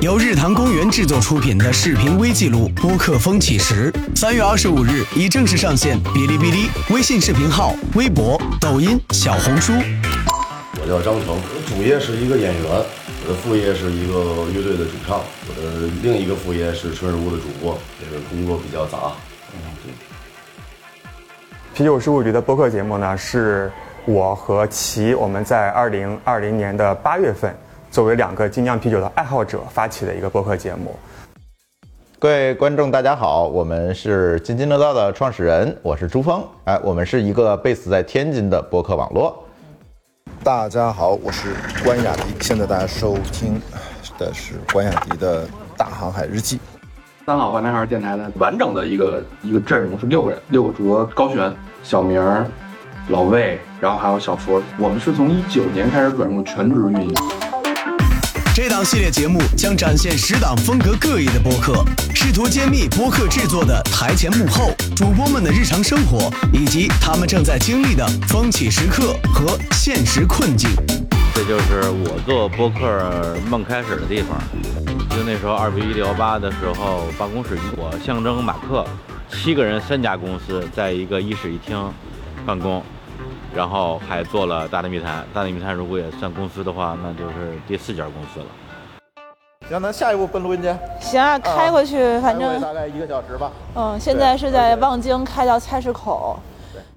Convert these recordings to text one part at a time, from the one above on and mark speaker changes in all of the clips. Speaker 1: 由日坛公园制作出品的视频微记录《播客风起时》，三月二十五日已正式上线哔哩哔哩、微信视频号、微博、抖音、小红书。
Speaker 2: 我叫张成，我主业是一个演员，我的副业是一个乐队的主唱，我的另一个副业是春日屋的主播，也是工作比较杂。
Speaker 3: 啤酒事务局的播客节目呢，是我和齐我们在二零二零年的八月份，作为两个精酿啤酒的爱好者发起的一个播客节目。
Speaker 4: 各位观众，大家好，我们是津津乐道的创始人，我是朱峰，哎，我们是一个 base 在天津的播客网络。
Speaker 5: 大家好，我是关雅迪，现在大家收听的是关雅迪的《大航海日记》。
Speaker 6: 三好坏男孩电台的完整的一个一个阵容是六个人，六个主播高璇、小明、老魏，然后还有小佛。我们是从一九年开始转入全职运营。
Speaker 1: 这档系列节目将展现十档风格各异的播客，试图揭秘播客制作的台前幕后、主播们的日常生活，以及他们正在经历的风起时刻和现实困境。
Speaker 7: 这就是我做播客梦开始的地方。就那时候二比一六八的时候，办公室我象征马克，七个人三家公司在一个一室一厅办公，然后还做了大内密谈。大内密谈如果也算公司的话，那就是第四家公司了。
Speaker 4: 行，咱下一步奔录音间，
Speaker 8: 行
Speaker 4: 嗯
Speaker 8: 啊，开过去，反正
Speaker 4: 大概一个小时吧。
Speaker 8: 嗯，现在是在望京开到菜市口，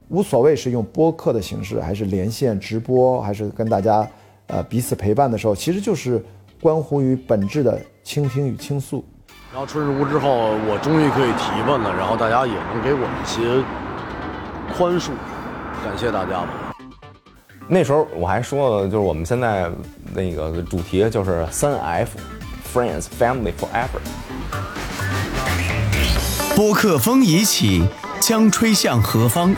Speaker 5: 无所谓是用播客的形式，还是连线直播，还是跟大家呃彼此陪伴的时候，其实就是关乎于本质的倾听与倾诉。
Speaker 2: 然后春日屋之后，我终于可以提问了，然后大家也能给我一些宽恕，感谢大家吧。
Speaker 9: 那时候我还说了，就是我们现在那个主题就是三 F，Friends Family Forever。
Speaker 1: 播客风已起，将吹向何方？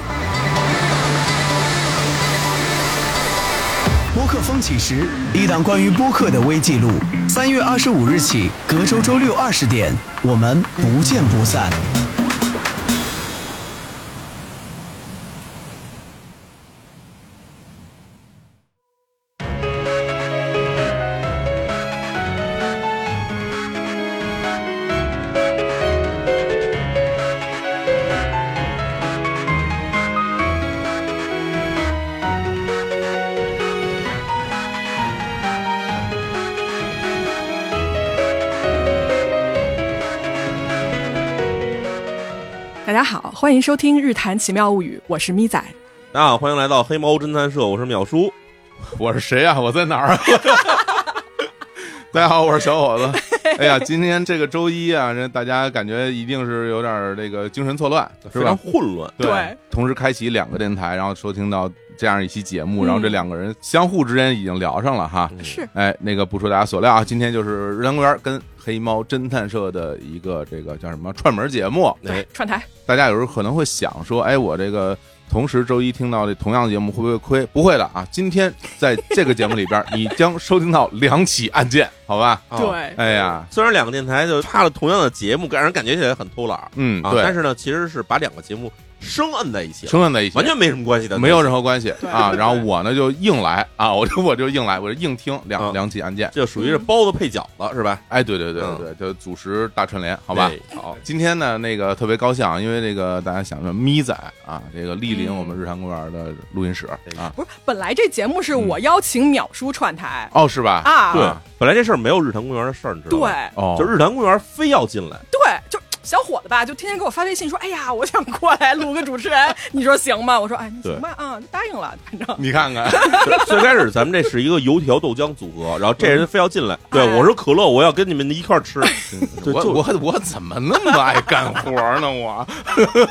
Speaker 1: 播客风起时，一档关于播客的微记录。三月二十五日起，隔周周六二十点，我们不见不散。
Speaker 10: 大家好，欢迎收听《日谈奇妙物语》，我是咪仔。
Speaker 11: 大家好，欢迎来到黑猫侦探社，我是淼叔。
Speaker 12: 我是谁啊？我在哪儿啊？大家好，我是小伙子。哎呀，今天这个周一啊，人大家感觉一定是有点儿这个精神错乱，是
Speaker 11: 非
Speaker 12: 吧
Speaker 11: 常？混乱，
Speaker 10: 对
Speaker 12: 同时开启两个电台，然后收听到这样一期节目，
Speaker 10: 嗯
Speaker 12: 然后这两个人相互之间已经聊上了哈。
Speaker 10: 是
Speaker 12: 哎，那个不出大家所料啊，今天就是日坛公园跟黑猫侦探社的一个这个叫什么串门节目。
Speaker 11: 哎，
Speaker 10: 串台，
Speaker 12: 大家有时候可能会想说，哎，我这个同时周一听到这同样的节目会不会亏？不会的啊，今天在这个节目里边，你将收听到两起案件，好吧？
Speaker 11: 哦
Speaker 10: 对，
Speaker 12: 哎呀，
Speaker 11: 虽然两个电台就差了同样的节目，让人感觉起来很偷懒儿
Speaker 12: 嗯，
Speaker 11: 啊，
Speaker 12: 对，
Speaker 11: 但是呢，其实是把两个节目生摁在一起了，
Speaker 12: 生在一起，
Speaker 11: 完全没什么关系的，
Speaker 12: 没有任何关系
Speaker 10: 对
Speaker 12: 啊。
Speaker 10: 对
Speaker 12: 然后我呢就硬来啊，我就我就硬来，我就硬听两
Speaker 11: 啊
Speaker 12: 两起案件。
Speaker 11: 这就属于是包子配饺子是吧？
Speaker 12: 哎，对对对
Speaker 11: 嗯
Speaker 12: 对对，就主食大串联，好吧？
Speaker 11: 对好，
Speaker 12: 今天呢，那个特别高兴啊，因为这个大家想着咪仔啊，这个莅临
Speaker 10: 嗯
Speaker 12: 我们日坛公园的录音室啊，
Speaker 10: 不是，本来这节目是
Speaker 4: 嗯
Speaker 10: 我邀请淼叔串台、
Speaker 12: 哦，是吧？
Speaker 10: 啊，
Speaker 11: 对，本来这事儿没有日坛公园的事儿，你知道
Speaker 10: 对
Speaker 11: 吗？
Speaker 12: 哦，
Speaker 11: 就日坛公园非要进来，
Speaker 10: 对，就小伙子吧，就天天给我发微信说，哎呀，我想过来录个主持人， 你说行吗？我说，哎，你行吧，啊、就答应了，反正
Speaker 12: 你看看，
Speaker 11: 最开始咱们这是一个油条豆浆组合，然后这人非要进来，对
Speaker 10: 哎
Speaker 11: 我说可乐，我要跟你们一块儿吃，对
Speaker 12: 我
Speaker 11: 就
Speaker 12: 我我怎么那么爱干活呢？我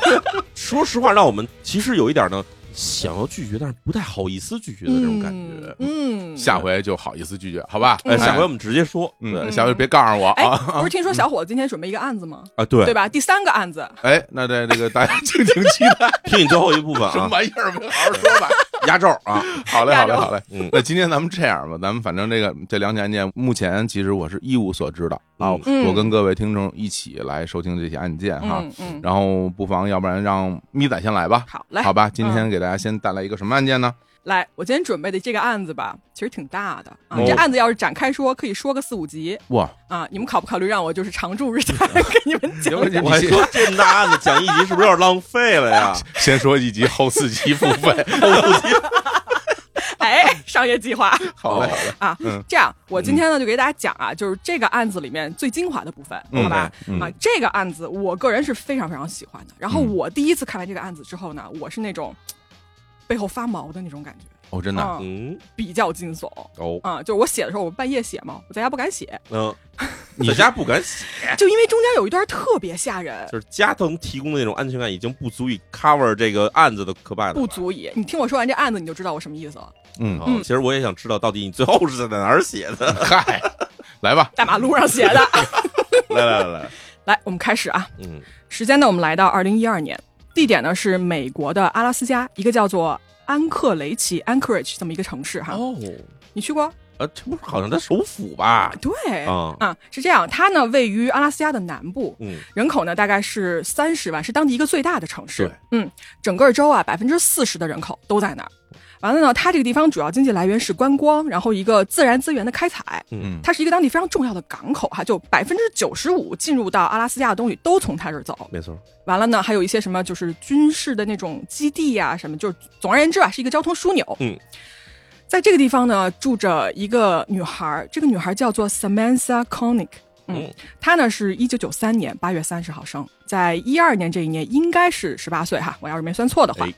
Speaker 11: 说实话，让我们其实有一点呢，想要拒绝，但是不太好意思拒绝的这种感觉。
Speaker 10: 嗯，
Speaker 12: 下回就好意思拒绝，好吧？
Speaker 11: 哎，下回我们直接说，
Speaker 12: 嗯，
Speaker 11: 对
Speaker 12: 下回别告诉我
Speaker 10: 哎
Speaker 12: 啊！，
Speaker 10: 不是听说
Speaker 4: 嗯
Speaker 10: 小伙子今天准备一个案子吗？
Speaker 11: 啊，对
Speaker 10: 对，吧？第三个案子，
Speaker 12: 哎，那这这个大家 敬请期待，
Speaker 11: 听你最后一部分
Speaker 12: 什么
Speaker 11: 啊，
Speaker 12: 玩意儿？好好说 吧。
Speaker 11: 压轴啊，
Speaker 12: 好嘞，好嘞，
Speaker 10: 压轴
Speaker 12: 好嘞。
Speaker 11: 嗯
Speaker 12: 那今天咱们这样吧，咱们反正这个这两起案件，目前其实我是一无所知的啊。
Speaker 10: 嗯
Speaker 12: 我跟各位听众一起来收听这起案件哈，
Speaker 10: 嗯嗯，
Speaker 12: 然后不妨要不然让咪仔先来吧，
Speaker 10: 好嘞，
Speaker 11: 嗯
Speaker 12: 好吧？今天给大家先带来一个什么案件呢？
Speaker 11: 来，我今天准备的这个案子吧，其实挺大的啊。
Speaker 12: 哦
Speaker 11: 这案子要是展开说，可以说个四五集
Speaker 12: 哇，
Speaker 11: 啊。你们考不考虑让我就是常驻日 坛给你们讲？
Speaker 6: 我还说这么大案子讲一集是不是有点浪费了 呀？
Speaker 12: 先说一集，后四集付费。
Speaker 11: 哎，商业计划。
Speaker 12: 好 嘞，好嘞
Speaker 11: 啊
Speaker 12: 嗯，
Speaker 11: 这样，我今天呢就给大家讲啊，就是这个案子里面最精华的部分，
Speaker 5: 嗯
Speaker 11: 好吧？
Speaker 5: 嗯
Speaker 11: 啊，这个案子我个人是非常非常喜欢的。然后
Speaker 12: 嗯
Speaker 11: 我第一次看完这个案子之后呢，我是那种背后发毛的那种感觉，
Speaker 12: 哦，真的啊，
Speaker 6: 嗯，
Speaker 11: 比较惊悚。
Speaker 6: 哦
Speaker 11: 啊，就是我写的时候，我半夜写嘛，我在家不敢写，
Speaker 6: 嗯，你家不敢写，
Speaker 11: 就因为中间有一段特别吓人，
Speaker 6: 就是家能提供的那种安全感已经不足以 cover 这个案子的可怕了。
Speaker 11: 不足以。你听我说完这案子，你就知道我什么意思了。
Speaker 12: 嗯
Speaker 6: 啊
Speaker 11: 嗯
Speaker 6: 其实我也想知道到底你最后是在哪儿写的。
Speaker 12: 嗨，来吧，
Speaker 11: 大马路上写的。
Speaker 6: 来来来，
Speaker 11: 来，我们开始啊。
Speaker 6: 嗯，
Speaker 11: 时间呢，我们来到二零一二年，地点呢是美国的阿拉斯加一个叫做安克雷奇 （Anchorage） 这么一个城市哈。
Speaker 6: 哦，
Speaker 11: 你去过？
Speaker 6: 呃，这不是好像他首府吧？
Speaker 11: 对，
Speaker 6: 啊
Speaker 11: 啊，是这样，它呢位于阿拉斯加的南部，
Speaker 6: 嗯
Speaker 11: 人口呢大概是三十万，是当地一个最大的城市
Speaker 6: 对。
Speaker 11: 嗯，整个州啊，百分之四十的人口都在那儿。完了呢，它这个地方主要经济来源是观光，然后一个自然资源的开采。
Speaker 6: 嗯
Speaker 11: 它是一个当地非常重要的港口哈，就百分之九十五进入到阿拉斯加的东西都从它这儿走。
Speaker 6: 没错，
Speaker 11: 完了呢，还有一些什么就是军事的那种基地呀、什么就是总而言之吧，啊是一个交通枢纽。
Speaker 6: 嗯，
Speaker 11: 在这个地方呢，住着一个女孩儿，这个女孩儿叫做 Samantha Koenig。嗯，她呢是一九九三年八月三十号生，在一二年这一年应该是十八岁哈，我要是没算错的
Speaker 6: 哎
Speaker 11: 话。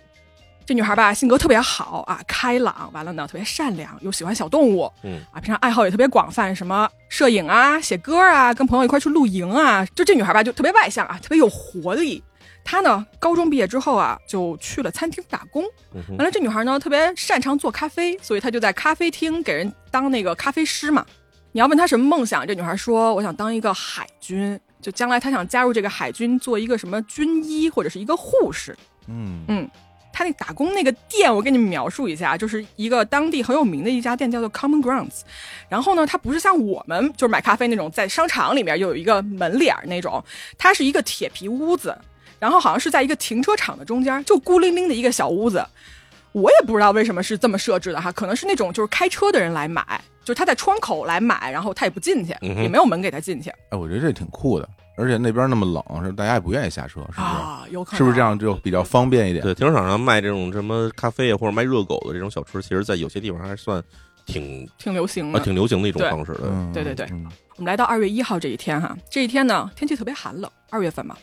Speaker 11: 这女孩吧，性格特别好啊，开朗，完了呢，特别善良，又喜欢小动物，
Speaker 6: 嗯
Speaker 11: 啊，平常爱好也特别广泛，什么摄影啊、写歌啊，跟朋友一块去露营啊，就这女孩吧，就特别外向啊，特别有活力。她呢，高中毕业之后啊，就去了餐厅打工。完了，这女孩呢，特别擅长做咖啡，所以她就在咖啡厅给人当那个咖啡师嘛。你要问她什么梦想，这女孩说：“我想当一个海军，就将来她想加入这个海军，做一个什么军医或者是一个护士。”
Speaker 12: 嗯
Speaker 11: 嗯，他那打工那个店，我给你们描述一下，就是一个当地很有名的一家店，叫做 Common Grounds。然后呢，它不是像我们就是买咖啡那种在商场里面有一个门脸儿那种，它是一个铁皮屋子，然后好像是在一个停车场的中间，就孤零零的一个小屋子。我也不知道为什么是这么设置的哈，可能是那种就是开车的人来买，就是他在窗口来买，然后他也不进去，
Speaker 12: 嗯哼
Speaker 11: 也没有门给他进去。
Speaker 12: 哎，我觉得这挺酷的，而且那边那么冷，是大家也不愿意下车，是不是？
Speaker 11: 啊有可
Speaker 12: 嗯
Speaker 11: 能
Speaker 12: 是不是这样就比较方便一点？
Speaker 6: 对，停车场上卖这种什么咖啡啊，或者卖热狗的这种小吃，其实在有些地方还算挺
Speaker 11: 挺流行的
Speaker 6: 啊，挺流行的一种
Speaker 11: 对
Speaker 6: 方式的。
Speaker 11: 对对对，我们来到二月一号这一天哈，这一天呢天气特别寒冷，二月份嘛。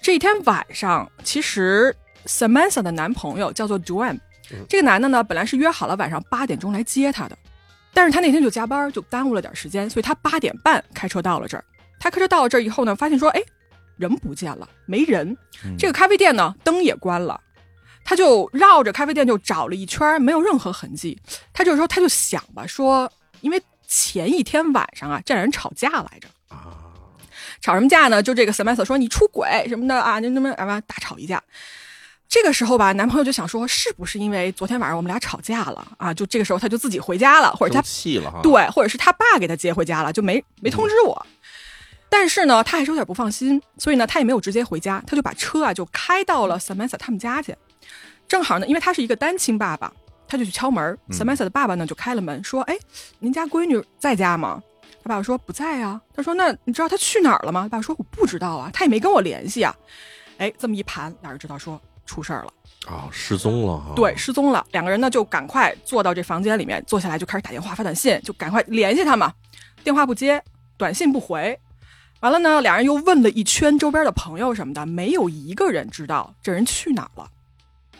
Speaker 11: 这一天晚上，其实 Samantha 的男朋友叫做 Joan，
Speaker 5: 嗯
Speaker 11: 这个男的呢本来是约好了晚上八点钟来接她的，但是他那天就加班，就耽误了点时间，所以他八点半开车到了这儿。他开车到了这儿以后呢，发现说，哎，人不见了，没人。这个咖啡店呢灯也关了。他就绕着咖啡店就找了一圈儿，没有任何痕迹。他这时候他就想吧，说因为前一天晚上啊，这俩人吵架来着啊，吵什么架呢？就这个 Samantha 说你出轨什么的啊，那那么啊大吵一架。这个时候吧，男朋友就想说，是不是因为昨天晚上我们俩吵架了啊？就这个时候他就自己回家了，或者
Speaker 6: 生
Speaker 11: 他
Speaker 6: 气了哈
Speaker 11: 对，或者是他爸给他接回家了，就没没通知我。但是呢，他还是有点不放心，所以呢，他也没有直接回家，他就把车啊就开到了 Samantha 他们家去。正好呢，因为他是一个单亲爸爸，他就去敲门。
Speaker 5: 嗯
Speaker 11: Samantha 的爸爸呢就开了门，说：“哎，您家闺女在家吗？”他爸爸说：“不在啊。”他说：“那你知道她去哪儿了吗？”他爸爸说：“我不知道啊，他也没跟我联系啊。”哎，这么一盘，俩人知道说出事儿了。
Speaker 6: 啊，失踪了哈。
Speaker 11: 对，失踪了。两个人呢就赶快坐到这房间里面，坐下来就开始打电话、发短信，就赶快联系他嘛。电话不接，短信不回，完了呢，俩人又问了一圈周边的朋友什么的，没有一个人知道这人去哪儿了。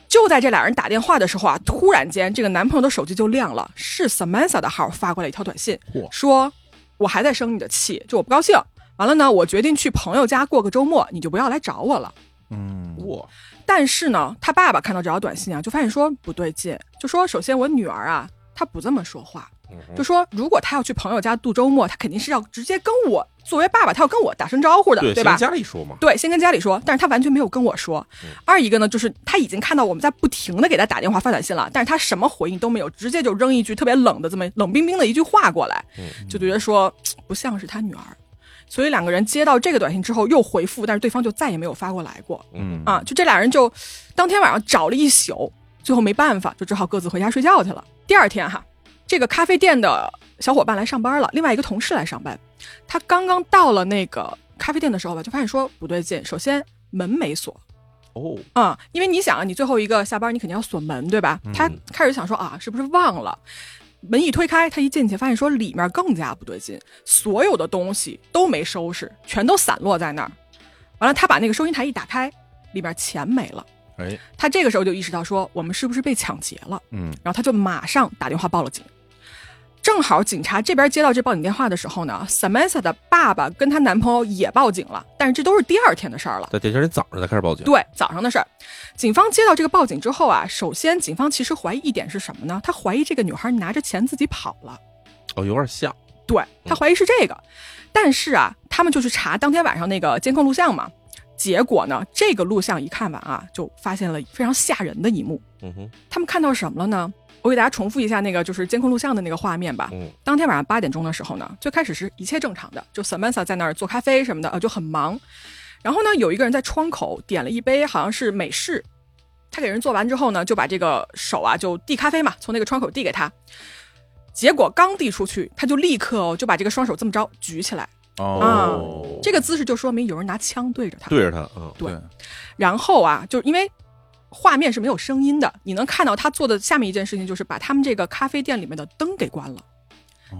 Speaker 11: 就在这俩人打电话的时候啊，突然间这个男朋友的手机就亮了，是 Samantha 的号发过来一条短信，说我还在生你的气，就我不高兴。完了呢，我决定去朋友家过个周末，你就不要来找我了。
Speaker 12: 嗯，
Speaker 6: 哇，
Speaker 11: 但是呢，他爸爸看到这条短信啊，就发现说不对劲，就说首先我女儿啊，她不这么说话，
Speaker 6: 嗯
Speaker 11: 就说如果她要去朋友家度周末，她肯定是要直接跟我作为爸爸，她要跟我打声招呼的，
Speaker 6: 对，
Speaker 11: 对
Speaker 6: 先
Speaker 11: 吧？
Speaker 6: 跟家里说嘛。
Speaker 11: 对，先跟家里说，但是他完全没有跟我说。二一个呢，就是他已经看到我们在不停的给他打电话发短信了，但是他什么回应都没有，直接就扔一句特别冷的这么冷冰冰的一句话过来，就觉得说嘖不像是他女儿。所以两个人接到这个短信之后又回复，但是对方就再也没有发过来过。
Speaker 6: 嗯
Speaker 11: 啊，就这俩人就当天晚上找了一宿，最后没办法，就只好各自回家睡觉去了。第二天哈，这个咖啡店的小伙伴来上班了，另外一个同事来上班。他刚刚到了那个咖啡店的时候吧，就发现说不对劲，首先门没锁，
Speaker 6: 哦，
Speaker 11: 啊、因为你想啊，你最后一个下班，你肯定要锁门，对吧？
Speaker 6: 嗯
Speaker 11: 他开始想说啊，是不是忘了？门一推开，他一进去发现说里面更加不对劲，所有的东西都没收拾，全都散落在那儿。完了，他把那个收银台一打开，里面钱没了。
Speaker 12: 哎，
Speaker 11: 他这个时候就意识到说我们是不是被抢劫了？
Speaker 12: 嗯
Speaker 11: 然后他就马上打电话报了警。正好警察这边接到这报警电话的时候呢，Samantha 的爸爸跟她男朋友也报警了，但是这都是第二天的事儿了。
Speaker 6: 在第二天早上才开始报警。
Speaker 11: 对，早上的事儿。警方接到这个报警之后啊，首先警方其实怀疑一点是什么呢？他怀疑这个女孩拿着钱自己跑了，
Speaker 6: 哦，有点像，嗯
Speaker 11: 对他怀疑是这个。但是啊，他们就去查当天晚上那个监控录像嘛，结果呢，这个录像一看完啊，就发现了非常吓人的一幕。
Speaker 6: 嗯哼，
Speaker 11: 他们看到什么了呢？我给大家重复一下那个就是监控录像的那个画面吧。
Speaker 6: 嗯
Speaker 11: 当天晚上八点钟的时候呢，最开始是一切正常的，就 Samantha 在那儿做咖啡什么的，呃，就很忙。然后呢，有一个人在窗口点了一杯好像是美式，他给人做完之后呢，就把这个手啊就递咖啡嘛，从那个窗口递给他。结果刚递出去，他就立刻哦就把这个双手这么着举起来，
Speaker 12: 哦，
Speaker 11: 嗯这个姿势就说明有人拿枪对着他。
Speaker 6: 对着他，嗯，
Speaker 11: 对，然后啊，就是因为画面是没有声音的，你能看到他做的下面一件事情就是把他们这个咖啡店里面的灯给关了，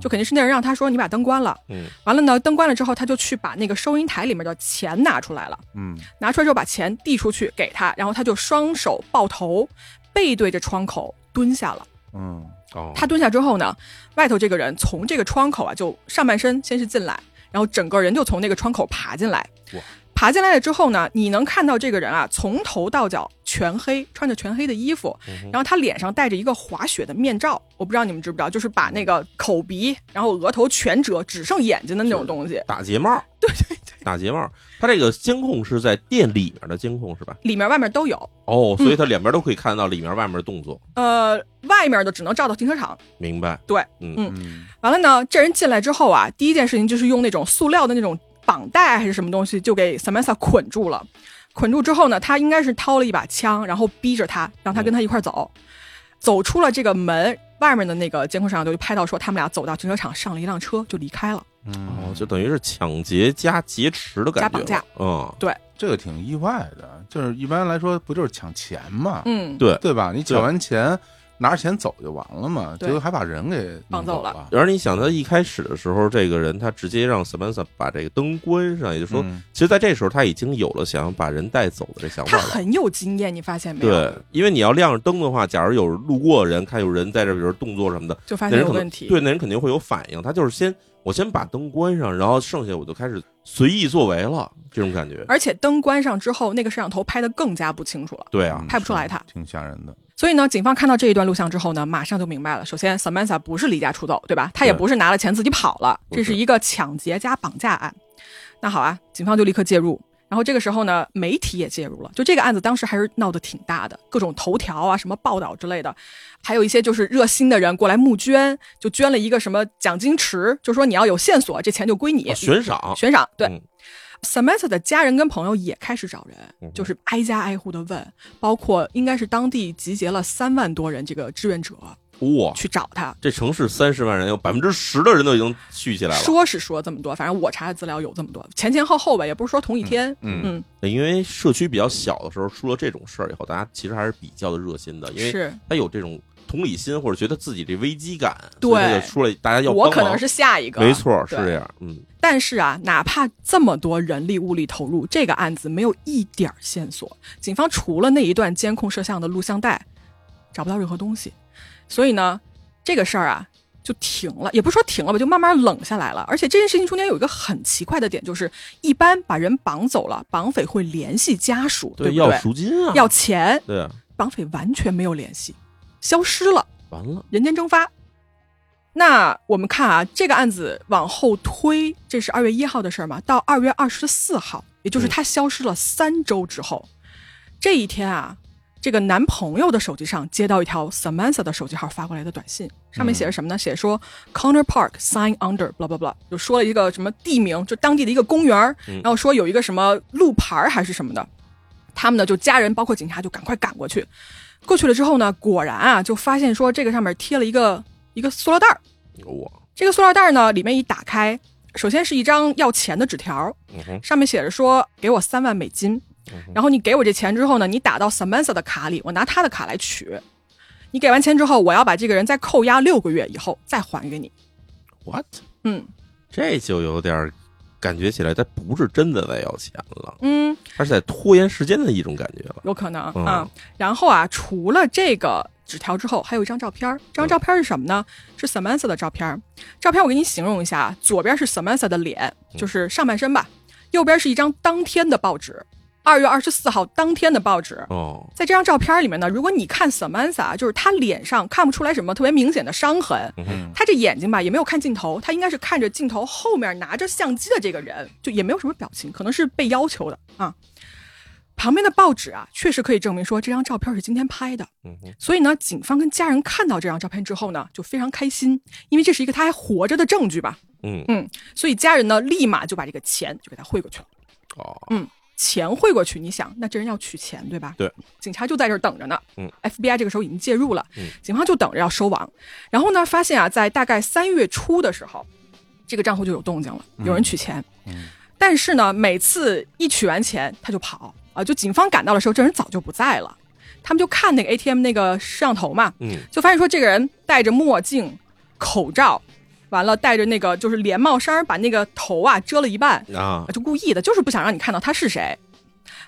Speaker 11: 就肯定是那人让他说你把灯关了。
Speaker 6: 嗯
Speaker 11: 完了呢，灯关了之后，他就去把那个收银台里面的钱拿出来了，
Speaker 12: 嗯
Speaker 11: 拿出来之后把钱递出去给他，然后他就双手抱头，背对着窗口蹲下了。
Speaker 12: 嗯，
Speaker 6: 哦
Speaker 11: 他蹲下之后呢，外头这个人从这个窗口啊，就上半身先是进来，然后整个人就从那个窗口爬进来。
Speaker 6: 哇，
Speaker 11: 爬进来了之后呢，你能看到这个人啊，从头到脚全黑，穿着全黑的衣服，
Speaker 6: 嗯
Speaker 11: 然后他脸上戴着一个滑雪的面罩，我不知道你们知不知道，就是把那个口鼻，然后额头全遮，只剩眼睛的那种东西。
Speaker 6: 打睫 毛，对对对，打睫毛。他这个监控是在店里面的监控是吧？
Speaker 11: 里面外面都有，
Speaker 6: 哦，所以他两边都可以看到里面外面的动作，
Speaker 11: 呃，外面的只能照到停车场。
Speaker 6: 明白？
Speaker 11: 对，
Speaker 6: 嗯
Speaker 11: 嗯，完了呢，这人进来之后啊，第一件事情就是用那种塑料的那种绑带还是什么东西，就给 Samantha 捆住了。捆住之后呢，他应该是掏了一把枪，然后逼着他，让他跟他一块儿走。走出了这个门，外面的那个监控摄像头就拍到说他们俩走到停车场，上了一辆车就离开了。
Speaker 6: 哦，就等于是抢劫加劫持的感觉，
Speaker 11: 加绑架，
Speaker 6: 嗯，
Speaker 11: 对，
Speaker 12: 这个挺意外的，就是一般来说不就是抢钱嘛，
Speaker 11: 嗯
Speaker 6: 对
Speaker 12: 对吧？你抢
Speaker 6: 对
Speaker 12: 完钱拿着钱走就完了嘛，
Speaker 11: 对
Speaker 12: 结果还把人给弄走了，
Speaker 6: 然而你想，他一开始的时候，这个人他直接让 Samantha 把这个灯关上，也就是说，
Speaker 12: 嗯
Speaker 6: 其实在这时候他已经有了想要把人带走的这想法
Speaker 11: 他
Speaker 6: 了。
Speaker 11: 很有经验，你发现没有？
Speaker 6: 对，因为你要亮着灯的话，假如有路过的人看有人在这，比如动作什么的，
Speaker 11: 就发
Speaker 6: 那
Speaker 11: 现
Speaker 6: 人
Speaker 11: 有
Speaker 6: 可能
Speaker 11: 问题
Speaker 6: 对，那人肯定会有反应。他就是先我先把灯关上，然后剩下我就开始随意作为了，这种感觉。
Speaker 11: 而且灯关上之后，那个摄像头拍的更加不清楚了，
Speaker 6: 对啊，
Speaker 11: 拍不出来他。
Speaker 12: 挺吓人的。
Speaker 11: 所以呢，警方看到这一段录像之后呢，马上就明白了。首先，Samantha 不是离家出走，对吧？她也
Speaker 6: 对
Speaker 11: 不是拿了钱自己跑了，
Speaker 6: 不
Speaker 11: 这
Speaker 6: 是
Speaker 11: 是一个抢劫加绑架案。那好啊，警方就立刻介入。然后这个时候呢，媒体也介入了。就这个案子当时还是闹得挺大的，各种头条啊、什么报道之类的，还有一些就是热心的人过来募捐，就捐了一个什么奖金池，就说你要有线索，这钱就归你。
Speaker 6: 啊悬赏
Speaker 11: 悬赏，对。
Speaker 6: 嗯
Speaker 11: Samantha 的家人跟朋友也开始找人，就是挨家挨户的问，包括应该是当地集结了三万多人这个志愿者
Speaker 6: 哇，
Speaker 11: 去找他。
Speaker 6: 这城市三十万人，有百分之十的人都已经聚起来了。
Speaker 11: 说是说这么多，反正我查的资料有这么多，前前后后吧，也不是说同一天。
Speaker 6: 嗯
Speaker 11: 嗯
Speaker 6: 因为社区比较小的时候，出了这种事儿以后，大家其实还是比较的热心的，因为
Speaker 11: 是
Speaker 6: 他有这种同理心，或者觉得自己这危机感，
Speaker 11: 对
Speaker 6: 所以他就出来大家要帮
Speaker 11: 我
Speaker 6: 忙
Speaker 11: 可能是下一个
Speaker 6: 没错，是
Speaker 11: 对
Speaker 6: 这样，嗯，
Speaker 11: 但是啊，哪怕这么多人力物力投入，这个案子没有一点儿线索。警方除了那一段监控摄像的录像带，找不到任何东西。所以呢，这个事儿啊就停了，也不是说停了吧，就慢慢冷下来了。而且这件事情中间有一个很奇怪的点，就是一般把人绑走了，绑匪会联系家属，对不对？
Speaker 6: 要赎金啊，
Speaker 11: 要钱，
Speaker 6: 对啊，
Speaker 11: 绑匪完全没有联系，消失了。
Speaker 6: 完了，
Speaker 11: 人间蒸发。那我们看啊，这个案子往后推，这是二月一号的事儿嘛，到二月二十四号，也就是他消失了三周之后，这一天啊，这个男朋友的手机上接到一条 Samantha 的手机号发过来的短信，上面写着什么呢？写着说 Connor Park sign under blah blah blah，就说了一个什么地名，就当地的一个公园儿，
Speaker 6: 嗯
Speaker 11: 然后说有一个什么路牌儿还是什么的。他们呢就家人包括警察就赶快赶过去。过去了之后呢，果然啊就发现说这个上面贴了一个一个塑料袋儿，
Speaker 6: 我
Speaker 11: 这个塑料袋儿呢里面一打开，首先是一张要钱的纸条，
Speaker 6: 嗯
Speaker 11: 上面写着说给我三万美金，然后你给我这钱之后呢，你打到 Samantha 的卡里，我拿她的卡来取。你给完钱之后，我要把这个人再扣押六个月以后再还给你。
Speaker 6: What？
Speaker 11: 嗯
Speaker 6: 这就有点儿感觉起来，他不是真的在要钱了，
Speaker 11: 嗯，
Speaker 6: 他是在拖延时间的一种感觉了。
Speaker 11: 有可能
Speaker 6: 嗯
Speaker 11: 啊。然后啊，除了这个纸条之后，还有一张照片儿。这
Speaker 6: 嗯
Speaker 11: 张照片是什么呢？是 Samantha 的照片儿。照片我给你形容一下，啊，左边是 Samantha 的脸，就是上半身吧；右边是一张当天的报纸，二月二十四号当天的报纸。
Speaker 6: 哦，
Speaker 11: 在这张照片里面呢，如果你看 Samantha，就是啊她脸上看不出来什么特别明显的伤痕，
Speaker 6: 嗯
Speaker 11: 她这眼睛吧也没有看镜头，她应该是看着镜头后面拿着相机的这个人，就也没有什么表情，可能是被要求的啊。旁边的报纸啊，确实可以证明说这张照片是今天拍的。所以呢，警方跟家人看到这张照片之后呢，就非常开心，因为这是一个他还活着的证据吧。
Speaker 6: 嗯
Speaker 11: 嗯，所以家人呢立马就把这个钱就给他汇过去了。
Speaker 6: 哦，
Speaker 11: 嗯，钱汇过去，你想，那这人要取钱对吧？
Speaker 6: 对，
Speaker 11: 警察就在这儿等着呢。
Speaker 6: 嗯
Speaker 11: FBI 这个时候已经介入了，
Speaker 6: 嗯
Speaker 11: 警方就等着要收网。然后呢，发现啊，在大概三月初的时候，这个账户就有动静了，
Speaker 6: 嗯
Speaker 11: 有人取钱。但是呢，每次一取完钱他就跑啊，就警方赶到的时候，这人早就不在了。他们就看那个 ATM 那个摄像头嘛，
Speaker 6: 嗯
Speaker 11: 就发现说这个人戴着墨镜、口罩，完了戴着那个就是连帽衫儿，把那个头啊遮了一半，
Speaker 6: 啊
Speaker 11: 就故意的，就是不想让你看到他是谁。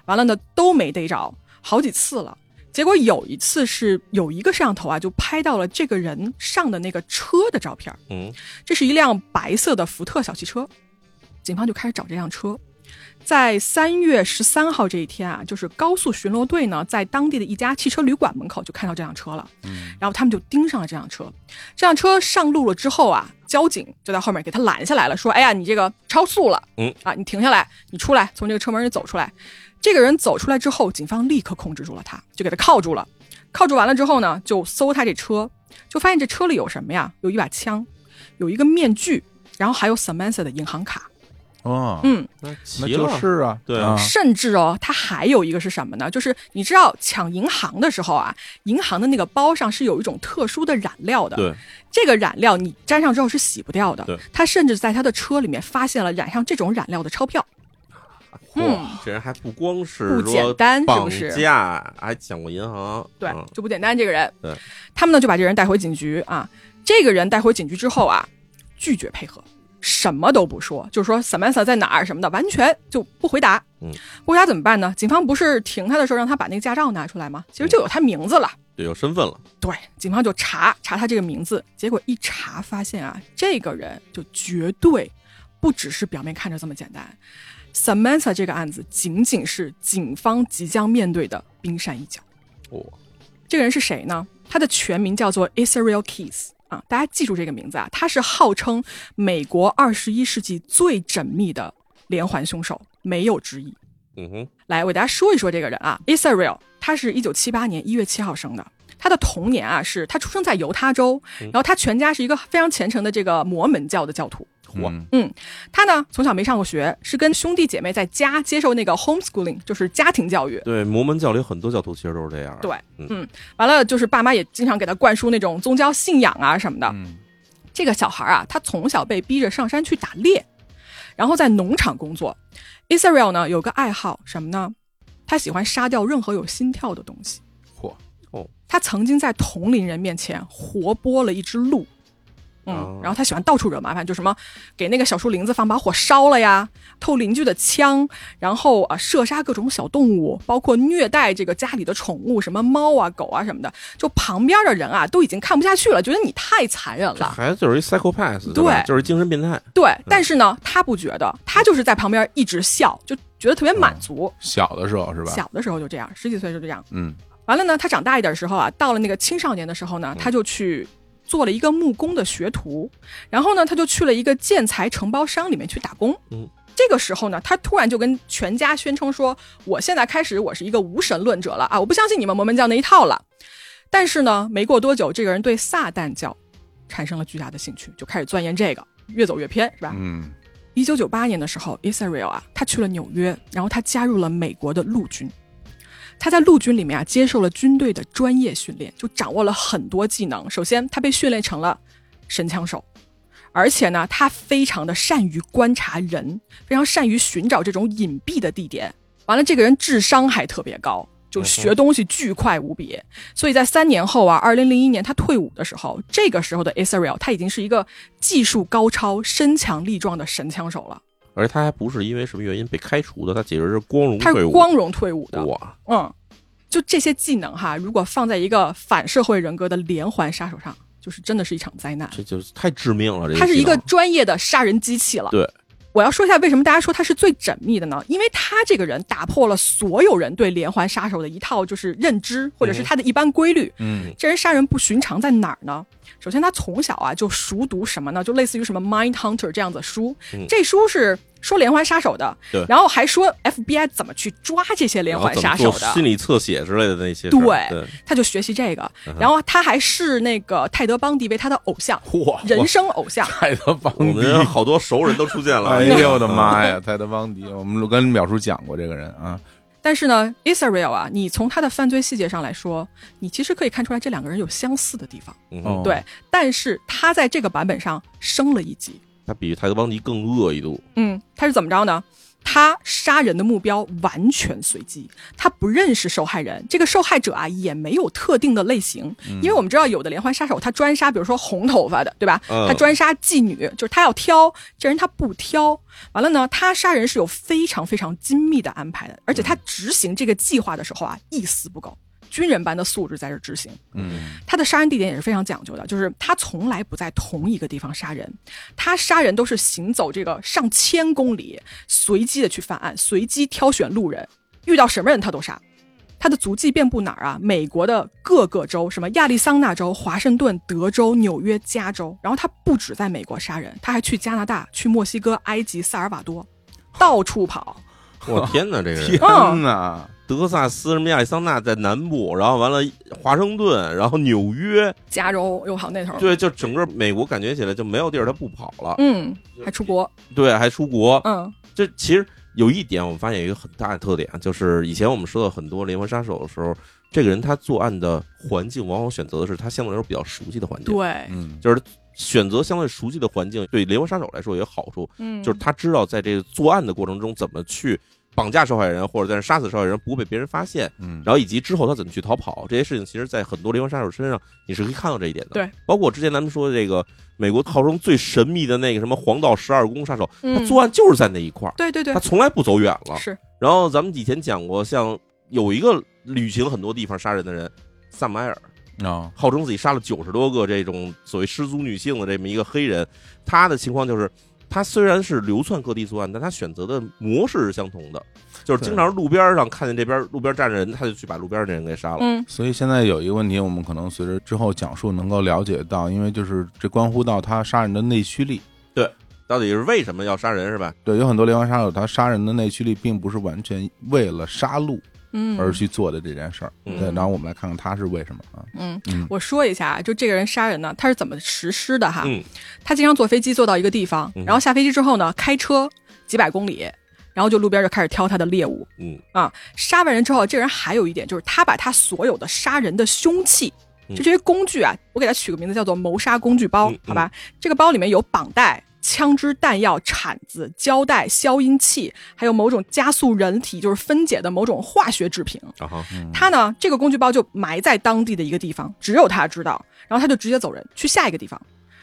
Speaker 11: 完了呢，都没逮着，好几次了。结果有一次是有一个摄像头啊，就拍到了这个人上的那个车的照片儿。
Speaker 6: 嗯
Speaker 11: 这是一辆白色的福特小汽车，警方就开始找这辆车。在三月十三号这一天啊，就是高速巡逻队呢，在当地的一家汽车旅馆门口就看到这辆车了，然后他们就盯上了这辆车。这辆车上路了之后啊，交警就在后面给他拦下来了，说：“哎呀，你这个超速了，
Speaker 6: 嗯
Speaker 11: 啊，你停下来，你出来，从这个车门里走出来。”这个人走出来之后，警方立刻控制住了他，就给他铐住了。铐住完了之后呢，就搜他这车，就发现这车里有什么呀？有一把枪，有一个面具，然后还有 Samantha 的银行卡。
Speaker 12: 哦，
Speaker 11: 嗯，
Speaker 6: 那
Speaker 12: 那
Speaker 6: 齐
Speaker 12: 就
Speaker 6: 了
Speaker 12: 是啊，
Speaker 6: 对
Speaker 12: 啊，
Speaker 11: 甚至哦，它还有一个是什么呢？就是你知道抢银行的时候啊，银行的那个包上是有一种特殊的染料的。
Speaker 6: 对，
Speaker 11: 这个染料你沾上之后是洗不掉的。
Speaker 6: 对
Speaker 11: 他甚至在他的车里面发现了染上这种染料的钞票。嗯，
Speaker 6: 这人还不光是
Speaker 11: 不
Speaker 6: 说
Speaker 11: 简单是不
Speaker 6: 绑
Speaker 11: 是
Speaker 6: 架，还抢过银行，
Speaker 11: 对
Speaker 6: 嗯，
Speaker 11: 就不简单。这个人，
Speaker 6: 对，
Speaker 11: 他们呢就把这人带回警局啊。这个人带回警局之后啊，拒绝配合，什么都不说，就是说 Samantha 在哪儿什么的，完全就不回答。
Speaker 6: 嗯，
Speaker 11: 不回答怎么办呢？警方不是停他的时候让他把那个驾照拿出来吗？其实就有他名字了。
Speaker 6: 对，嗯有身份了，
Speaker 11: 对，警方就查查他这个名字，结果一查发现啊，这个人就绝对不只是表面看着这么简单。Samantha 这个案子仅仅是警方即将面对的冰山一角。
Speaker 6: 哦，
Speaker 11: 这个人是谁呢？他的全名叫做 Israel Keys 啊，大家记住这个名字啊，他是号称美国二十一世纪最缜密的连环凶手，没有之一。
Speaker 6: 嗯哼，
Speaker 11: 来，我给大家说一说这个人啊，Israel，他是一九七八年一月七号生的。他的童年啊，是他出生在犹他州，
Speaker 6: 嗯
Speaker 11: 然后他全家是一个非常虔诚的这个摩门教的教徒。
Speaker 6: 嚯，
Speaker 11: 嗯，他呢从小没上过学，是跟兄弟姐妹在家接受那个 homeschooling，就是家庭教育。
Speaker 6: 对，摩门教里很多教徒其实都是这样的，
Speaker 11: 对，
Speaker 6: 嗯
Speaker 11: 嗯，完了就是爸妈也经常给他灌输那种宗教信仰啊什么的。这个小孩啊，他从小被逼着上山去打猎，然后在农场工作。Israel 呢有个爱好什么呢？他喜欢杀掉任何有心跳的东西。
Speaker 12: 嚯
Speaker 6: 哦，
Speaker 11: 他曾经在同龄人面前活剥了一只鹿。嗯
Speaker 6: 哦，
Speaker 11: 然后他喜欢到处惹麻烦，就什么给那个小树林子放把火烧了呀，偷邻居的枪，然后啊射杀各种小动物，包括虐待这个家里的宠物，什么猫啊、狗啊什么的，就旁边的人啊都已经看不下去了，觉得你太残忍了。
Speaker 6: 孩子就是一 psychopath，吧
Speaker 11: 对
Speaker 6: 就是精神变态，嗯
Speaker 11: 对，但是呢，他不觉得，他就是在旁边一直笑，就觉得特别满
Speaker 6: 哦
Speaker 11: 足。
Speaker 12: 小的时候是吧？
Speaker 11: 小的时候就这样，十几岁就这样。
Speaker 12: 嗯，
Speaker 11: 完了呢，他长大一点的时候啊，到了那个青少年的时候
Speaker 6: 嗯
Speaker 11: 呢，他就去做了一个木工的学徒，然后呢，他就去了一个建材承包商里面去打工。
Speaker 6: 嗯，
Speaker 11: 这个时候呢，他突然就跟全家宣称说：“我现在开始，我是一个无神论者了啊，我不相信你们摩门教那一套了。”但是呢，没过多久，这个人对撒旦教产生了巨大的兴趣，就开始钻研这个，越走越偏，是吧？
Speaker 12: 嗯，
Speaker 11: 一九九八年的时候，Israel 啊，他去了纽约，然后他加入了美国的陆军。他在陆军里面啊，接受了军队的专业训练，就掌握了很多技能。首先，他被训练成了神枪手，而且呢，他非常的善于观察人，非常善于寻找这种隐蔽的地点。完了，这个人智商还特别高，
Speaker 6: 嗯
Speaker 11: 就学东西巨快无比。所以在三年后啊，二零零一年他退伍的时候，这个时候的 Israel 他已经是一个技术高超、身强力壮的神枪手了。
Speaker 6: 而他还不是因为什么原因被开除的，他简直是光荣
Speaker 11: 他
Speaker 6: 退
Speaker 11: 是
Speaker 6: 伍。
Speaker 11: 光荣退伍的。
Speaker 6: 哇，
Speaker 11: 嗯，就这些技能哈，如果放在一个反社会人格的连环杀手上，就是真的是一场灾难。
Speaker 6: 这就是太致命了。这
Speaker 11: 它是一个
Speaker 6: 技
Speaker 11: 专业的杀人机器了。
Speaker 6: 能，啊对，
Speaker 11: 我要说一下为什么大家说他是最缜密的呢？因为他这个人打破了所有人对连环杀手的一套就是认知，或者是他的一般规律。
Speaker 12: 嗯
Speaker 11: 这人杀人不寻常在哪儿呢？首先，他从小啊就熟读什么呢？就类似于什么《Mind Hunter》这样子的书，
Speaker 6: 嗯
Speaker 11: 这书是说连环杀手的
Speaker 6: 对，
Speaker 11: 然后还说 FBI 怎么去抓这些连
Speaker 6: 然后
Speaker 11: 环
Speaker 6: 怎
Speaker 11: 杀
Speaker 6: 么
Speaker 11: 手
Speaker 6: 做
Speaker 11: 的，
Speaker 6: 心理侧写之类的那些事 儿。
Speaker 11: 对
Speaker 6: 对，
Speaker 11: 他就学习这个
Speaker 6: 嗯，哼
Speaker 11: 然后他还视那个泰德·邦迪为他的偶像，人生偶像。
Speaker 12: 泰德邦
Speaker 6: 我们好多熟人都出现 了。
Speaker 12: 哎呦我的妈呀，！泰德邦迪，我们跟淼叔讲过这个人啊，
Speaker 11: 但是呢，Israel 啊，你从他的犯罪细节上来说，你其实可以看出来这两个人有相似的地方，
Speaker 12: 嗯
Speaker 11: 对。但是他在这个版本上升了一级，
Speaker 6: 他比泰德邦迪更恶一度。
Speaker 11: 嗯，他是怎么着呢？他杀人的目标完全随机，他不认识受害人，这个受害者啊也没有特定的类型，因为我们知道有的连环杀手他专杀，比如说红头发的，对吧？
Speaker 5: 嗯
Speaker 11: 他专杀妓女，就是他要挑这人，他不挑。完了呢，他杀人是有非常非常精密的安排的，而且他执行这个计划的时候啊一丝不苟，军人般的素质在这执行。
Speaker 12: 嗯
Speaker 11: 他的杀人地点也是非常讲究的，就是他从来不在同一个地方杀人，他杀人都是行走这个上千公里，随机的去犯案，随机挑选路人，遇到什么人他都杀。他的足迹遍布哪儿啊？美国的各个州，什么亚利桑那州、华盛顿、德州、纽约、加州。然后他不止在美国杀人，他还去加拿大、去墨西哥、埃及、塞尔瓦多，到处跑。
Speaker 6: 我天哪，这个人
Speaker 12: 嗯 天哪！
Speaker 6: 德克萨斯、什么亚利桑那在南部，然后完了华盛顿，然后纽约，
Speaker 11: 加州又跑那头，
Speaker 6: 对，就整个美国感觉起来就没有地儿他不跑了。，
Speaker 11: 嗯，还出国，
Speaker 6: 对，还出国。
Speaker 11: 嗯，
Speaker 6: 这其实有一点，我们发现有一个很大的特点，啊就是以前我们说到很多连环杀手的时候，这个人他作案的环境往往选择的是他相对来说比较熟悉的环境。
Speaker 11: 对，
Speaker 12: 嗯，
Speaker 6: 就是选择相对熟悉的环境，对连环杀手来说也有好处。
Speaker 11: 嗯
Speaker 6: 就是他知道在这个作案的过程中怎么去绑架受害人，或者在这杀死受害人不会被别人发现。
Speaker 12: 嗯
Speaker 6: 然后以及之后他怎么去逃跑，这些事情其实，在很多连环杀手身上你是可以看到这一点的。
Speaker 11: 对，
Speaker 6: 包括之前咱们说的这个美国号称最神秘的那个什么黄道十二宫杀手，
Speaker 11: 嗯
Speaker 6: 他作案就是在那一块儿。
Speaker 11: 对对对
Speaker 6: 他从来不走远了。
Speaker 11: 是。
Speaker 6: 然后咱们以前讲过，像有一个旅行很多地方杀人的人，萨姆埃尔。
Speaker 12: 啊，
Speaker 6: 号称自己杀了九十多个这种所谓失足女性的这么一个黑人，他的情况就是，他虽然是流窜各地作案，但他选择的模式是相同的，就是经常路边上看见这边路边站着人，他就去把路边的人给杀了。
Speaker 11: 嗯
Speaker 12: 所以现在有一个问题，我们可能随着之后讲述能够了解到，因为就是这关乎到他杀人的内驱力。
Speaker 6: 对，到底是为什么要杀人是吧？
Speaker 12: 对，有很多连环杀手，他杀人的内驱力并不是完全为了杀戮，
Speaker 11: 嗯
Speaker 12: 而去做的这件事儿。
Speaker 11: 嗯
Speaker 12: 对，然后我们来看看他是为什么啊？
Speaker 11: 嗯
Speaker 12: 嗯，
Speaker 11: 我说一下啊，就这个人杀人呢，他是怎么实施的哈？
Speaker 12: 嗯
Speaker 11: 他经常坐飞机坐到一个地方，
Speaker 12: 嗯
Speaker 11: 然后下飞机之后呢，开车几百公里，然后就路边就开始挑他的猎物
Speaker 6: 嗯
Speaker 11: 啊。杀完人之后，这人还有一点就是，他把他所有的杀人的凶器。
Speaker 5: 嗯
Speaker 11: 就这些工具啊，我给他取个名字叫做谋杀工具
Speaker 12: 嗯
Speaker 11: 包，好吧？这个包里面有绑带、枪支、弹药、铲子、胶带、消音器，还有某种加速人体就是分解的某种化学制品。
Speaker 6: 然后
Speaker 11: 他呢，这个工具包就埋在当地的一个地方，只有他知道。然后他就直接走人，去下一个地方。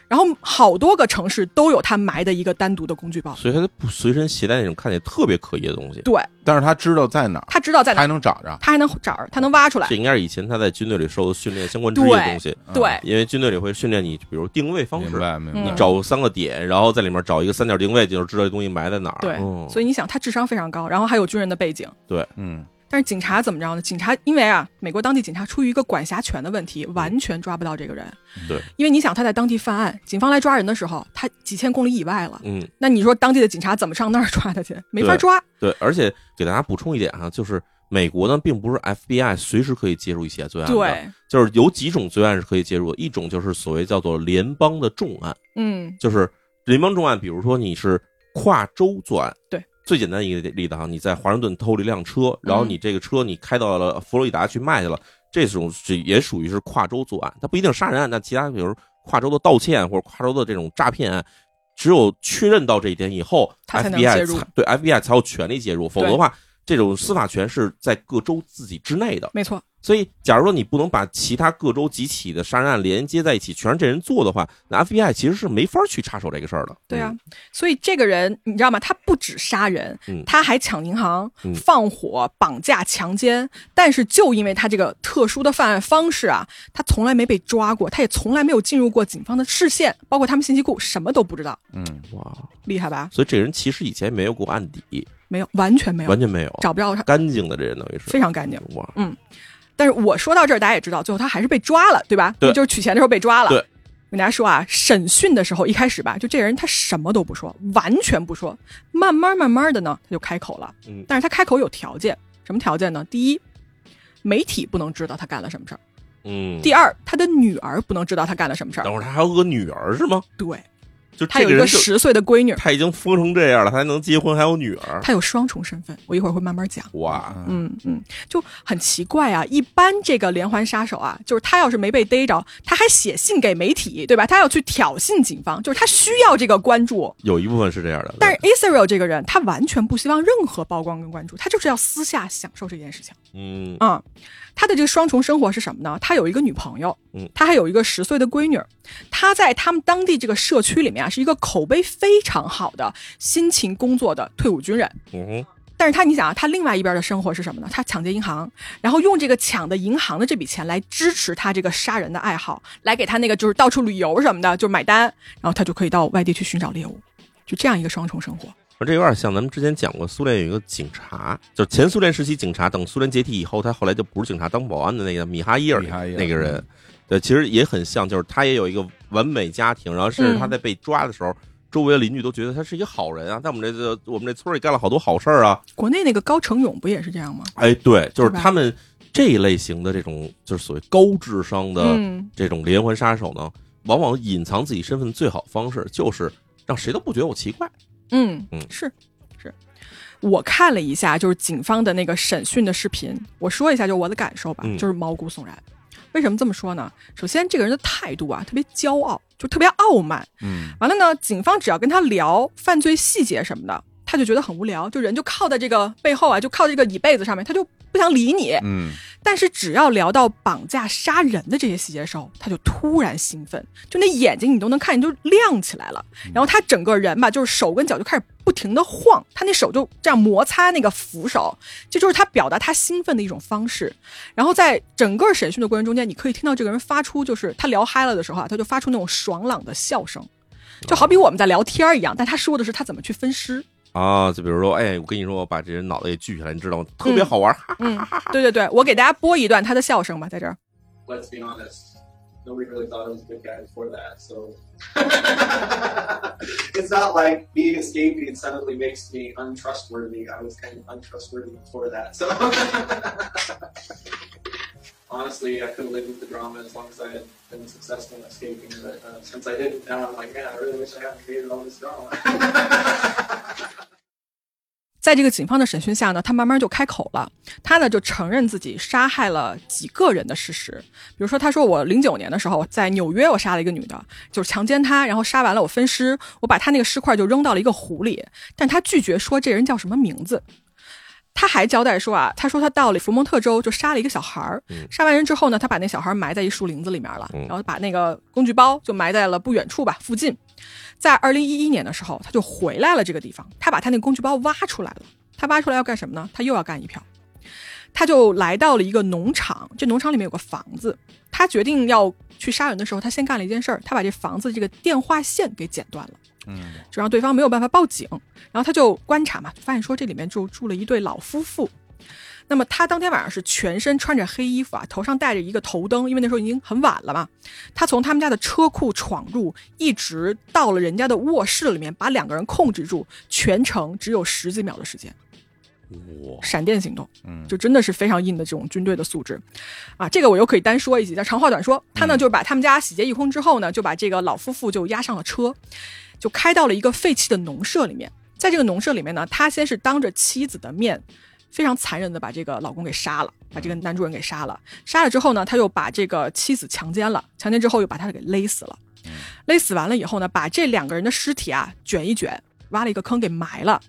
Speaker 11: 然后好多个城市都有他埋的一个单独的工具包。
Speaker 6: 所以他就不随身携带那种看起来特别可疑的东西。
Speaker 11: 对，
Speaker 12: 但是他知道在哪儿，
Speaker 11: 他知道在哪
Speaker 12: 他
Speaker 11: 儿，
Speaker 12: 还能找着。
Speaker 11: 他还能找，他能挖出来
Speaker 6: 这。应该是以前他在军队里受训练相关之一的东西。
Speaker 11: 对对
Speaker 6: 因为军队里会训练你，比如定位方式，
Speaker 12: 明
Speaker 11: 白
Speaker 6: 你找三个点，然后在里面找一个三角定位，就是知道这东西埋在哪儿。
Speaker 11: 对，
Speaker 6: 嗯
Speaker 11: 所以你想，他智商非常高，然后还有军人的背景。
Speaker 6: 对，
Speaker 12: 嗯，
Speaker 11: 但是警察怎么着呢？警察因为啊，美国当地警察出于一个管辖权的问题，完全抓不到这个人。
Speaker 6: 对，
Speaker 11: 因为你想，他在当地犯案，警方来抓人的时候，他几千公里以外了。
Speaker 6: 嗯，
Speaker 11: 那你说当地的警察怎么上那儿抓他去？没法
Speaker 6: 对
Speaker 11: 抓。。
Speaker 6: 对，而且给大家补充一点哈，就是美国呢，并不是 FBI 随时可以介入一起罪案的，
Speaker 11: 对，
Speaker 6: 就是有几种罪案是可以介入的，一种就是所谓叫做联邦的重案，
Speaker 11: 嗯
Speaker 6: 就是联邦重案，比如说你是跨州作案，
Speaker 11: 对，
Speaker 6: 最简单一个例子哈，你在华盛顿偷了一辆
Speaker 12: 嗯
Speaker 6: 车，然后你这个车你开到了佛罗里达去卖去了，这种是也属于是跨州作案，它不一定是杀人案，但其他比如跨州的盗窃案或者跨州的这种诈骗案。啊只有确认到这一点以后
Speaker 11: 他才能介
Speaker 6: ，FBI
Speaker 11: 入
Speaker 6: 才对 FBI 才有权利介入，否则的话，这种司法权是在各州自己之内的。
Speaker 11: 没错，
Speaker 6: 所以，假如说你不能把其他各州几起的杀人案连接在一起，全是这人做的话，那 FBI 其实是没法去插手这个事儿的。
Speaker 11: 对啊，所以这个人你知道吗？他不止杀人，
Speaker 6: 嗯
Speaker 11: 他还抢银行、
Speaker 6: 嗯
Speaker 11: 放火、绑架、强奸。但是就因为他这个特殊的犯案方式啊，他从来没被抓过，他也从来没有进入过警方的视线，包括他们信息库什么都不知道，
Speaker 6: 嗯，哇，
Speaker 11: 厉害吧？
Speaker 6: 所以这人其实以前没有过案底，
Speaker 11: 没有，完全没有，
Speaker 6: 完全没有，
Speaker 11: 找不着他，
Speaker 6: 干净的这人等于是
Speaker 11: 非常干净。
Speaker 6: 哇，
Speaker 11: 嗯，但是我说到这儿，大家也知道，最后他还是被抓了，对吧？
Speaker 6: 对
Speaker 11: 就是取钱的时候被抓了。
Speaker 6: 对，
Speaker 11: 我跟大家说啊，审讯的时候一开始吧，就这人他什么都不说，完全不说，慢慢慢慢的呢，他就开口了。
Speaker 6: 嗯
Speaker 11: 但是他开口有条件，什么条件呢？第一，媒体不能知道他干了什么事儿；
Speaker 6: 嗯。
Speaker 11: 第，二，他的女儿不能知道他干了什么事儿。
Speaker 6: 等会儿他还有个女儿是吗？
Speaker 11: 对，
Speaker 6: 就
Speaker 11: 他
Speaker 6: 这
Speaker 11: 有一
Speaker 6: 人
Speaker 11: 个
Speaker 6: 就
Speaker 11: 十岁的闺女，
Speaker 6: 他已经疯成这样了，他还能结婚，还有女儿，
Speaker 11: 他有双重身份，我一会儿会慢慢讲。
Speaker 6: 哇，
Speaker 11: 嗯嗯，就很奇怪啊。一般这个连环杀手啊，就是他要是没被逮着，他还写信给媒体，对吧？他要去挑衅警方，就是他需要这个关注。
Speaker 6: 有一部分是这样的，
Speaker 11: 但是 Israel 这个人，他完全不希望任何曝光跟关注，他就是要私下享受这件事情。
Speaker 6: 嗯
Speaker 11: 啊、他的这个双重生活是什么呢？他有一个女朋友，
Speaker 6: 嗯
Speaker 11: 他还有一个十岁的闺女。他在他们当地这个社区里面啊，是一个口碑非常好的辛勤工作的退伍军人。
Speaker 6: 嗯
Speaker 11: 但是他，你想啊，他另外一边的生活是什么呢？他抢劫银行，然后用这个抢的银行的这笔钱来支持他这个杀人的爱好，来给他那个就是到处旅游什么的，就是买单，然后他就可以到外地去寻找猎物，就这样一个双重生活。
Speaker 6: 而这有点像咱们之前讲过，苏联有一个警察，就是前苏联时期警察，等苏联解体以后，他后来就不是警察，当保安的那个米哈伊尔那个人，对，其实也很像，就是他也有一个完美家庭，然后甚啊至他在被抓的时候，周围的邻居都觉得他是一个好人啊，在我们这个我们这村儿里干了好多好事儿啊，
Speaker 11: 国内那个高成勇不也是这样吗？
Speaker 6: 哎，对，就是
Speaker 11: 对吧
Speaker 6: 他们这一类型的这种就是所谓高智商的
Speaker 11: 嗯
Speaker 6: 这种连环杀手呢，往往隐藏自己身份的最好方式就是让谁都不觉得我奇怪，
Speaker 11: 嗯
Speaker 6: 嗯
Speaker 11: 是是。我看了一下，就是警方的那个审讯的视频，我说一下就我的感受吧，
Speaker 5: 嗯
Speaker 11: 就是毛骨悚然。为什么这么说呢？首先，这个人的态度啊，特别骄傲，就特别傲慢。
Speaker 5: 嗯
Speaker 11: 完了呢，警方只要跟他聊犯罪细节什么的，他就觉得很无聊，就人就靠在这个背后啊，就靠这个椅背子上面，他就不想理你。
Speaker 12: 嗯，
Speaker 11: 但是只要聊到绑架、杀人的这些细节的时候，他就突然兴奋，就那眼睛你都能看见就亮起来了。然后他整个人吧，就是手跟脚就开始不停的晃，他那手就这样摩擦那个扶手，这就是他表达他兴奋的一种方式。然后在整个审讯的过程中间，你可以听到这个人发出就是他聊嗨了的时候啊，他就发出那种爽朗的笑声，就好比我们在聊天儿一样。但他说的是他怎么去分尸。
Speaker 6: 啊，就比如说，哎，我跟你说，我把这人脑袋给锯下来，你知道吗？特别
Speaker 11: 嗯
Speaker 6: 好玩儿。
Speaker 11: 嗯，对对对，我给大家播一段他的笑声吧，在这儿。
Speaker 10: let's be honest, nobody really thought I was a good guy before that. So it's not like being escaped suddenly makes me untrustworthy. I was kind of untrustworthy before that. So honestly, I could have lived with the drama as long as I had been successful in escaping. But uh, since I didn't, now I'm like, man, I really wish I hadn't created all this drama.
Speaker 11: 在这个警方的审讯下呢，他慢慢就开口了，他呢就承认自己杀害了几个人的事实，比如说他说我零九年的时候在纽约我杀了一个女的，就是强奸她，然后杀完了我分尸，我把她那个尸块就扔到了一个湖里，但他拒绝说这人叫什么名字。他还交代说啊，他说他到了福蒙特州就杀了一个小孩儿，杀完人之后呢，他把那小孩埋在一树林子里面了，然后把那个工具包就埋在了不远处吧附近。在二零一一年的时候，他就回来了这个地方，他把他那个工具包挖出来了。他挖出来要干什么呢？他又要干一票。他就来到了一个农场，这农场里面有个房子。他决定要去杀人的时候，他先干了一件事儿，他把这房子这个电话线给剪断了。
Speaker 5: 嗯
Speaker 11: 就让对方没有办法报警。然后他就观察嘛，就发现说这里面就住了一对老夫妇。那么他当天晚上是全身穿着黑衣服啊，头上戴着一个头灯，因为那时候已经很晚了嘛。他从他们家的车库闯入，一直到了人家的卧室里面，把两个人控制住，全程只有十几秒的时间。闪电行动，
Speaker 5: 嗯
Speaker 11: 就真的是非常硬的这种军队的素质，啊，这个我又可以单说一集，但长话短说，他呢就是把他们家洗劫一空之后呢，就把这个老夫妇就押上了车，就开到了一个废弃的农舍里面。在这个农舍里面呢，他先是当着妻子的面，非常残忍的把这个老公给杀了，把这个男主人给杀了。杀了之后呢，他又把这个妻子强奸了，强奸之后又把他给勒死了。勒死完了以后呢，把这两个人的尸体啊卷一卷，挖了一个坑给埋了。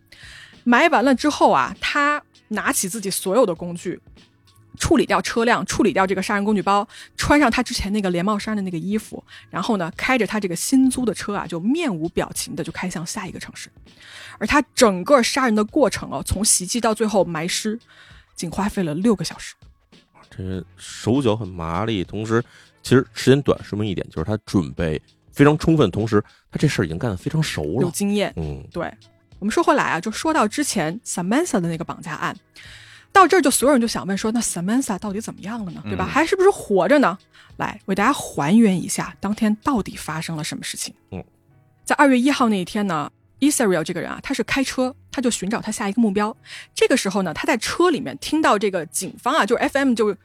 Speaker 11: 埋完了之后啊，他拿起自己所有的工具，处理掉车辆，处理掉这个杀人工具包，穿上他之前那个连帽衫的那个衣服，然后呢，开着他这个新租的车啊，就面无表情的就开向下一个城市。而他整个杀人的过程哦，从袭击到最后埋尸，仅花费了六个小时。
Speaker 6: 这人手脚很麻利，同时其实时间短，说明一点就是他准备非常充分，同时他这事儿已经干得非常熟了，
Speaker 11: 有经验
Speaker 6: 嗯，
Speaker 11: 对，我们说回来啊，就说到之前 Samantha 的那个绑架案，到这儿就所有人就想问说，那 Samantha 到底怎么样了呢？对吧？
Speaker 6: 嗯
Speaker 11: 还是不是活着呢？来为大家还原一下当天到底发生了什么事情。
Speaker 6: 嗯，
Speaker 11: 在二月一号那一天呢 i s a r i e l 这个人啊，他是开车，他就寻找他下一个目标。这个时候呢，他在车里面听到这个警方啊，就是 FM 就是。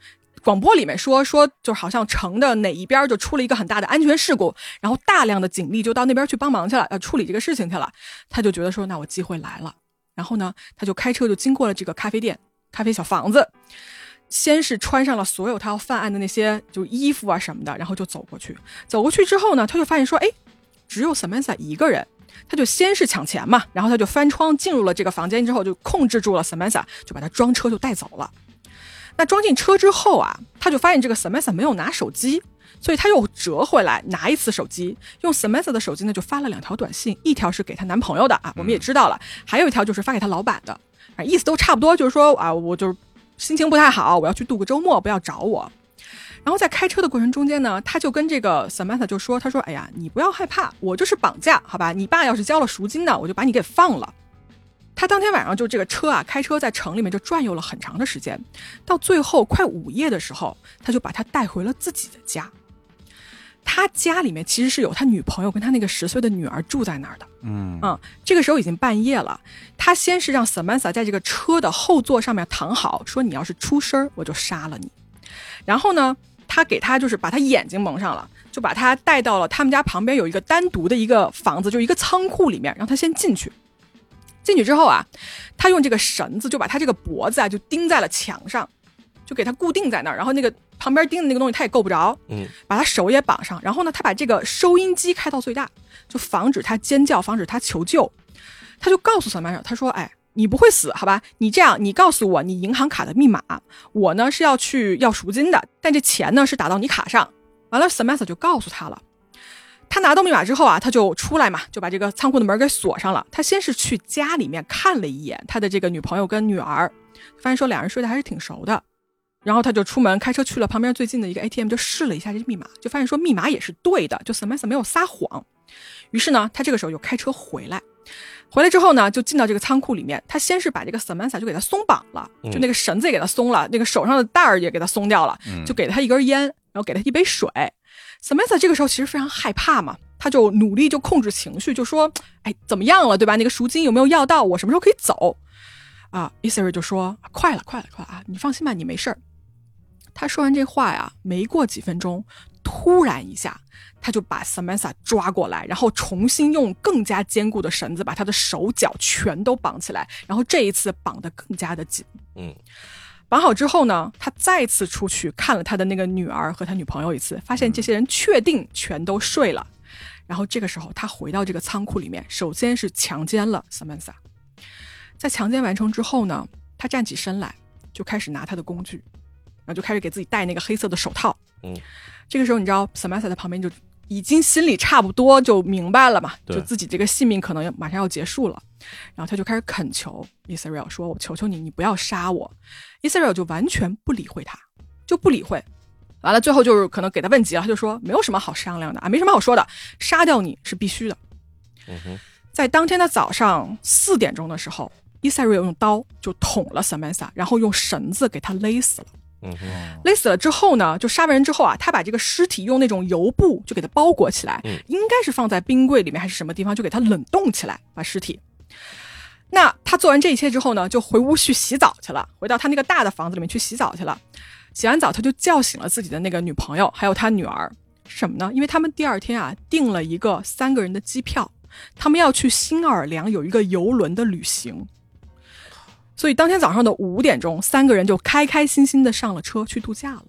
Speaker 11: 广播里面说说，就是好像城的哪一边儿就出了一个很大的安全事故，然后大量的警力就到那边去帮忙去了，要处理这个事情去了。他就觉得说，那我机会来了。然后呢，他就开车就经过了这个咖啡店、咖啡小房子，先是穿上了所有他要犯案的那些就是衣服啊什么的，然后就走过去。走过去之后呢，他就发现说，哎，只有 Samantha 一个人。他就先是抢钱嘛，然后他就翻窗进入了这个房间之后，就控制住了 Samantha，就把他装车就带走了。那装进车之后啊，他就发现这个 Samantha 没有拿手机，所以他又折回来拿一次手机，用 Samantha 的手机呢就发了两条短信，一条是给她男朋友的啊，我们也知道了，还有一条就是发给她老板的，啊，意思都差不多，就是说啊，我就是心情不太好，我要去度个周末，不要找我。然后在开车的过程中间呢，他就跟这个 Samantha 就说：“他说，哎呀，你不要害怕，我就是绑架，好吧？你爸要是交了赎金呢，我就把你给放了。”他当天晚上就这个车啊，开车在城里面就转悠了很长的时间，到最后快午夜的时候，他就把他带回了自己的家。他家里面其实是有他女朋友跟他那个十岁的女儿住在那儿的。
Speaker 5: 嗯
Speaker 11: 嗯，这个时候已经半夜了，他先是让 Samantha 在这个车的后座上面躺好，说你要是出声儿，我就杀了你。然后呢，他给他就是把他眼睛蒙上了，就把他带到了他们家旁边有一个单独的一个房子，就一个仓库里面，让他先进去。进去之后啊，他用这个绳子就把他这个脖子啊就钉在了墙上，就给他固定在那儿。然后那个旁边钉的那个东西他也够不着，
Speaker 6: 嗯，
Speaker 11: 把他手也绑上，然后呢，他把这个收音机开到最大，就防止他尖叫，防止他求救。他就告诉小曼莎，他说：“哎，你不会死，好吧？你这样，你告诉我你银行卡的密码，我呢是要去要赎金的，但这钱呢是打到你卡上。”完了，Samantha 就告诉他了。他拿到密码之后啊，他就出来嘛，就把这个仓库的门给锁上了。他先是去家里面看了一眼他的这个女朋友跟女儿，发现说俩人睡得还是挺熟的。然后他就出门开车去了旁边最近的一个 ATM，就试了一下这密码，就发现说密码也是对的，就 Samantha 没有撒谎。于是呢，他这个时候又开车回来，回来之后呢，就进到这个仓库里面。他先是把这个 Samantha 就给他松绑了，
Speaker 13: 嗯
Speaker 11: 就那个绳子也给他松了，那个手上的带儿也给他松掉了，
Speaker 13: 嗯
Speaker 11: 就给了他一根烟，然后给他一杯水。Samantha 这个时候其实非常害怕嘛，他就努力就控制情绪，就说：“哎，怎么样了，对吧？那个赎金有没有要到？我什么时候可以走？”啊 i s a r 就说：“快了，快了，快了啊！你放心吧，你没事儿。”他说完这话呀，没过几分钟，突然一下，他就把 Samantha 抓过来，然后重新用更加坚固的绳子把他的手脚全都绑起来，然后这一次绑得更加的紧。
Speaker 6: 嗯，
Speaker 11: 绑好之后呢，他再次出去看了他的那个女儿和他女朋友一次，发现这些人确定全都睡了。然后这个时候，他回到这个仓库里面，首先是强奸了 Samantha。在强奸完成之后呢，他站起身来，就开始拿他的工具，然后就开始给自己戴那个黑色的手套。
Speaker 6: 嗯，
Speaker 11: 这个时候，你知道 Samantha 在旁边就已经心里差不多就明白了嘛，
Speaker 6: 对
Speaker 11: 就自己这个性命可能马上要结束了，然后他就开始恳求 Israel 说：“我求求你，你不要杀我。”Israel 就完全不理会他，就不理会。完了，最后就是可能给他问急了，他就说：“没有什么好商量的啊，没什么好说的，杀掉你是必须的。”
Speaker 6: 嗯哼，
Speaker 11: 在当天的早上四点钟的时候，伊塞瑞用刀就捅了 Samantha，然后用绳子给她勒死了。
Speaker 6: 嗯哼，
Speaker 11: 勒死了之后呢，就杀完人之后啊，他把这个尸体用那种油布就给它包裹起来，
Speaker 6: 嗯
Speaker 11: 应该是放在冰柜里面还是什么地方，就给它冷冻起来，把尸体。那他做完这一切之后呢，就回屋去洗澡去了，回到他那个大的房子里面去洗澡去了。洗完澡，他就叫醒了自己的那个女朋友，还有他女儿，是什么呢？因为他们第二天啊订了一个三个人的机票，他们要去新奥尔良有一个游轮的旅行。所以当天早上的五点钟，三个人就开开心心的上了车去度假了。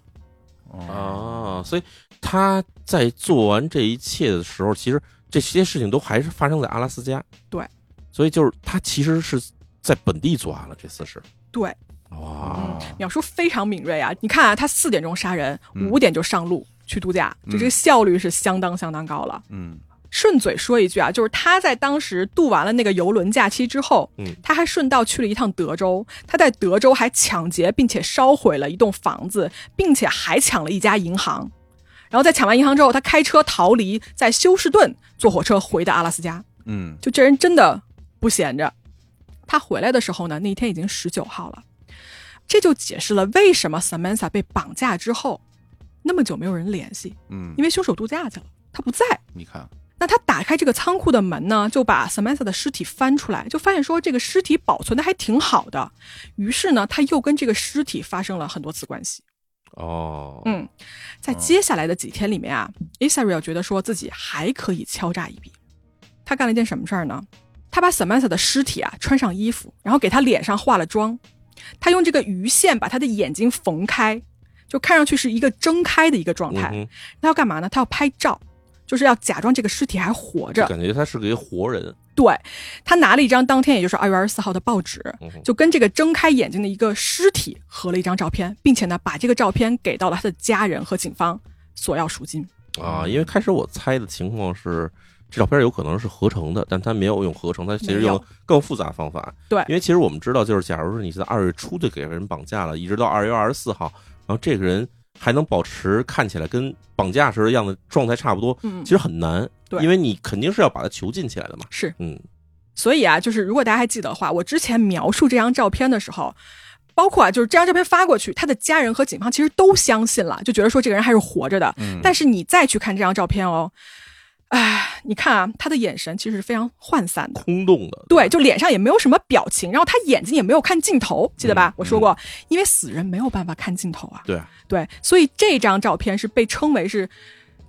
Speaker 6: 啊，所以他在做完这一切的时候，其实这些事情都还是发生在阿拉斯加，
Speaker 11: 对
Speaker 6: 所以就是他其实是在本地作案了这次是。
Speaker 11: 对，
Speaker 6: 哇，
Speaker 11: 秒叔非常敏锐啊！你看啊，他四点钟杀人，
Speaker 6: 嗯
Speaker 11: 五点就上路去度假，
Speaker 5: 嗯
Speaker 11: 就这个效率是相当相当高了。
Speaker 12: 嗯
Speaker 11: 顺嘴说一句啊，就是他在当时度完了那个游轮假期之后，
Speaker 6: 嗯
Speaker 11: 他还顺道去了一趟德州。他在德州还抢劫并且烧毁了一栋房子，并且还抢了一家银行。然后在抢完银行之后，他开车逃离，在休斯顿坐火车回的阿拉斯加。
Speaker 12: 嗯
Speaker 11: 就这人真的不闲着。他回来的时候呢，那一天已经十九号了，这就解释了为什么 Samantha 被绑架之后那么久没有人联系，
Speaker 12: 嗯，
Speaker 11: 因为凶手度假去了，他不在。
Speaker 12: 你看，
Speaker 11: 那他打开这个仓库的门呢，就把 Samantha 的尸体翻出来，就发现说这个尸体保存的还挺好的。于是呢，他又跟这个尸体发生了很多次关系。
Speaker 6: 哦，
Speaker 11: 嗯，在接下来的几天里面啊 i s a r i e l 觉得说自己还可以敲诈一笔。他干了一件什么事儿呢？他把 Samantha 的尸体啊穿上衣服，然后给她脸上化了妆。他用这个鱼线把她的眼睛缝开，就看上去是一个睁开的一个状态。
Speaker 6: 嗯哼
Speaker 11: 那要干嘛呢？他要拍照，就是要假装这个尸体还活着
Speaker 6: 就。感觉他是个一活人。
Speaker 11: 对他拿了一张当天，也就是二月二十四号的报纸
Speaker 6: 嗯哼，
Speaker 11: 就跟这个睁开眼睛的一个尸体合了一张照片，并且呢，把这个照片给到了他的家人和警方索要赎金。
Speaker 6: 啊，因为开始我猜的情况是，这照片有可能是合成的，但他没有用合成，他其实
Speaker 11: 没
Speaker 6: 用
Speaker 11: 有
Speaker 6: 了更复杂的方法。
Speaker 11: 对
Speaker 6: 因为其实我们知道，就是假如说你是在二月初就给人绑架了，一直到二月二十四号，然后这个人还能保持看起来跟绑架时的样子状态差不多，
Speaker 11: 嗯
Speaker 6: 其实很难。
Speaker 11: 对
Speaker 6: 因为你肯定是要把他囚禁起来的嘛。
Speaker 11: 是，
Speaker 6: 嗯，
Speaker 11: 所以啊，就是如果大家还记得的话，我之前描述这张照片的时候，包括啊，就是这张照片发过去，他的家人和警方其实都相信了，就觉得说这个人还是活着的。
Speaker 5: 嗯
Speaker 11: 但是你再去看这张照片哦，哎，你看啊，他的眼神其实是非常涣散的。
Speaker 6: 空洞的。
Speaker 11: 对，就脸上也没有什么表情，然后他眼睛也没有看镜头，记得吧？我说过，因为死人没有办法看镜头啊。
Speaker 6: 嗯对，
Speaker 11: 对，所以这张照片是被称为是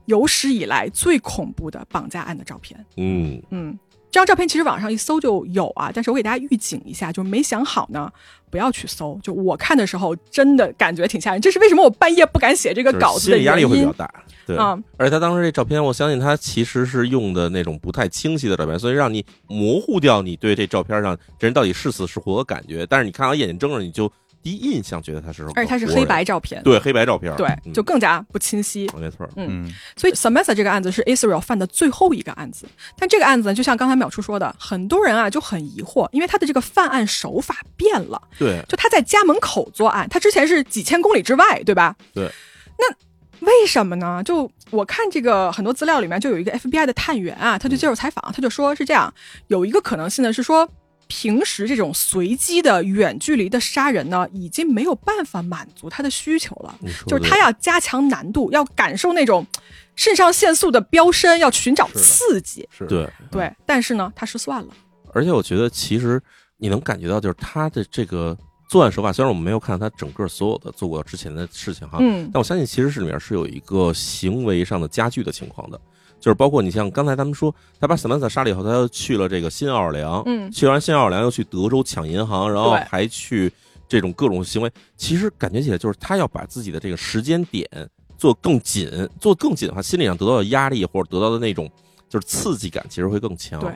Speaker 11: 有史以来最恐怖的绑架案的照片。
Speaker 6: 嗯，
Speaker 11: 嗯，这张照片其实网上一搜就有啊，但是我给大家预警一下，就是没想好呢，不要去搜。就我看的时候，真的感觉挺吓人，这是为什么我半夜不敢写这个
Speaker 6: 就是
Speaker 11: 稿子
Speaker 6: 心
Speaker 11: 的
Speaker 6: 理压力
Speaker 11: 原
Speaker 6: 会比
Speaker 11: 因
Speaker 6: 较。大。对，
Speaker 11: 嗯
Speaker 6: 而且他当时这照片，我相信他其实是用的那种不太清晰的照片，所以让你模糊掉你对这照片上这人到底是死是活的感觉。但是你看到眼睛睁着，你就第一印象觉得他是个活人，
Speaker 11: 而且它是黑白照片，
Speaker 6: 对黑白照片，
Speaker 11: 对，
Speaker 6: 嗯哦
Speaker 11: 就更加不清晰。
Speaker 6: 没错，
Speaker 11: 嗯，所以 Samantha 这个案子是 Israel 犯的最后一个案子，但这个案子呢，就像刚才淼叔说的，很多人啊就很疑惑，因为他的这个犯案手法变了，
Speaker 6: 对
Speaker 11: 就他在家门口作案，他之前是几千公里之外，对吧？
Speaker 6: 对，
Speaker 11: 为什么呢？就我看这个很多资料里面，就有一个 FBI 的探员啊，
Speaker 6: 嗯
Speaker 11: 他就接受采访，他就说是这样，有一个可能性呢是说，平时这种随机的远距离的杀人呢，已经没有办法满足他的需求了，
Speaker 5: 得
Speaker 11: 就是他要加强难度，要感受那种肾上腺素的飙升，要寻找刺激。
Speaker 6: 是对。
Speaker 11: 对，但是呢，他失算了。
Speaker 6: 而且我觉得，其实你能感觉到，就是他的这个作案手法，虽然我们没有看到他整个所有的做过之前的事情哈，
Speaker 5: 嗯
Speaker 6: 啊但我相信其实是里面是有一个行为上的加剧的情况的，就是包括你像刚才他们说，他把 Samantha 杀了以后，他又去了这个新奥尔良，
Speaker 5: 嗯
Speaker 6: 去完新奥尔良又去德州抢银行，然后
Speaker 5: 对
Speaker 6: 还去这种各种行为，其实感觉起来就是他要把自己的这个时间点做更紧，做更紧的话，心理上得到的压力或者得到的那种就是刺激感，其实会更强。
Speaker 5: 对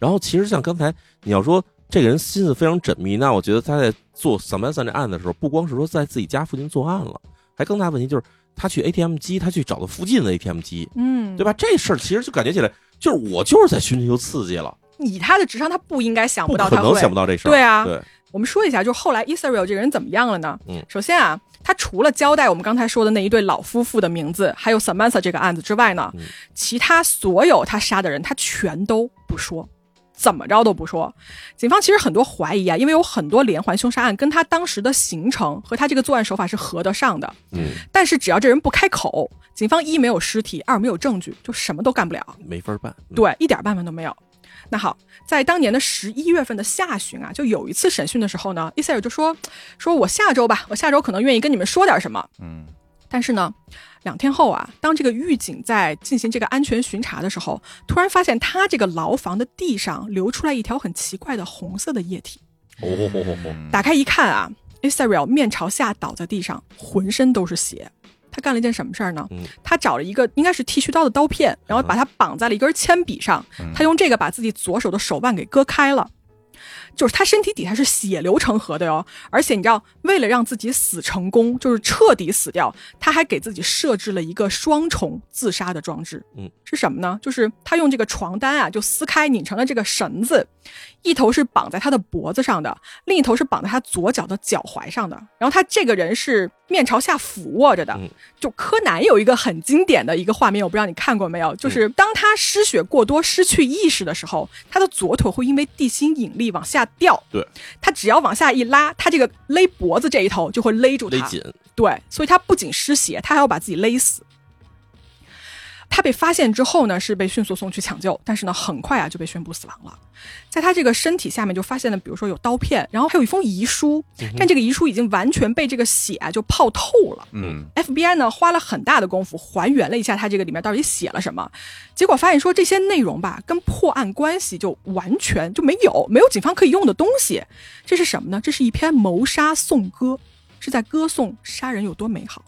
Speaker 6: 然后其实像刚才你要说这个人心思非常缜密，那我觉得他在做 Samantha 这案的时候，不光是说在自己家附近作案了，还更大问题就是他去 ATM 机，他去找到附近的 ATM 机，
Speaker 11: 嗯
Speaker 6: 对吧？这事儿其实就感觉起来，就是我就是在寻求刺激了，
Speaker 11: 以他的智商，他不应该想
Speaker 6: 不
Speaker 11: 到
Speaker 6: 可
Speaker 11: 他
Speaker 6: 能
Speaker 11: 会
Speaker 6: 想不到这事儿。
Speaker 11: 对啊，
Speaker 6: 对，
Speaker 11: 我们说一下，就后来 Israel 这个人怎么样了呢？
Speaker 6: 嗯
Speaker 11: 首先啊，他除了交代我们刚才说的那一对老夫妇的名字，还有 Samantha 这个案子之外呢，
Speaker 6: 嗯
Speaker 11: 其他所有他杀的人，他全都不说。怎么着都不说，警方其实很多怀疑啊，因为有很多连环凶杀案跟他当时的行程和他这个作案手法是合得上的，
Speaker 6: 嗯，
Speaker 11: 但是只要这人不开口，警方一没有尸体，二没有证据，就什么都干不了。
Speaker 6: 没法办。嗯，
Speaker 11: 对，一点办法都没有。那好，在当年的十一月份的下旬啊，就有一次审讯的时候呢，伊塞尔就说：“说我下周吧，我下周可能愿意跟你们说点什么。”
Speaker 5: 嗯
Speaker 11: 但是呢，两天后啊，当这个狱警在进行这个安全巡查的时候，突然发现他这个牢房的地上流出来一条很奇怪的红色的液体。
Speaker 2: 嗯
Speaker 6: 哦，
Speaker 11: 打开一看啊，Israel 面朝下倒在地上，浑身都是血。他干了一件什么事儿呢？他找了一个应该是剃须刀的刀片，然后把它绑在了一根铅笔上
Speaker 5: 嗯。
Speaker 11: 他用这个把自己左手的手腕给割开了。就是他身体底下是血流成河的哟，而且你知道，为了让自己死成功，就是彻底死掉，他还给自己设置了一个双重自杀的装置。
Speaker 6: 嗯，
Speaker 11: 是什么呢？就是他用这个床单啊，就撕开拧成了这个绳子，一头是绑在他的脖子上的，另一头是绑在他左脚的脚踝上的。然后他这个人是面朝下俯卧着的。
Speaker 6: 嗯
Speaker 11: 就柯南有一个很经典的一个画面，我不知道你看过没有，
Speaker 6: 嗯
Speaker 11: 就是当他失血过多、失去意识的时候，他的左腿会因为地心引力往下掉。
Speaker 6: 对，
Speaker 11: 他只要往下一拉，他这个勒脖子这一头就会勒住他，
Speaker 6: 勒紧
Speaker 11: 对，所以他不仅失血，他还要把自己勒死。他被发现之后呢，是被迅速送去抢救，但是呢，很快啊就被宣布死亡了。在他这个身体下面就发现了，比如说有刀片，然后还有一封遗书
Speaker 5: 嗯哼，
Speaker 11: 但这个遗书已经完全被这个血啊就泡透了。
Speaker 5: 嗯
Speaker 11: FBI 呢花了很大的功夫还原了一下他这个里面到底写了什么，结果发现说这些内容吧跟破案关系就完全就没有，没有警方可以用的东西。这是什么呢？这是一篇谋杀颂歌，是在歌颂杀人有多美好。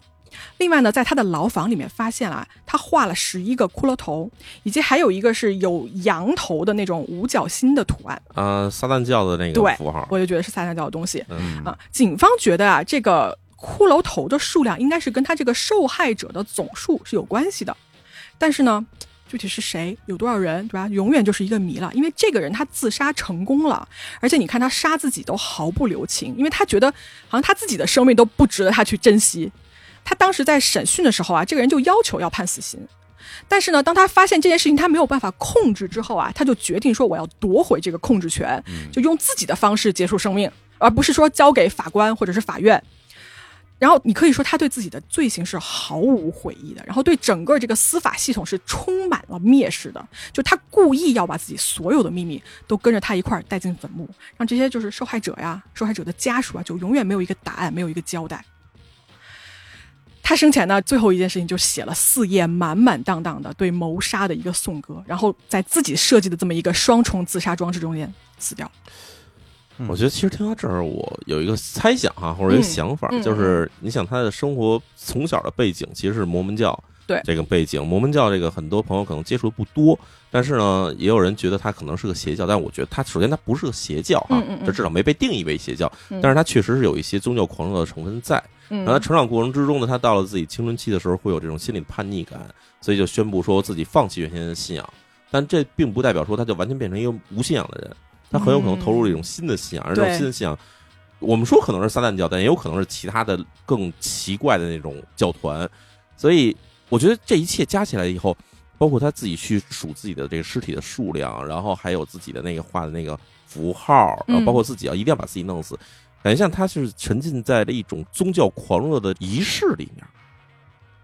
Speaker 11: 另外呢，在他的牢房里面发现了、啊、他画了十一个骷髅头，以及还有一个是有羊头的那种五角星的图案。
Speaker 6: 啊，撒旦教的那个
Speaker 11: 对
Speaker 6: 符号，
Speaker 11: 我就觉得是撒旦教的东西。
Speaker 6: 嗯
Speaker 11: 啊，警方觉得啊，这个骷髅头的数量应该是跟他这个受害者的总数是有关系的，但是呢，具体是谁，有多少人，对吧？永远就是一个谜了。因为这个人他自杀成功了，而且你看他杀自己都毫不留情，因为他觉得好像他自己的生命都不值得他去珍惜。他当时在审讯的时候啊，这个人就要求要判死刑。但是呢，当他发现这件事情他没有办法控制之后啊，他就决定说我要夺回这个控制权，就用自己的方式结束生命，而不是说交给法官或者是法院。然后你可以说他对自己的罪行是毫无悔意的，然后对整个这个司法系统是充满了蔑视的，就他故意要把自己所有的秘密都跟着他一块儿带进坟墓，让这些就是受害者呀、受害者的家属啊，就永远没有一个答案，没有一个交代。他生前呢，最后一件事情就写了四页满满当当的对谋杀的一个颂歌，然后在自己设计的这么一个双重自杀装置中间死掉。
Speaker 6: 我觉得其实听到这儿，我有一个猜想哈、或者一个想法，
Speaker 11: 嗯嗯
Speaker 6: 就是你想他的生活从小的背景其实是摩门教，
Speaker 11: 对
Speaker 6: 这个背景，摩门教这个很多朋友可能接触的不多，但是呢，也有人觉得他可能是个邪教，但我觉得他首先他不是个邪教哈、
Speaker 11: 嗯嗯嗯
Speaker 6: 这至少没被定义为邪教，
Speaker 11: 嗯
Speaker 6: 但是他确实是有一些宗教狂热的成分在。
Speaker 11: 嗯
Speaker 6: 然后他成长过程之中呢，他到了自己青春期的时候，会有这种心理的叛逆感，所以就宣布说自己放弃原先的信仰，但这并不代表说他就完全变成一个无信仰的人，他很有可能投入了一种新的信仰，而这种
Speaker 13: 对
Speaker 6: 新的信仰。我们说可能是撒旦教，但也有可能是其他的更奇怪的那种教团，所以我觉得这一切加起来以后，包括他自己去数自己的这个尸体的数量，然后还有自己的那个画的那个符号，然后
Speaker 13: 嗯
Speaker 6: 包括自己要一定要把自己弄死，感觉像他是沉浸在了一种宗教狂热的仪式里面。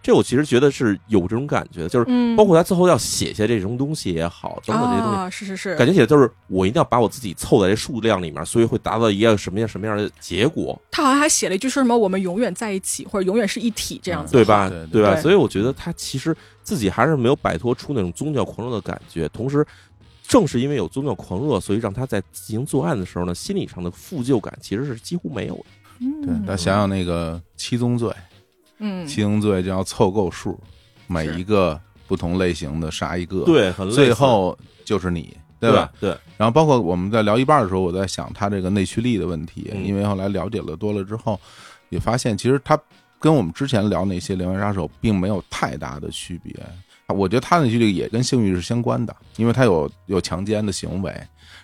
Speaker 6: 这我其实觉得是有这种感觉，就是
Speaker 11: 嗯
Speaker 6: 包括他最后要写下这种东西也好，等等这些东西，
Speaker 11: 啊是是是
Speaker 6: 感觉起来就是我一定要把我自己凑在这数量里面，所以会达到一个什么样什么样的结果。
Speaker 11: 他好像还写了一句说什么“我们永远在一起”或者“永远是一体”这样子，
Speaker 6: 对吧？
Speaker 11: 对
Speaker 6: 吧？所以我觉得他其实自己还是没有摆脱出那种宗教狂热的感觉，同时，正是因为有宗教狂热，所以让他在进行作案的时候呢，心理上的负疚感其实是几乎没有的。
Speaker 12: 对，大家想想那个七宗罪，
Speaker 11: 嗯
Speaker 12: 七宗罪就要凑够数，每一个不同类型的杀一个，
Speaker 6: 对很类似
Speaker 12: 最后就是你，吧？
Speaker 6: 对对。
Speaker 12: 然后包括我们在聊一半的时候，我在想他这个内驱力的问题，
Speaker 6: 嗯
Speaker 12: 因为后来了解了多了之后，也发现其实他跟我们之前聊那些连环杀手并没有太大的区别。我觉得他的内驱力也跟性欲是相关的，因为他有有强奸的行为，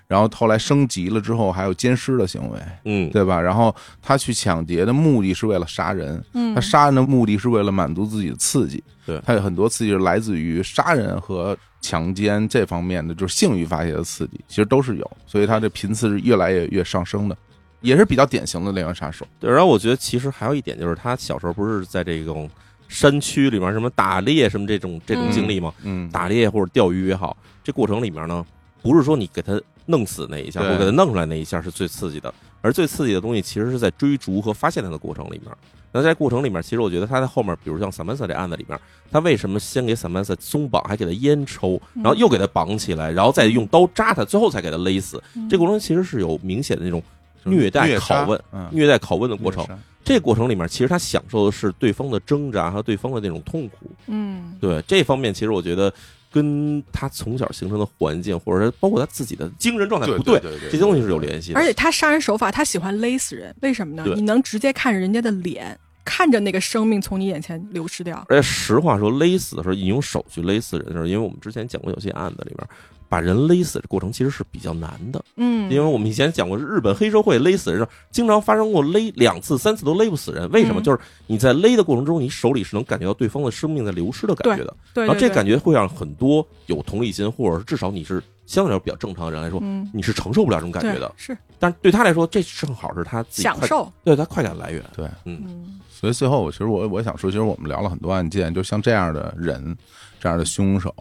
Speaker 12: 然后后来升级了之后还有奸尸的行为，
Speaker 6: 嗯，
Speaker 12: 对吧？然后他去抢劫的目的是为了杀人，
Speaker 6: 嗯
Speaker 12: 他杀人的目的是为了满足自己的刺激，
Speaker 6: 对，
Speaker 12: 他有很多刺激是来自于杀人和强奸这方面的，就是性欲发泄的刺激，其实都是有，所以他这频次是越来越越上升的，也是比较典型的连环杀手。
Speaker 6: 对，然后我觉得其实还有一点就是，他小时候不是在这种山区里面什么打猎什么这种这种经历吗？
Speaker 12: 嗯嗯
Speaker 6: 打猎或者钓鱼也好，这过程里面呢，不是说你给他弄死那一下，
Speaker 12: 对
Speaker 6: 或给他弄出来那一下是最刺激的，而最刺激的东西其实是在追逐和发现他的过程里面。那在过程里面，其实我觉得他在后面，比如像萨曼萨这案子里面，他为什么先给萨曼萨松绑，还给他烟抽，
Speaker 5: 嗯
Speaker 6: 然后又给他绑起来，然后再用刀扎他，最后才给他勒死
Speaker 5: 嗯？
Speaker 6: 这过程其实是有明显的那种虐待
Speaker 12: 虐杀
Speaker 6: 拷问
Speaker 12: 嗯、
Speaker 6: 虐待拷问的过程
Speaker 12: 虐杀。
Speaker 6: 这过程里面，其实他享受的是对方的挣扎和对方的那种痛苦。
Speaker 11: 嗯，
Speaker 6: 对这方面，其实我觉得跟他从小形成的环境，或者说包括他自己的精神状态
Speaker 12: 对
Speaker 6: 不
Speaker 12: 对对对
Speaker 6: 这些东西是有联系的。
Speaker 11: 而且他杀人手法，他喜欢勒死人，为什么呢？
Speaker 6: 对
Speaker 11: 你能直接看着人家的脸，看着那个生命从你眼前流失掉。
Speaker 6: 而且实话说，勒死的时候，你用手去勒死人的时候，因为我们之前讲过有些案子里边，把人勒死的过程其实是比较难的。
Speaker 11: 嗯
Speaker 6: 因为我们以前讲过，日本黑社会勒死人的时候，经常发生过勒两次、三次都勒不死人。为什么？
Speaker 11: 嗯
Speaker 6: 就是你在勒的过程中，你手里是能感觉到对方的生命在流失的感觉的。
Speaker 11: 对对对
Speaker 6: 然后这
Speaker 11: 对
Speaker 6: 感觉会让很多有同理心，或者是至少你是相对来说比较正常的人来说，
Speaker 11: 嗯
Speaker 6: 你是承受不了这种感觉的
Speaker 11: 对。是，
Speaker 6: 但是对他来说，这正好是他自己
Speaker 11: 享
Speaker 6: 快
Speaker 11: 受，
Speaker 6: 对他快感来源。
Speaker 12: 对，
Speaker 6: 嗯，
Speaker 12: 所以最后我其实我我想说，其实我们聊了很多案件，就像这样的人，这样的凶手，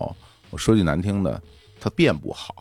Speaker 12: 我说句难听的，他变不好，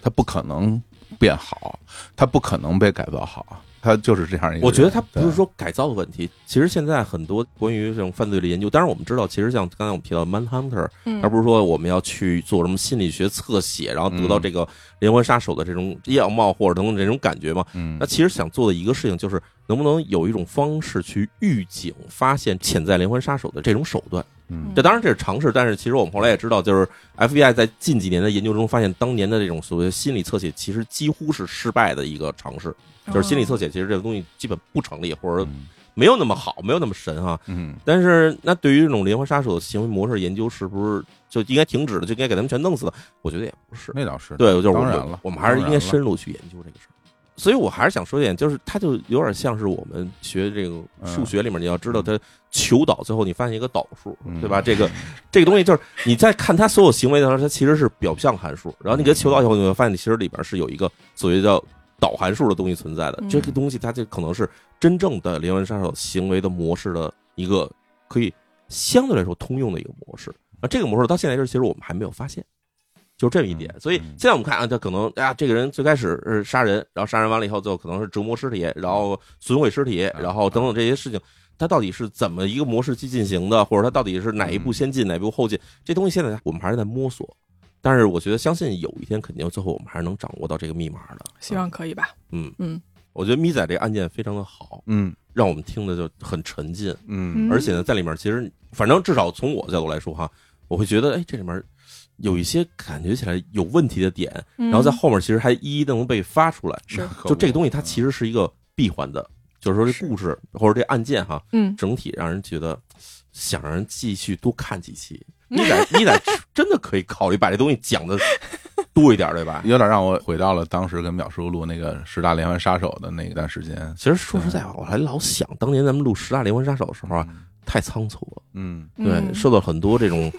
Speaker 12: 他不可能变好，他不可能被改造好，他就是这样一个人。
Speaker 6: 我觉得他不
Speaker 12: 对
Speaker 6: 是说改造的问题，其实现在很多关于这种犯罪的研究，当然我们知道，其实像刚才我们提到 Manhunter，
Speaker 12: 嗯
Speaker 6: 而不是说我们要去做什么心理学侧写，然后得到这个连环杀手的这种样貌或者等等这种感觉嘛。
Speaker 12: 嗯
Speaker 6: 那其实想做的一个事情就是，能不能有一种方式去预警、发现潜在连环杀手的这种手段。
Speaker 12: 嗯
Speaker 6: 这当然这是尝试，但是其实我们后来也知道，就是 FBI 在近几年的研究中发现，当年的这种所谓的心理侧写，其实几乎是失败的一个尝试。就是
Speaker 11: 哦
Speaker 6: 心理侧写，其实这个东西基本不成立，或者说没有那么好，没有那么神啊。
Speaker 12: 嗯，
Speaker 6: 但是那对于这种连环杀手的行为模式研究，是不是就应该停止了，就应该给他们全弄死了？我觉得也不是，
Speaker 12: 那倒是，
Speaker 6: 对，就是我
Speaker 12: 当
Speaker 6: 们
Speaker 12: 然了，
Speaker 6: 我们还是应该深
Speaker 12: 入。
Speaker 6: 入去研究这个事儿。所以我还是想说一点，就是它就有点像是我们学这个数学里面，你要知道它求导，最后你发现一个导数，对吧？这个这个东西就是你在看它所有行为的时候，它其实是表象函数，然后你给它求导以后，你会发现其实里边是有一个所谓叫导函数的东西存在的
Speaker 12: 嗯。
Speaker 6: 这个东西它就可能是真正的连环杀手行为的模式的一个可以相对来说通用的一个模式。啊，这个模式到现在为止，其实我们还没有发现。就这么一点。所以现在我们看啊，他可能啊，这个人最开始是杀人，然后杀人完了以后，最后可能是折磨尸体，然后损毁尸体，然后等等这些事情，他到底是怎么一个模式去进行的，或者他到底是哪一步先进，哪一步后进，这东西现在我们还是在摸索。但是我觉得，相信有一天肯定最后我们还是能掌握到这个密码的。
Speaker 11: 希望可以吧。
Speaker 6: 嗯
Speaker 11: 嗯，
Speaker 6: 我觉得咪仔这个案件非常的好，
Speaker 12: 嗯，
Speaker 6: 让我们听的就很沉浸，
Speaker 12: 嗯
Speaker 6: 而且呢，在里面其实反正至少从我角度来说哈，我会觉得哎，这里面有一些感觉起来有问题的点，
Speaker 12: 嗯
Speaker 6: 然后在后面其实还一一的能被发出来，
Speaker 12: 是
Speaker 6: 就这个东西它其实是一个闭环的，就是说这故事或者这案件哈，
Speaker 12: 嗯
Speaker 6: 整体让人觉得想让人继续多看几期。你得你得真的可以考虑把这东西讲的多一点，对吧？
Speaker 12: 有点让我回到了当时跟淼叔录那个十大连环杀手的那一段时间。
Speaker 6: 其实说实在
Speaker 12: 嗯
Speaker 6: 话，我还老想当年咱们录《十大连环杀手》的时候啊，太仓促了。
Speaker 12: 嗯
Speaker 6: 对，
Speaker 12: 嗯
Speaker 6: 受到很多这种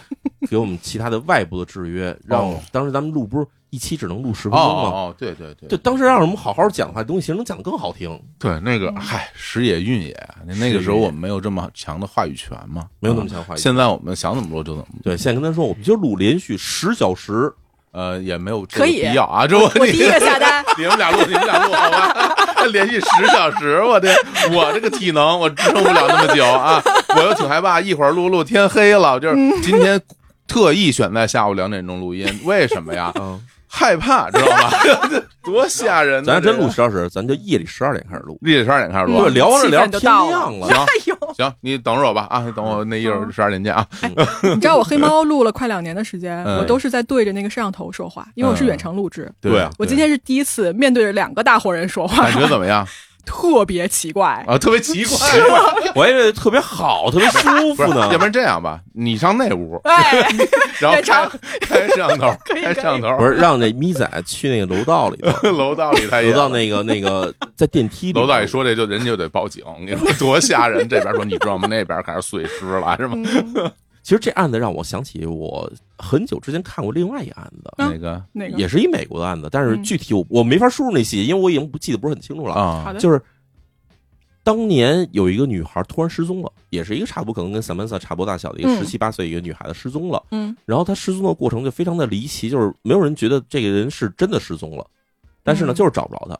Speaker 6: 给我们其他的外部的制约，让我当时咱们录不是一期只能录十分钟
Speaker 12: 哦
Speaker 6: 吗？
Speaker 12: 哦哦对对对
Speaker 6: 就当时让我们好好讲的话，东西其实能讲得更好听。
Speaker 12: 对，那
Speaker 11: 嗯
Speaker 12: 个嗨，时也运也，那那个时候我们没有这么强的话语权嘛，啊
Speaker 6: 没有那么强的话语权
Speaker 12: 现在我们想怎么录就怎么录。
Speaker 6: 对，现在跟他说，我们就录连续十小时，
Speaker 12: 呃，也没有这
Speaker 11: 可
Speaker 12: 个
Speaker 11: 以
Speaker 12: 必要啊。这
Speaker 11: 我我第一个下单，
Speaker 12: 你们俩录，你们俩录好吧？连续十小时，我这我这个体能我支撑不了那么久啊，我又挺害怕，一会儿录录天黑了，就是今天特意选在下午两点钟录音，为什么呀？
Speaker 6: 嗯
Speaker 12: 害怕，知道吗？ 多吓人！
Speaker 6: 咱要真录十小时，咱就夜里十二点开始录，
Speaker 12: 夜里十二点开始录，
Speaker 6: 对， 聊着聊着天亮了，
Speaker 12: 行行，你等着我吧啊，等我那一会儿十二点见啊。
Speaker 11: 你知道我黑猫录了快两年的时间，
Speaker 12: 嗯
Speaker 11: 我都是在对着那个摄像头说话，因为我是远程录制。
Speaker 12: 对啊
Speaker 11: 我今天是第一次面对着两个大活人说话，
Speaker 12: 感觉怎么样？
Speaker 11: 特别奇怪
Speaker 12: 啊，特别奇怪
Speaker 11: 是吗，
Speaker 6: 我还以为特别好，特别舒服呢
Speaker 12: 要不然这样吧，你上那屋， 然后开开摄像头，开摄像头，
Speaker 6: 不是让那咪仔去那个楼道里头，
Speaker 12: 楼道里他也
Speaker 6: 楼道那个那个在电梯里，
Speaker 12: 楼道一说这就人家就得报警，你说多吓人！这边说你知道吗？那边开始碎尸了，是吗？
Speaker 6: 其实这案子让我想起我很久之前看过另外一案子，
Speaker 12: 哪个
Speaker 11: 哪个
Speaker 6: 也是一美国的案子，但是
Speaker 12: 嗯
Speaker 6: 具体我我没法输入那细节，因为我已经不记得不是很清楚了
Speaker 12: 啊好的
Speaker 6: 就是当年有一个女孩突然失踪了，也是一个差不多可能跟 Samantha 差不多大小的一个
Speaker 12: 嗯
Speaker 6: 十七八岁一个女孩子失踪了，
Speaker 11: 嗯，
Speaker 6: 然后她失踪的过程就非常的离奇，就是没有人觉得这个人是真的失踪了，但是呢，
Speaker 12: 嗯
Speaker 6: 就是找不着她。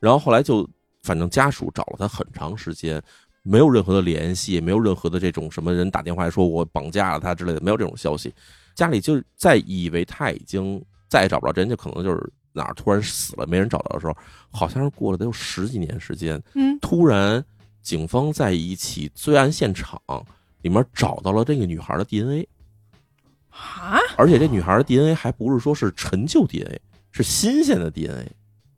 Speaker 6: 然后后来就反正家属找了她很长时间，没有任何的联系，也没有任何的这种什么人打电话说我绑架了他之类的，没有这种消息。家里就是在以为他已经再也找不着人，就可能就是哪儿突然死了，没人找到的时候，好像是过了得有十几年时间，
Speaker 11: 嗯
Speaker 6: 突然警方在一起罪案现场里面找到了这个女孩的 DNA，
Speaker 11: 啊，
Speaker 6: 而且这女孩的 DNA 还不是说是陈旧 DNA，是新鲜的 DNA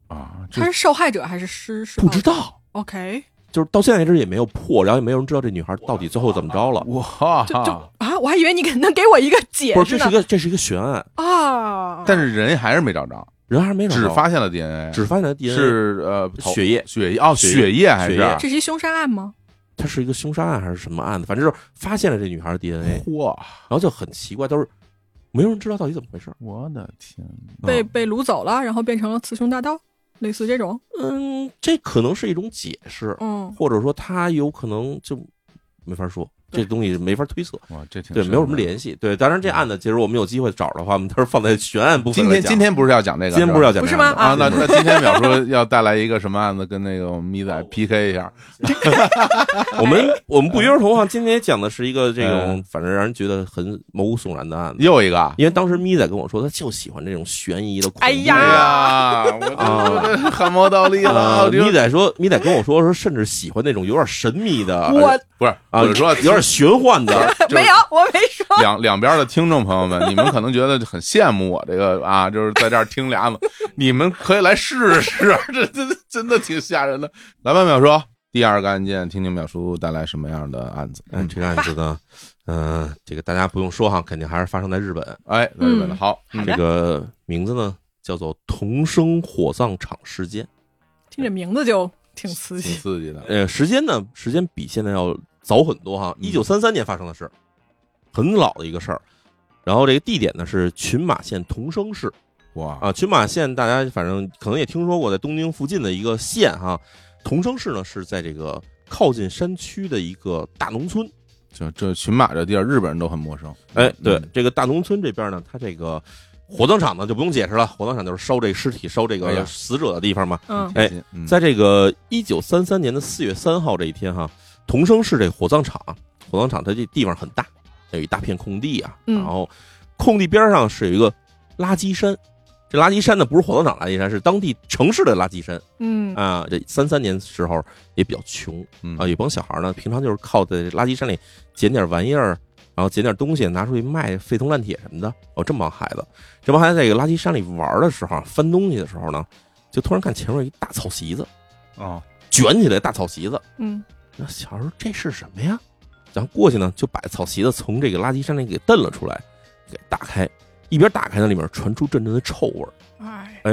Speaker 12: 啊，
Speaker 11: 他是受害者还是施施不知
Speaker 6: 道
Speaker 11: ？OK
Speaker 6: 就是到现在为止也没有破，然后也没有人知道这女孩到底最后怎么着了。
Speaker 12: 哇，
Speaker 11: 啊，我还以为你可能给我一个解
Speaker 6: 不是，
Speaker 11: 释
Speaker 6: 这是
Speaker 11: 呢
Speaker 6: 一个这是一个悬案，
Speaker 11: 啊，
Speaker 12: 但是人还是没找着，
Speaker 6: 人还是没找着
Speaker 12: 只发现了 DNA，
Speaker 6: 只发现了 DNA
Speaker 12: 是呃头
Speaker 6: 血液
Speaker 12: 血液哦血液还是
Speaker 11: 这是一凶杀案吗？
Speaker 6: 它是一个凶杀案还是什么案子？反正就是发现了这女孩的 DNA，
Speaker 12: 哇，
Speaker 6: 然后就很奇怪，都是没有人知道到底怎么回事。
Speaker 12: 我的天，
Speaker 11: 被
Speaker 6: 啊
Speaker 11: 被掳走了，然后变成了雌雄大盗，类似这种。
Speaker 6: 嗯，这可能是一种解释，
Speaker 11: 嗯
Speaker 6: 或者说他有可能就没法说，这东西没法推测。
Speaker 12: 哇，这挺
Speaker 6: 对，
Speaker 12: 深
Speaker 6: 没有什么
Speaker 12: 的
Speaker 6: 联系。对，当然这案子其实我们有机会找的话，我们到时候放在悬案部
Speaker 12: 今
Speaker 6: 分来
Speaker 12: 天
Speaker 6: 讲
Speaker 12: 今天不是要讲这个，
Speaker 6: 今天不是哎要讲这个
Speaker 12: 吧
Speaker 6: 案子
Speaker 12: 啊？那那今天淼叔 要带来一个什么案子，跟那个我们咪仔
Speaker 6: 哦
Speaker 12: PK 一下，
Speaker 6: 我们我们不约而同啊，今天讲的是一个这种，反正让人觉得很毛骨悚然的案子。
Speaker 12: 又一个，啊
Speaker 6: 因为当时咪仔跟我说，他就喜欢这种悬疑的恐怖。
Speaker 11: 哎
Speaker 12: 哎呀我
Speaker 11: 呀
Speaker 12: 这这 汗毛倒立了，
Speaker 6: 哦啊
Speaker 12: 我这
Speaker 6: 咪仔说，咪仔跟我说说，甚至喜欢那种有点神秘的，
Speaker 11: 我
Speaker 12: 不是
Speaker 6: 啊，
Speaker 12: 我是说
Speaker 6: 有点玄幻的。
Speaker 11: 没有，我没说。
Speaker 12: 两两边的听众朋友们，你们可能觉得很羡慕我这个啊，就是在这儿听俩嘛，你们可以来试试， 这这这真的挺吓人的。来吧，淼叔，第二个案件，听听淼叔带来什么样的案子？
Speaker 6: 嗯，这个案子呢，嗯、这个大家不用说哈，肯定还是发生在日本。
Speaker 12: 哎，在日本的
Speaker 6: 嗯
Speaker 12: 好，嗯
Speaker 6: 这个名字呢叫做“童生火葬场事件
Speaker 11: 听这名字就挺刺”，激。
Speaker 12: 刺激的。
Speaker 6: 呃，时间呢，时间比现在要早很多
Speaker 12: 嗯
Speaker 6: 哈，一九三三年发生的事，很老的一个事儿。然后这个地点呢是群马县童生市。
Speaker 12: 哇
Speaker 6: 啊，群马县大家反正可能也听说过，在东京附近的一个县哈。童生市呢是在这个靠近山区的一个大农村。
Speaker 12: 就这群马这地儿，日本人都很陌生。嗯
Speaker 6: 哎，对，这个大农村这边呢，它这个火葬场呢就不用解释了，火葬场就是烧这尸体、烧这
Speaker 12: 哎呀
Speaker 6: 个死者的地方嘛。
Speaker 11: 嗯
Speaker 12: 贴
Speaker 6: 哎
Speaker 12: 心，嗯
Speaker 6: 在这个一九三三年的四月三号这一天哈，同生市这火葬场，火葬场它这地方很大，有一大片空地啊，
Speaker 11: 嗯
Speaker 6: 然后空地边上是有一个垃圾山。这垃圾山呢，不是火葬场垃圾山，是当地城市的垃圾山。
Speaker 11: 嗯
Speaker 6: 啊，这三三年时候也比较穷，啊，有帮小孩呢，平常就是靠在垃圾山里捡点玩意儿，然后捡点东西拿出去卖，废铜烂铁什么的。哦，这么帮孩子，这帮孩子在这个垃圾山里玩的时候，啊翻东西的时候呢，就突然看前面有一大草席子，
Speaker 12: 哦，
Speaker 6: 卷起来大草席子，
Speaker 11: 嗯
Speaker 6: 那小孩说这是什么呀？然后过去呢，就把草席子从这个垃圾山里给蹬了出来，给打开，一边打开呢，里面传出阵阵的臭味儿。
Speaker 11: 哎，
Speaker 6: 哎，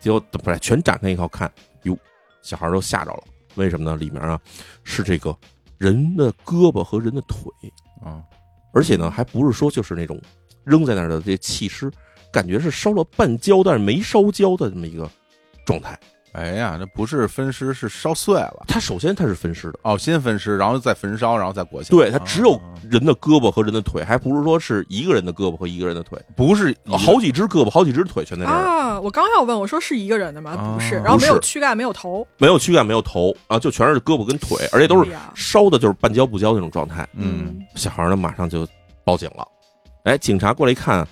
Speaker 6: 结果等把它全展开以后看，哟，小孩儿都吓着了。为什么呢？里面啊是这个人的胳膊和人的腿
Speaker 12: 啊，
Speaker 6: 而且呢还不是说就是那种扔在那儿的这弃尸，感觉是烧了半焦但是没烧焦的这么一个状态。
Speaker 12: 哎呀，这不是分尸，是烧碎了。
Speaker 6: 它首先它是分尸的
Speaker 12: 哦，先分尸，然后再焚烧，然后再裹起来。啊哦
Speaker 6: 对，它只有人的胳膊和人的腿，还不是说是一个人的胳膊和一个人的腿，
Speaker 12: 不是
Speaker 6: 好几只胳膊、好几只腿全在这儿。
Speaker 11: 啊，我刚要问，我说是一个人的吗？不是，
Speaker 6: 啊
Speaker 11: 然后没有
Speaker 6: 不是
Speaker 11: 躯干，没有头。哎
Speaker 6: 没有躯干，没有头啊，就全是胳膊跟腿，而且都是烧的，就是半焦不焦那种状态。
Speaker 12: 嗯，
Speaker 6: 小孩呢马上就报警了。哎，警察过来一看，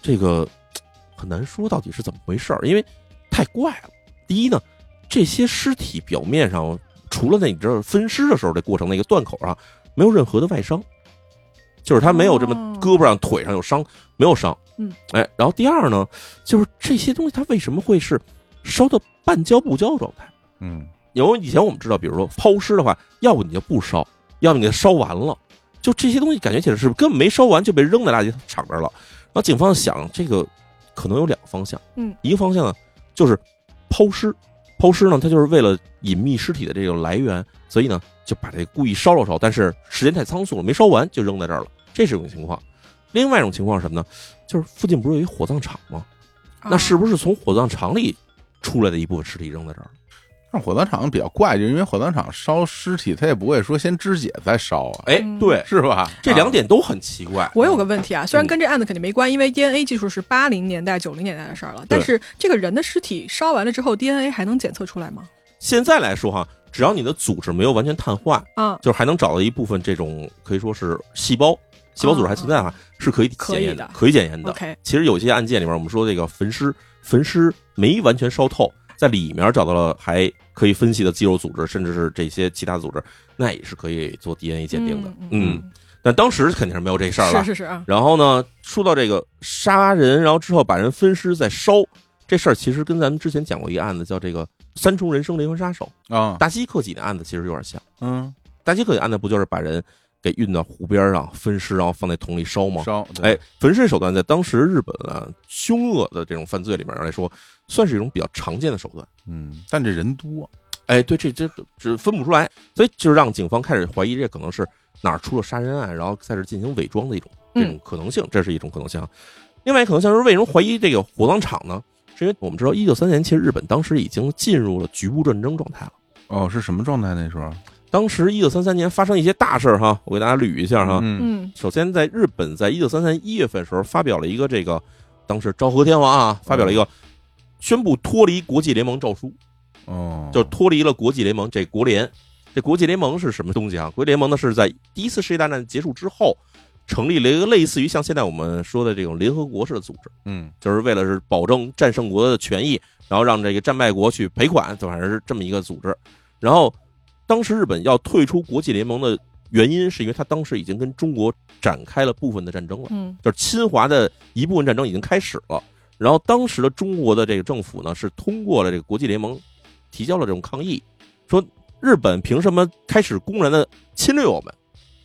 Speaker 6: 这个嘖很难说到底是怎么回事儿，因为太怪了。第一呢，这些尸体表面上除了那你知道分尸的时候这过程那个断口啊上没有任何的外伤，就是他没有这么
Speaker 11: 哦
Speaker 6: 胳膊上、腿上有伤，没有伤。
Speaker 11: 嗯，
Speaker 6: 哎，然后第二呢，就是这些东西它为什么会是烧的半焦不焦的状态？
Speaker 12: 嗯，
Speaker 6: 有以前我们知道，比如说抛尸的话，要不你就不烧，要不你就烧完了。就这些东西感觉起来是根本没烧完就被扔在垃圾场这儿了。然后警方想，这个可能有两个方向，
Speaker 11: 嗯
Speaker 6: 一个方向呢就是抛尸，抛尸呢它就是为了隐秘尸体的这个来源，所以呢就把这故意烧了烧，但是时间太仓促了，没烧完就扔在这儿了，这是一种情况。另外一种情况是什么呢？就是附近不是有一火葬场吗？那是不是从火葬场里出来的一部分尸体扔在这儿了？
Speaker 12: 但是火葬场比较怪，就因为火葬场烧尸体，他也不会说先肢解再烧啊。
Speaker 6: 哎，
Speaker 11: 嗯
Speaker 6: 对，
Speaker 12: 是吧？啊
Speaker 6: 这两点都很奇怪。
Speaker 11: 我有个问题
Speaker 6: 嗯
Speaker 11: 啊，虽然跟这案子肯定没关，因为 DNA 技术是八零年代、九零年代的事儿了，但
Speaker 6: 对
Speaker 11: 是这个人的尸体烧完了之后，DNA 还能检测出来吗？
Speaker 6: 现在来说哈，只要你的组织没有完全碳化，
Speaker 11: 嗯
Speaker 6: 就是还能找到一部分这种可以说是细胞。细胞组织还存在啊，是可以检验
Speaker 11: 可以的
Speaker 6: 可以检验的。
Speaker 11: OK
Speaker 6: 其实有些案件里面，我们说这个焚尸，焚尸没完全烧透，在里面找到了还可以分析的肌肉组织，甚至是这些其他组织，那也是可以做 DNA 鉴定的。
Speaker 11: 嗯
Speaker 6: 嗯，但当时肯定是没有这事儿了。
Speaker 11: 是是是啊
Speaker 6: 然后呢，说到这个杀人，然后之后把人分尸再烧这事儿，其实跟咱们之前讲过一个案子，叫这个三重人生连环杀手
Speaker 12: 啊
Speaker 6: 达西克己的案子其实有点像。
Speaker 12: 嗯，
Speaker 6: 达西克己案子不就是把人给运到湖边儿上分尸，然后放在桶里烧吗？
Speaker 12: 烧对
Speaker 6: 哎，焚尸手段在当时日本啊凶恶的这种犯罪里面来说，算是一种比较常见的手段。
Speaker 12: 嗯，但这人多，
Speaker 6: 哎，对，这这这分不出来，所以就是让警方开始怀疑这可能是哪儿出了杀人案，然后开始进行伪装的一种
Speaker 11: 嗯
Speaker 6: 这种可能性，这是一种可能性啊。另外一个可能性是，为什么怀疑这个火葬场呢？是因为我们知道，一九三年其实日本当时已经进入了局部战争状态了。
Speaker 12: 哦，是什么状态那时候？
Speaker 6: 当时一九三三年发生一些大事儿哈，我给大家捋一下哈。
Speaker 12: 嗯
Speaker 11: 嗯
Speaker 6: 首先在日本，在一九三三一月份的时候发表了一个这个，当时昭和天皇啊发表了一个宣布脱离国际联盟诏书，
Speaker 12: 哦，
Speaker 6: 就是脱离了国际联盟这国联。这国际联盟是什么东西啊？国际联盟呢是在第一次世界大战结束之后，成立了一个类似于像现在我们说的这种联合国式的组织。
Speaker 12: 嗯，
Speaker 6: 就是为了是保证战胜国的权益，然后让这个战败国去赔款，反正是这么一个组织。然后，当时日本要退出国际联盟的原因，是因为他当时已经跟中国展开了部分的战争了，
Speaker 11: 嗯
Speaker 6: 就是侵华的一部分战争已经开始了。然后，当时的中国的这个政府呢，是通过了这个国际联盟提交了这种抗议，说日本凭什么开始公然的侵略我们？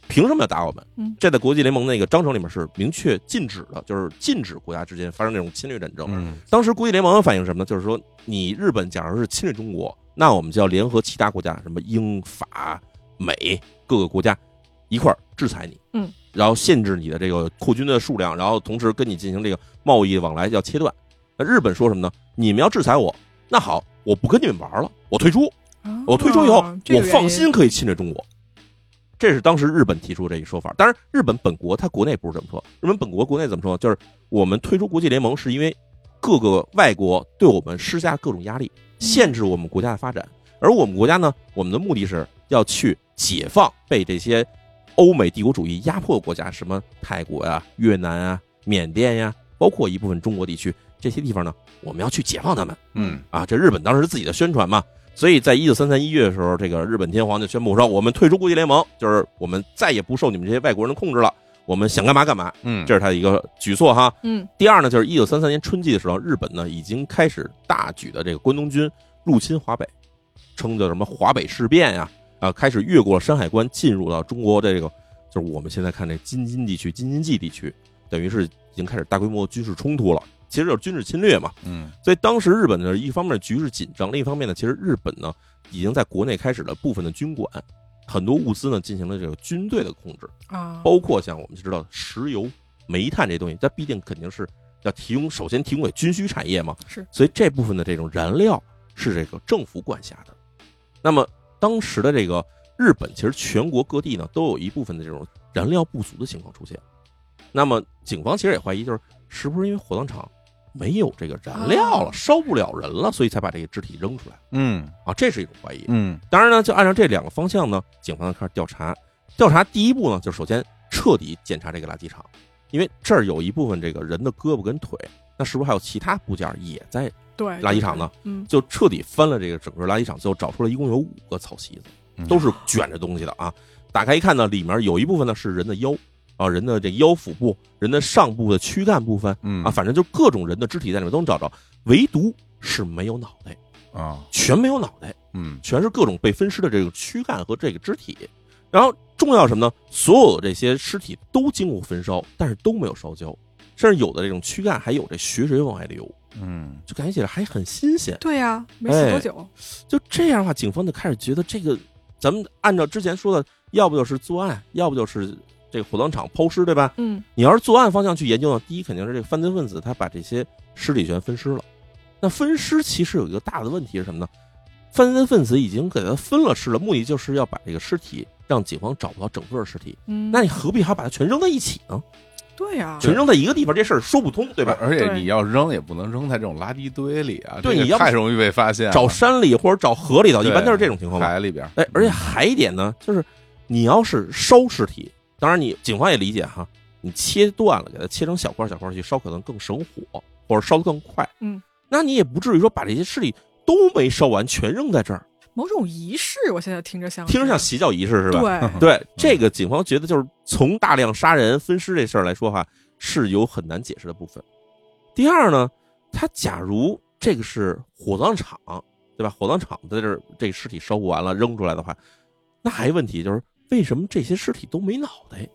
Speaker 6: 凭什么要打我们？
Speaker 11: 嗯
Speaker 6: 这在国际联盟那个章程里面是明确禁止的，就是禁止国家之间发生这种侵略战争。
Speaker 12: 嗯
Speaker 6: 当时国际联盟的反应是什么呢？就是说，你日本假如是侵略中国，那我们就要联合其他国家，什么英法美各个国家一块儿制裁你，
Speaker 11: 嗯
Speaker 6: 然后限制你的这个扩军的数量，然后同时跟你进行这个贸易往来要切断。那日本说什么呢？你们要制裁我，那好，我不跟你们玩了，我退出。我退出以后，
Speaker 11: 啊这个
Speaker 6: 我
Speaker 11: 原因
Speaker 6: 放心可以侵略中国。这是当时日本提出这一说法。当然，日本本国它国内不是这么说，日本本国国内怎么说？就是我们退出国际联盟是因为各个外国对我们施加各种压力，限制我们国家的发展。而我们国家呢，我们的目的是要去解放被这些欧美帝国主义压迫国家，什么泰国呀、越南啊、缅甸呀、包括一部分中国地区这些地方呢，我们要去解放他们。
Speaker 12: 嗯
Speaker 6: 啊，这日本当时自己的宣传嘛，所以在一九三三一月的时候，这个日本天皇就宣布说，我们退出国际联盟，就是我们再也不受你们这些外国人的控制了，我们想干嘛干嘛。
Speaker 12: 嗯
Speaker 6: 这是他的一个举措哈。
Speaker 11: 嗯
Speaker 6: 第二呢，就是一九三三年春季的时候，日本呢已经开始大举的这个关东军入侵华北，称叫什么华北事变呀、啊，开始越过山海关，进入到中国的这个，就是我们现在看这京津地区、京津冀地区，等于是已经开始大规模军事冲突了，其实就是军事侵略嘛。
Speaker 12: 嗯
Speaker 6: 所以当时日本呢，一方面局势紧张，另一方面呢，其实日本呢已经在国内开始了部分的军管，很多物资呢进行了这个军队的控制，
Speaker 11: 啊，
Speaker 6: 包括像我们知道的石油、煤炭这东西，它必定肯定是要提供，首先提供给军需产业嘛，
Speaker 11: 是
Speaker 6: 所以这部分的这种燃料是这个政府管辖的。那么当时的这个日本，其实全国各地呢都有一部分的这种燃料不足的情况出现。那么警方其实也怀疑，就是是不是因为火葬场没有这个燃料
Speaker 11: 啊
Speaker 6: 了，烧不了人了，所以才把这个肢体扔出来
Speaker 12: 嗯
Speaker 6: 啊？这是一种怀疑。
Speaker 12: 嗯
Speaker 6: 当然呢，就按照这两个方向呢，警方就开始调查。调查第一步呢，就首先彻底检查这个垃圾场，因为这儿有一部分这个人的胳膊跟腿，那是不是还有其他部件也在
Speaker 11: 对
Speaker 6: 垃圾场呢？
Speaker 11: 对对嗯
Speaker 6: 就彻底翻了这个整个垃圾场，最后找出来一共有五个草席子，都是卷着东西的啊。打开一看呢，里面有一部分呢是人的腰啊，人的这腰腹部、人的上部的躯干部分，
Speaker 12: 嗯
Speaker 6: 啊，反正就各种人的肢体在里面都能找着，唯独是没有脑袋，
Speaker 12: 啊，
Speaker 6: 全没有脑袋。
Speaker 12: 嗯
Speaker 6: 全是各种被分尸的这个躯干和这个肢体。然后重要什么呢？所有的这些尸体都经过焚烧，但是都没有烧焦，甚至有的这种躯干还有这血水往外流，
Speaker 12: 嗯，
Speaker 6: 就感觉起来还很新鲜。
Speaker 11: 对呀、没死多久，
Speaker 6: 就这样的话，警方就开始觉得这个，咱们按照之前说的，要不就是作案，要不就是这个火葬场抛尸，对吧？
Speaker 11: 嗯，
Speaker 6: 你要是作案方向去研究呢，第一肯定是这个犯罪分子他把这些尸体全分尸了。那分尸其实有一个大的问题是什么呢？犯罪分子已经给他分了尸了，目的就是要把这个尸体让警方找不到整个尸体。
Speaker 11: 嗯
Speaker 6: 那你何必还要把它全扔在一起呢？
Speaker 11: 对呀、
Speaker 6: 全扔在一个地方，这事儿说不通，对吧？
Speaker 12: 而且你要扔也不能扔在这种垃圾堆里啊，
Speaker 6: 对
Speaker 12: 这个
Speaker 6: 你要不
Speaker 12: 太容易被发现了。啊
Speaker 6: 找山里或者找河里头，一
Speaker 12: 对
Speaker 6: 般都是这种情况吧。
Speaker 12: 海里边，
Speaker 6: 哎，而且还一点呢，就是你要是烧尸体，当然你警方也理解哈，你切断了，给它切成小块儿小块儿去烧，可能更省火，或者烧得更快。
Speaker 11: 嗯，
Speaker 6: 那你也不至于说把这些尸体都没烧完，全扔在这儿，
Speaker 11: 某种仪式，我现在听着像
Speaker 6: 听着像邪教仪式是吧？
Speaker 11: 对
Speaker 6: 这个警方觉得就是从大量杀人分尸这事儿来说哈，是有很难解释的部分。第二呢，他假如这个是火葬场，对吧？火葬场在这儿这尸体烧不完了扔出来的话，那还有问题就是为什么这些尸体都没脑袋？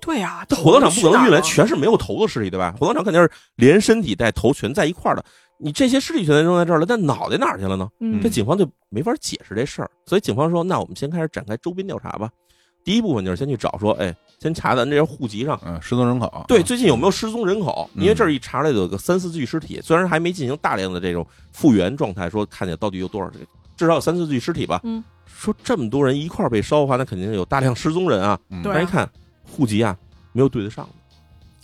Speaker 11: 对呀、
Speaker 6: 这火葬场不
Speaker 11: 头
Speaker 6: 可能
Speaker 11: 去
Speaker 6: 运
Speaker 11: 哪
Speaker 6: 来
Speaker 11: 儿
Speaker 6: 全是没有头的尸体，对吧？火葬场肯定是连身体带头全在一块儿的。你这些尸体全在扔在这儿了，但脑袋哪儿去了呢？
Speaker 5: 嗯
Speaker 6: 这警方就没法解释这事儿，所以警方说，那我们先开始展开周边调查吧。第一部分就是先去找说，哎，先查咱这些户籍上，
Speaker 12: 嗯，失踪人口，
Speaker 6: 对，最近有没有失踪人口？因为这儿一查来有个三四具尸体，虽然还没进行大量的这种复原状态，说看见到底有多少，至少有三四具尸体吧。
Speaker 11: 嗯，
Speaker 6: 说这么多人一块儿被烧的话，那肯定有大量失踪人啊。
Speaker 11: 对啊
Speaker 6: 但一看户籍啊，没有对得上的。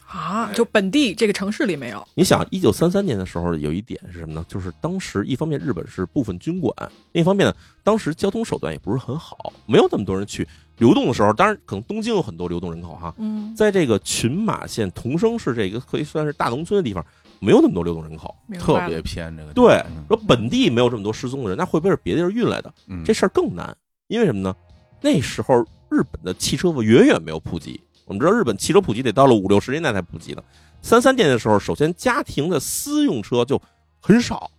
Speaker 11: 啊，就本地这个城市里没有。
Speaker 6: 你想，一九三三年的时候，有一点是什么呢？就是当时一方面
Speaker 12: 嗯
Speaker 6: 日本是部分军管，另一方面呢，当时交通手段也不是很好，没有那么多人去流动的时候，当然可能东京有很多流动人口哈，
Speaker 11: 嗯
Speaker 6: 在这个群马县同生市这个可以算是大农村的地方，没有那么多流动人口，
Speaker 12: 明白了特别偏这个地方
Speaker 6: 对，说
Speaker 12: 嗯
Speaker 6: 本地没有这么多失踪的人，那会不会是别的地儿运来的？这事儿更难，因为什么呢？那时候日本的汽车远远没有普及。我们知道日本汽车普及得到了五六十年代才普及呢。三三年的时候，首先家庭的私用车就很少，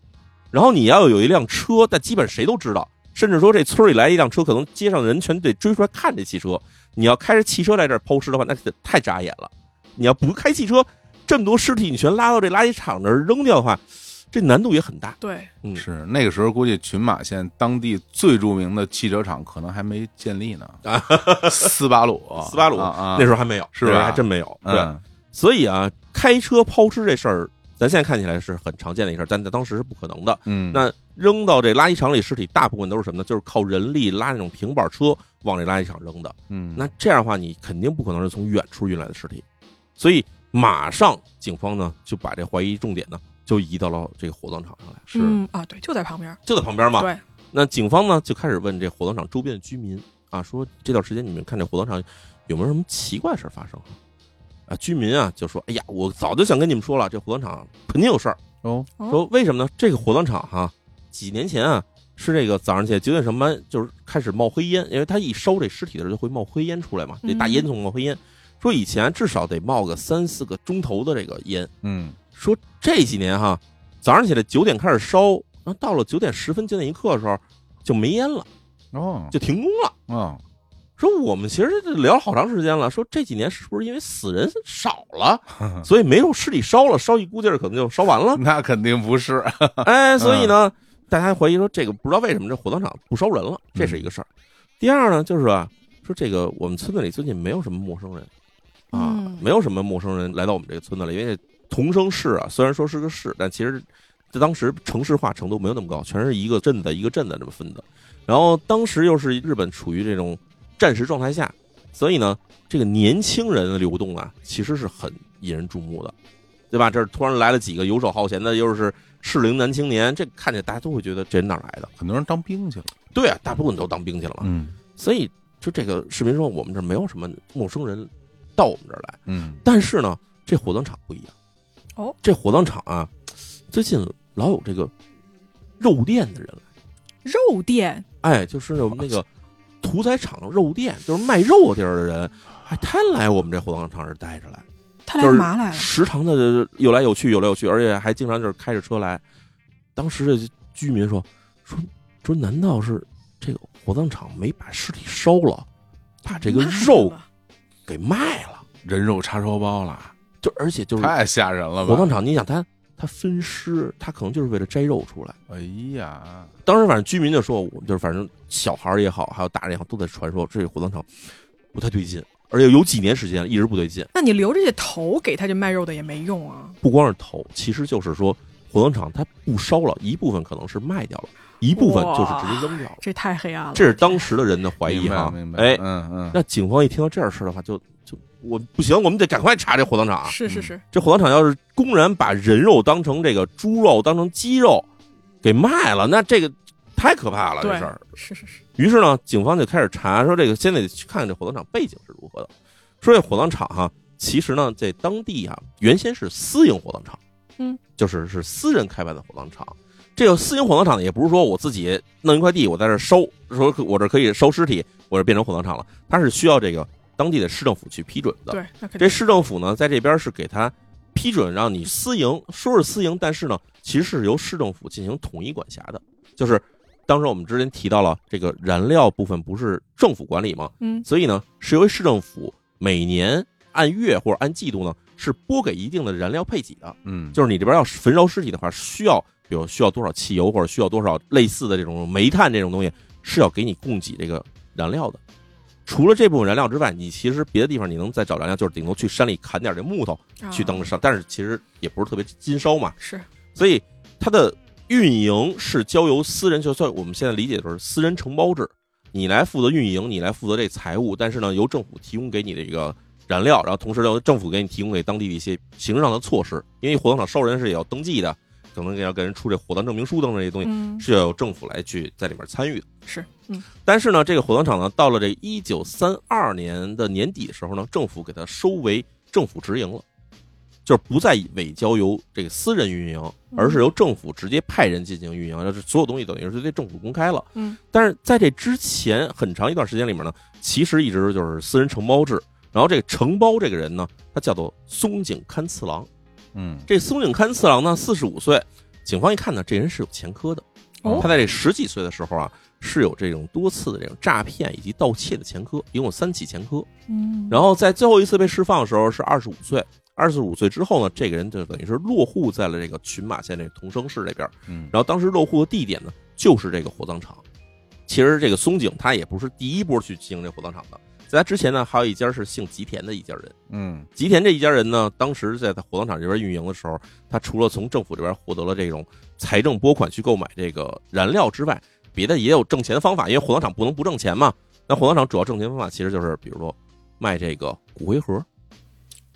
Speaker 6: 然后你要有一辆车，但基本谁都知道，甚至说这村儿里来一辆车，可能街上人全得追出来看这汽车。你要开着汽车来这儿抛尸的话，那可太扎眼了。你要不开汽车，这么多尸体你全拉到这垃圾场这儿扔掉的话，这难度也很大。
Speaker 11: 对，
Speaker 12: 是那个时候估计群马县当地最著名的汽车厂可能还没建立呢，斯巴鲁，
Speaker 6: 斯巴鲁
Speaker 12: 啊啊
Speaker 6: 那时候还没有，
Speaker 12: 是
Speaker 6: 那时候
Speaker 12: 吧？
Speaker 6: 还真没有。对，
Speaker 12: 嗯，
Speaker 6: 所以啊，开车抛尸这事儿，咱现在看起来是很常见的一事儿，但在当时是不可能的。
Speaker 12: 嗯
Speaker 6: 那扔到这垃圾场里，尸体大部分都是什么呢？就是靠人力拉那种平板车往这垃圾场扔的。
Speaker 12: 嗯
Speaker 6: 那这样的话，你肯定不可能是从远处运来的尸体，所以马上警方呢就把这怀疑重点呢就移到了这个火葬场上来。
Speaker 11: 嗯啊，对，就在旁边。
Speaker 6: 就在旁边嘛。
Speaker 11: 对，
Speaker 6: 那警方呢就开始问这火葬场周边的居民啊，说这段时间你们看这火葬场有没有什么奇怪的事儿发生啊？啊，居民啊就说：“哎呀，我早就想跟你们说了，这火葬场肯定有事儿。”
Speaker 12: 哦，
Speaker 6: 说为什么呢？这个火葬场哈、几年前啊是这个早上起来九点上班就是开始冒黑烟，因为他一烧这尸体的时候就会冒黑烟出来嘛，这大
Speaker 12: 嗯
Speaker 6: 烟囱冒黑烟。说以前至少得冒个三四个钟头的这个烟，
Speaker 12: 嗯，
Speaker 6: 说这几年哈，早上起来九点开始烧，然后到了九点十分、九点一刻的时候就没烟了，
Speaker 12: 哦，
Speaker 6: 就停工了。
Speaker 12: 哦，
Speaker 6: 说我们其实这聊了好长时间了，说这几年是不是因为死人少 了，所以没有尸体烧了，烧一估劲儿可能就烧完了。
Speaker 12: 那肯定不是， 嗯
Speaker 6: 哎，所以呢，大家怀疑说这个不知道为什么这火葬场不烧人了，这是一个事儿。
Speaker 12: 嗯
Speaker 6: 第二呢，就是啊，说这个我们村子里最近没有什么陌生人，
Speaker 11: 嗯
Speaker 5: 啊，
Speaker 6: 没有什么陌生人来到我们这个村子里，因为同生市啊，虽然说是个市，但其实在当时城市化程度没有那么高，全是一个镇子一个镇子这么分的。然后当时又是日本处于这种战时状态下，所以呢，这个年轻人的流动啊，其实是很引人注目的，对吧？这儿突然来了几个游手好闲的，又是适龄男青年，这看见大家都会觉得这人哪儿来的？
Speaker 12: 很多人当兵去了，
Speaker 6: 对啊，大部分都当兵去了嘛。
Speaker 12: 嗯，
Speaker 6: 所以就这个市民说，我们这儿没有什么陌生人到我们这儿来。
Speaker 12: 嗯，
Speaker 6: 但是呢，这火葬场不一样。
Speaker 11: 哦，
Speaker 6: 这火葬场啊，最近老有这个肉店的人来，
Speaker 11: 肉店
Speaker 6: 哎，就是那个屠宰场的肉店，就是卖肉地儿的人，哎，他来我们这火葬场这儿待着来，
Speaker 11: 他来干嘛来了
Speaker 6: 就是时常的有来有去，有来有去，而且还经常就是开着车来。当时的居民说说说，难道是这个火葬场没把尸体烧了，把这个肉给卖了，
Speaker 12: 人肉叉烧包了，
Speaker 6: 就而且就是
Speaker 12: 太吓人了吧？
Speaker 6: 火葬场，你想他他分尸，他可能就是为了摘肉出来。
Speaker 12: 哎呀，
Speaker 6: 当时反正居民就说，我们就是反正小孩儿也好，还有大人也好，都在传说这个火葬场不太对劲，而且有几年时间一直不对劲。
Speaker 11: 那你留着这头给他这卖肉的也没用啊。
Speaker 6: 不光是头，其实就是说火葬场它不烧了，一部分可能是卖掉了，一部分就是直接扔掉了
Speaker 11: 哇。这太黑暗了。
Speaker 6: 这是当时的人的怀疑哈
Speaker 12: 哎明。白明白
Speaker 6: 哎，
Speaker 12: 嗯嗯
Speaker 6: 那警方一听到这样的事儿的话，就就我不行，我们得赶快查这火葬场啊。
Speaker 11: 是是是，
Speaker 6: 这火葬场要是公然把人肉当成这个猪肉、当成鸡肉给卖了，那这个太可怕了，这
Speaker 11: 对
Speaker 6: 事儿。，
Speaker 11: 是是是，
Speaker 6: 于是呢，警方就开始查，说这个先得去看看这火葬场背景是如何的。说这火葬场哈、其实呢，在当地啊，原先是私营火葬场，
Speaker 11: 嗯，
Speaker 6: 就是是私人开办的火葬场。这个私营火葬场呢也不是说我自己弄一块地，我在这儿收，说我这儿可以收尸体，我这变成火葬场了。它是需要这个当地的市政府去批准的。
Speaker 11: 对那肯定
Speaker 6: 这市政府呢，在这边是给他批准让你私营，说是私营，但是呢，其实是由市政府进行统一管辖的。就是当时我们之前提到了这个燃料部分不是政府管理嘛，
Speaker 11: 嗯
Speaker 6: 所以呢，是由市政府每年按月或者按季度呢，是拨给一定的燃料配给的。
Speaker 12: 嗯
Speaker 6: 就是你这边要是焚烧尸体的话，需要比如需要多少汽油或者需要多少类似的这种煤炭这种东西，是要给你供给这个燃料的。除了这部分燃料之外，你其实别的地方你能再找燃料，就是顶多去山里砍点这木头
Speaker 11: 啊
Speaker 6: 去当着烧，但是其实也不是特别金烧嘛。
Speaker 11: 是，
Speaker 6: 所以它的运营是交由私人，就算我们现在理解就是私人承包制，你来负责运营，你来负责这财务，但是呢，由政府提供给你的一个燃料，然后同时由政府给你提供给当地的一些行政上的措施，因为火葬场烧人是也要登记的，可能也要给人出这火葬证明书等等这些东西，
Speaker 11: 嗯
Speaker 6: 是要有政府来去在里面参与的。
Speaker 11: 是，嗯，
Speaker 6: 但是呢，这个火葬场呢，到了这一九三二年的年底的时候呢，政府给它收为政府直营了，就是不再委交由这个私人运营，而是由政府直接派人进行运营，就是所有东西等于是对政府公开了。
Speaker 11: 嗯，
Speaker 6: 但是在这之前很长一段时间里面呢，其实一直就是私人承包制。然后这个承包这个人呢，他叫做松井勘次郎。
Speaker 12: 嗯，
Speaker 6: 这松井勘次郎呢，四十五岁，警方一看呢，这人是有前科的。
Speaker 12: 哦
Speaker 6: 他在这十几岁的时候啊，是有这种多次的这种诈骗以及盗窃的前科，一共有三起前科。
Speaker 11: 嗯
Speaker 6: 然后在最后一次被释放的时候是二十五岁，二十五岁之后呢，这个人就等于是落户在了这个群马县这个同生市这边。
Speaker 12: 嗯
Speaker 6: 然后当时落户的地点呢，就是这个火葬场。其实这个松井他也不是第一波去经营这火葬场的，在他之前呢，还有一家是姓吉田的一家人。
Speaker 12: 嗯
Speaker 6: 吉田这一家人呢，当时在他火葬场这边运营的时候，他除了从政府这边获得了这种财政拨款去购买这个燃料之外，别的也有挣钱的方法，因为火葬场不能不挣钱嘛。那火葬场主要挣钱方法其实就是，比如说卖这个骨灰盒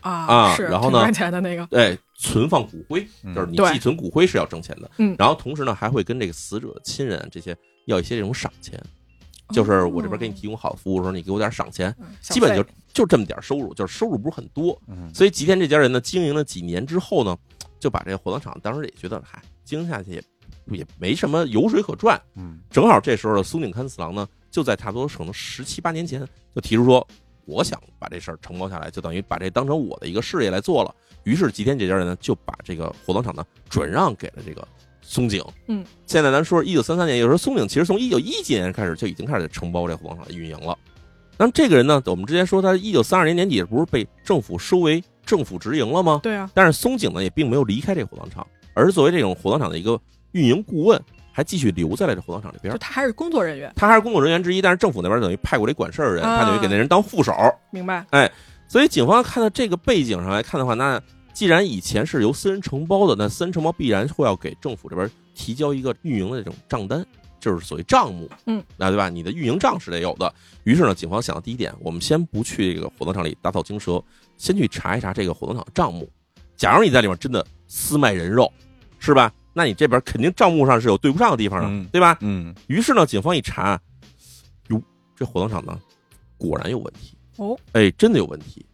Speaker 11: 啊
Speaker 6: 啊，
Speaker 11: 是，
Speaker 6: 然后
Speaker 11: 挺
Speaker 6: 呢，
Speaker 11: 赚钱的那个，
Speaker 6: 对，存放骨灰，就是你
Speaker 11: 对
Speaker 6: 寄存骨灰是要挣钱的，
Speaker 11: 嗯
Speaker 6: 然后同时呢还会跟这个死者的亲人这些要一些这种赏钱，就是我这边给你提供好服务的时候，你给我点赏钱，
Speaker 11: 哦嗯小
Speaker 6: 基本就
Speaker 11: 费
Speaker 6: 就这么点收入，就是收入不是很多，
Speaker 12: 嗯
Speaker 6: 所以吉田这家人呢经营了几年之后呢，就把这个火葬场当时也觉得嗨经营下去也也没什么油水可赚，
Speaker 12: 嗯，
Speaker 6: 正好这时候的松井勘次郎呢，就在差不多可能十七八年前就提出说，我想把这事儿承包下来，就等于把这当成我的一个事业来做了。于是吉田这家人呢，就把这个火葬场呢转让给了这个松井。
Speaker 11: 嗯，
Speaker 6: 现在咱说一九三三年，也就是说松井其实从一九一几年开始就已经开始承包这火葬场的运营了。那么这个人呢，我们之前说他一九三二年年底不是被政府收为政府直营了吗？
Speaker 11: 对啊
Speaker 6: 但是松井呢也并没有离开这个火葬场，而是作为这种火葬场的一个运营顾问，还继续留在了这火葬场这边
Speaker 11: 就。他还是工作人员，
Speaker 6: 他还是工作人员之一，但是政府那边等于派过来管事儿的人，
Speaker 11: 啊
Speaker 6: 他等于给那人当副手。
Speaker 11: 明白？
Speaker 6: 哎，所以警方看到这个背景上来看的话，那既然以前是由私人承包的，那私人承包必然会要给政府这边提交一个运营的这种账单，就是所谓账目。
Speaker 11: 嗯，
Speaker 6: 那对吧？你的运营账是得有的。于是呢，警方想到第一点，我们先不去这个火葬场里打草惊蛇，先去查一查这个火葬场账目。假如你在里面真的私卖人肉，是吧？那你这边肯定账目上是有对不上的地方的，对吧？
Speaker 12: 嗯。
Speaker 6: 于是呢，警方一查，哟，这火葬场呢，果然有问题。
Speaker 11: 哦，
Speaker 6: 哎，真的有问题。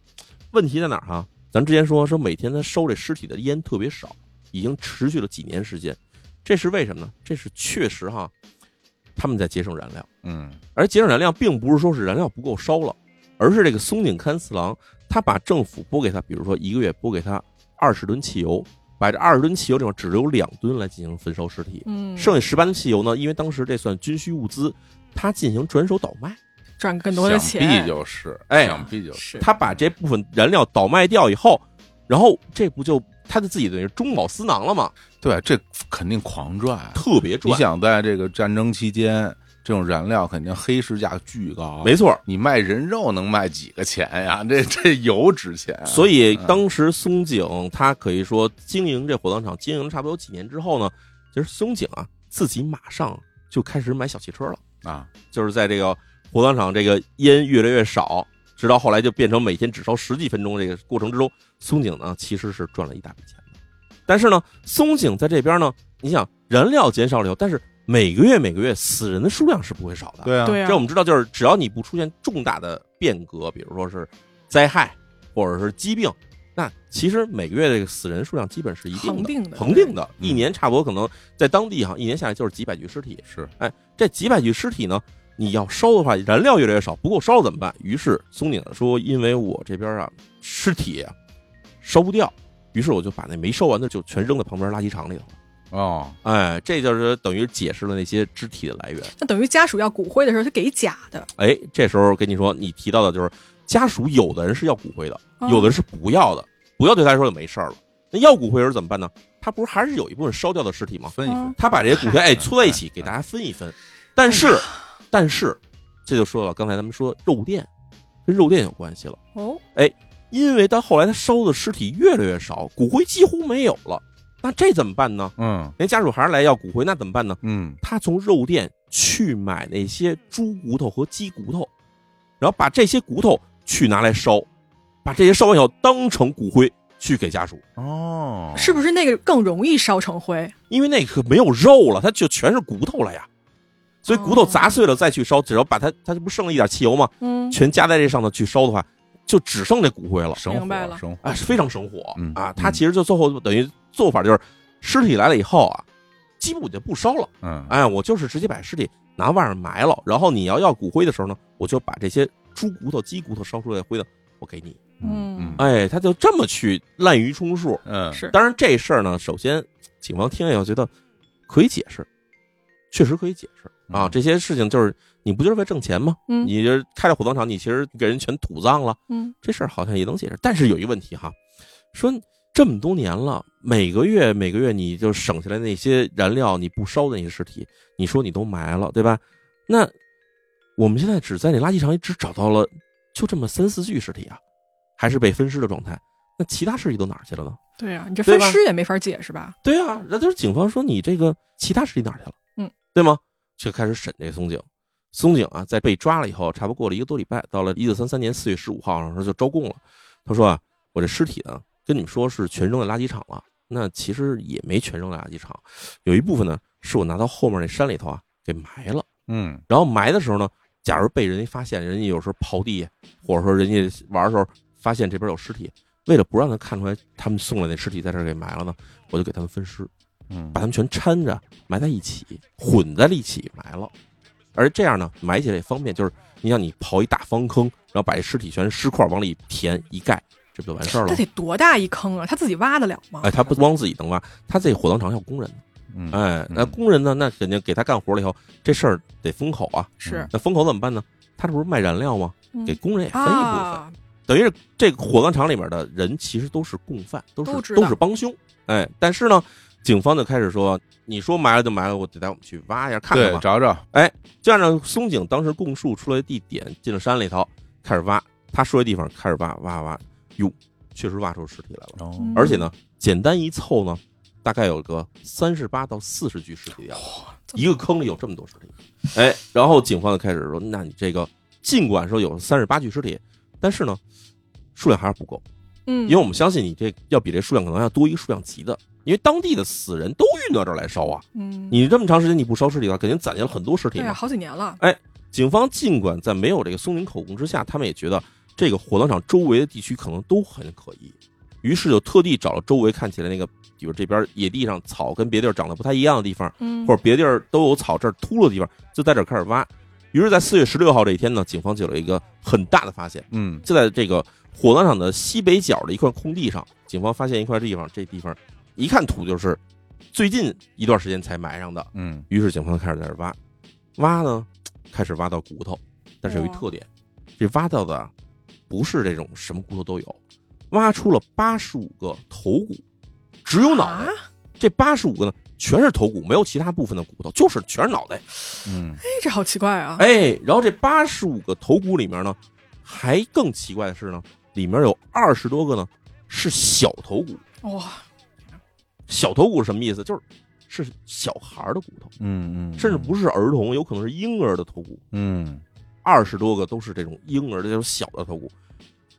Speaker 6: 问题在哪儿哈、咱之前说说每天他收这尸体的烟特别少，已经持续了几年时间，这是为什么呢？这是确实哈、他们在节省燃料，
Speaker 12: 嗯，
Speaker 6: 而节省燃料并不是说是燃料不够烧了，而是这个松井勘次郎他把政府拨给他，比如说一个月拨给他二十吨汽油，把这二十吨汽油里面只留两吨来进行焚烧尸体，
Speaker 11: 嗯
Speaker 6: 剩下十八吨汽油呢，因为当时这算军需物资，他进行转手倒卖。
Speaker 11: 赚更多的
Speaker 6: 想
Speaker 11: 钱，
Speaker 6: 必就是哎，
Speaker 12: 想必就是
Speaker 6: 他把这部分燃料倒卖掉以后，然后这不就他的自己等于中饱私囊了吗？
Speaker 12: 对，这肯定狂赚，
Speaker 6: 特别赚
Speaker 12: 你想在这个战争期间，这种燃料肯定黑市价巨高，
Speaker 6: 没错。
Speaker 12: 你卖人肉能卖几个钱呀？这这油值钱啊、
Speaker 6: 所以
Speaker 12: 嗯
Speaker 6: 当时松井他可以说经营这火葬场经营了差不多有几年之后呢，其实松井啊自己马上就开始买小汽车了
Speaker 12: 啊，
Speaker 6: 就是在这个火葬场这个烟越来越少，直到后来就变成每天只烧十几分钟这个过程之中，松井呢其实是赚了一大笔钱的。但是呢，松井在这边呢，你想燃料减少了以后，但是每个月每个月死人的数量是不会少的。
Speaker 12: 对啊对啊
Speaker 6: 这我们知道，就是只要你不出现重大的变革，比如说是灾害或者是疾病。那其实每个月这个死人数量基本是一定
Speaker 11: 恒定的
Speaker 6: 恒定的，一年差不多可能在当地哈，一年下来就是几百具尸体。
Speaker 12: 是，
Speaker 6: 哎，这几百具尸体呢，你要烧的话，燃料越来越少，不够烧怎么办？于是松井说，因为我这边啊尸体啊烧不掉，于是我就把那没烧完的就全扔在旁边垃圾场里头了。
Speaker 12: 哦，
Speaker 6: 哎，这就是等于解释了那些肢体的来源。
Speaker 11: 那等于家属要骨灰的时候，他给假的，
Speaker 6: 哎，这时候跟你说，你提到的就是家属，有的人是要骨灰的，
Speaker 11: 哦
Speaker 6: 有的人是不要的。不要对他来说就没事儿了。那要骨灰的时候怎么办呢？他不是还是有一部分烧掉的尸体吗？分
Speaker 12: 一
Speaker 11: 哦
Speaker 12: 分，
Speaker 6: 他把这些骨灰哎搓在一起，给大家分一分。但是，但是这就说到刚才咱们说肉店，跟肉店有关系了。
Speaker 11: 哦，
Speaker 6: 哎，因为到后来他烧的尸体越来越少，骨灰几乎没有了，那这怎么办呢？
Speaker 12: 嗯，
Speaker 6: 人家属还是来要骨灰，那怎么办呢？
Speaker 12: 嗯，
Speaker 6: 他从肉店去买那些猪骨头和鸡骨头，然后把这些骨头去拿来烧，把这些烧完以后哎当成骨灰去给家属，
Speaker 12: 哦，
Speaker 11: 是不是那个更容易烧成灰？
Speaker 6: 因为那个没有肉了，它就全是骨头了呀。所以骨头砸碎了再去烧，只要把它，它就不剩了一点汽油吗？
Speaker 11: 嗯
Speaker 6: 全加在这上头去烧的话，就只剩这骨灰了，
Speaker 12: 省火明白了省火
Speaker 6: 啊，是非常省火、
Speaker 12: 嗯
Speaker 6: 啊。它其实就最后等于做法就是，尸体来了以后啊，基本我就不烧了，
Speaker 12: 嗯，
Speaker 6: 哎，我就是直接把尸体拿外面埋了，然后你要要骨灰的时候呢，我就把这些猪骨头、鸡骨头烧出来的灰呢，我给你，
Speaker 11: 嗯，
Speaker 6: 哎，他就这么去滥竽充数。
Speaker 12: 嗯
Speaker 11: 是
Speaker 6: 当然这事儿呢，首先警方听了以后觉得可以解释，确实可以解释
Speaker 12: 嗯
Speaker 6: 啊。这些事情就是你不就是为挣钱吗？
Speaker 11: 嗯
Speaker 6: 你就是开了火葬场，你其实给人全土葬了，
Speaker 11: 嗯，
Speaker 6: 这事儿好像也能解释。但是有一个问题哈，说这么多年了，每个月每个月你就省下来那些燃料，你不烧的那些尸体，你说你都埋了，对吧？那我们现在只在你垃圾场里只找到了就这么三四具尸体啊，还是被分尸的状态。那其他尸体都哪儿去了呢？
Speaker 11: 对啊，你这
Speaker 6: 对
Speaker 11: 分
Speaker 6: 吧
Speaker 11: 尸也没法解释吧？
Speaker 6: 对啊，那就是警方说你这个其他尸体哪儿去了？
Speaker 11: 嗯，
Speaker 6: 对吗？就开始审这个松井。松井啊，在被抓了以后，差不多过了一个多礼拜，到了一九三三年四月十五号，然后就招供了。他说啊，我这尸体呢，跟你们说是全扔在垃圾场了，那其实也没全扔在垃圾场，有一部分呢是我拿到后面那山里头啊给埋了。
Speaker 12: 嗯，
Speaker 6: 然后埋的时候呢，假如被人家发现，人家有时候刨地，或者说人家玩的时候发现这边有尸体，为了不让他看出来他们送来那尸体在这儿给埋了呢，我就给他们分尸，
Speaker 12: 嗯，
Speaker 6: 把他们全掺着埋在一起，混在了一起埋了。而这样呢，埋起来也方便，就是你像你刨一大方坑，然后把这尸体全尸块往里填一盖，这不就完事儿了
Speaker 11: 那
Speaker 6: 吗？
Speaker 11: 得多大一坑啊？他自己挖得了吗？
Speaker 6: 哎，他不光自己能挖，他自己火葬场要工人
Speaker 12: 嗯，
Speaker 6: 哎，那工人呢？那肯定给他干活了以后，这事儿得封口啊。
Speaker 11: 是
Speaker 6: 那封口怎么办呢？他这不是卖燃料吗
Speaker 11: 嗯？
Speaker 6: 给工人也分一部分，
Speaker 11: 啊，
Speaker 6: 等于是这个火葬场里面的人其实都是共犯，都
Speaker 11: 都
Speaker 6: 是
Speaker 11: 知道
Speaker 6: 都是帮凶。哎，但是呢，警方就开始说，你说埋了就埋了，我得带我们去挖一下看看吧
Speaker 12: 对，。找找，
Speaker 6: 哎，就按照松井当时供述出来的地点，进了山里头开始挖，他说的地方开始挖挖挖，哟，确实挖出尸体来了，
Speaker 12: 哦
Speaker 11: 嗯
Speaker 6: 而且呢，简单一凑呢，大概有个三十八到四十具尸体的样子，一个坑里有这么多尸体，哎，然后警方就开始说，那你这个尽管说有三十八具尸体，但是呢，数量还是不够，
Speaker 11: 嗯
Speaker 6: 因为我们相信你这要比这数量可能要多一个数量级的，因为当地的死人都运到这儿来烧啊，
Speaker 11: 嗯，
Speaker 6: 你这么长时间你不烧尸体的话，肯定攒下了很多尸体
Speaker 11: 对
Speaker 6: 嘛
Speaker 11: 啊，。好几年了，
Speaker 6: 哎，警方尽管在没有这个松井口供之下，他们也觉得这个火葬场周围的地区可能都很可疑，于是就特地找了周围看起来那个，比如这边野地上草跟别地儿长得不太一样的地方，
Speaker 11: 嗯
Speaker 6: 或者别地儿都有草，这儿秃噜的地方，就在这儿开始挖。于是，在四月十六号这一天呢，警方就有了一个很大的发现，
Speaker 12: 嗯，
Speaker 6: 就在这个火葬场的西北角的一块空地上，警方发现一块地方，这地方一看土就是最近一段时间才埋上的，
Speaker 12: 嗯，
Speaker 6: 于是警方开始在这挖，挖呢开始挖到骨头，但
Speaker 11: 哦
Speaker 6: 是有一特点，这挖到的不是这种什么骨头都有，挖出了八十五个头骨，只有脑袋。这八十五个呢，全是头骨，没有其他部分的骨头，就是全是脑袋。
Speaker 12: 嗯，
Speaker 11: 哎，这好奇怪啊！
Speaker 6: 哎，然后这八十五个头骨里面呢，还哎更奇怪的是呢，里面有二十多个呢是小头骨。
Speaker 11: 哇，
Speaker 6: 小头骨是什么意思？就是是小孩儿的骨头，
Speaker 12: 嗯嗯，
Speaker 6: 甚至不是儿童，有可能是婴儿的头骨。
Speaker 12: 嗯，
Speaker 6: 二十多个都是这种婴儿的这种小的头骨。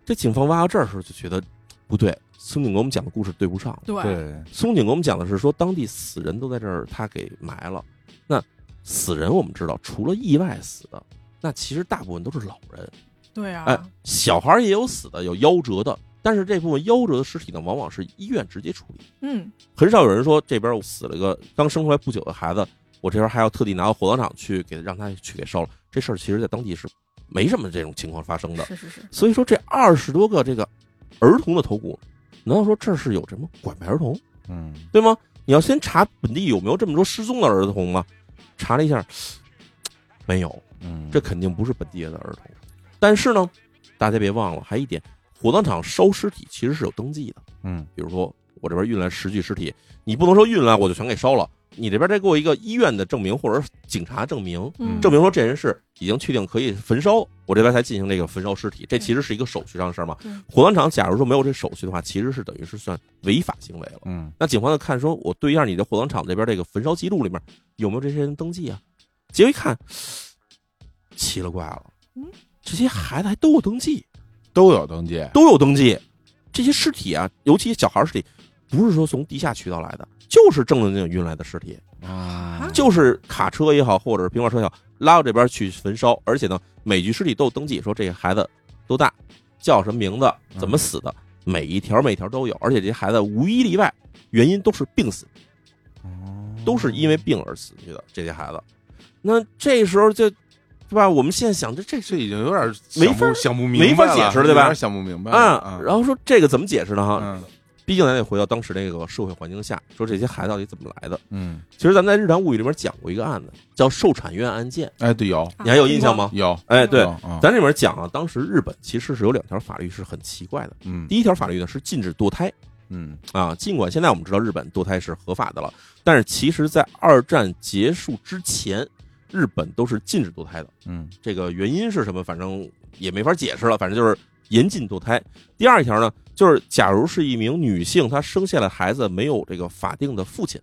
Speaker 6: 这警方挖到这儿的时候就觉得不对，松井给我们讲的故事对不上。
Speaker 11: 对对
Speaker 6: 松井给我们讲的是说当地死人都在这儿，他给埋了。那死人我们知道，除了意外死的，那其实大部分都是老人。
Speaker 11: 对啊，
Speaker 6: 哎，小孩儿也有死的，有夭折的，但是这部分夭折的尸体呢，往往是医院直接处理，
Speaker 11: 嗯，
Speaker 6: 很少有人说这边我死了一个刚生出来不久的孩子，我这边还要特地拿到火葬场去给让他去给烧了。这事儿其实在当地是没什么这种情况发生的，
Speaker 11: 是是是，
Speaker 6: 所以说这二十多个这个儿童的头骨，难道说这是有什么拐卖儿童？
Speaker 4: 嗯，
Speaker 6: 对吗？你要先查本地有没有这么多失踪的儿童吗？查了一下，没有，
Speaker 4: 嗯，
Speaker 6: 这肯定不是本地的儿童。但是呢，大家别忘了，还一点，火葬场烧尸体其实是有登记的，
Speaker 4: 嗯，
Speaker 6: 比如说我这边运来十具尸体，你不能说运来我就全给烧了，你这边再给我一个医院的证明或者警察证明，
Speaker 4: 嗯
Speaker 6: 证明说这人是已经确定可以焚烧，我这边才进行这个焚烧尸体，这其实是一个手续上的事儿嘛
Speaker 4: 对。
Speaker 6: 火葬场假如说没有这手续的话，其实是等于是算违法行为了。
Speaker 4: 嗯，
Speaker 6: 那警方就看说，我对一下你的火葬场这边这个焚烧记录里面有没有这些人登记啊？结果一看，奇了怪了，
Speaker 4: 嗯
Speaker 6: 这些孩子还都有登记，
Speaker 12: 都有登记，
Speaker 6: 都有登记。这些尸体啊，尤其小孩尸体，不是说从地下渠道来的，就是正正经经运来的尸体
Speaker 4: 啊，
Speaker 6: 就是卡车也好，或者是平板车也好，拉到这边去焚烧。而且呢，每具尸体都有登记，说这个孩子多大，叫什么名字，怎么死的，每一条每一条都有。而且这些孩子无一例外，原因都是病死，都是因为病而死去的这些孩子。那这时候就，对吧？我们现在想，这这
Speaker 12: 这已经有点
Speaker 6: 没
Speaker 12: 想
Speaker 6: 法
Speaker 12: 不想不明白
Speaker 6: 没法
Speaker 12: 了
Speaker 6: 解释
Speaker 12: 有
Speaker 6: 了，对吧？
Speaker 12: 点想不明白了
Speaker 6: 啊
Speaker 12: 嗯。
Speaker 6: 然后说这个怎么解释呢？哈，毕竟咱得回到当时那个社会环境下，说这些孩子到底怎么来的。
Speaker 12: 嗯，
Speaker 6: 其实咱们在《日常物语》里面讲过一个案子，叫受产院案件。
Speaker 12: 哎，对，有，
Speaker 6: 你还有印象吗？
Speaker 12: 有，
Speaker 6: 哎，对
Speaker 12: 有嗯，
Speaker 6: 咱这里面讲啊了，当时日本其实是有两条法律是很奇怪的。
Speaker 12: 嗯
Speaker 6: 第一条法律呢是禁止堕胎。
Speaker 12: 嗯
Speaker 6: 啊，尽管现在我们知道日本堕胎是合法的了，但是其实，在二战结束之前，日本都是禁止堕胎的。
Speaker 4: 嗯
Speaker 6: 这个原因是什么，反正也没法解释了，反正就是严禁堕胎。第二条呢，就是假如是一名女性，她生下来孩子没有这个法定的父亲，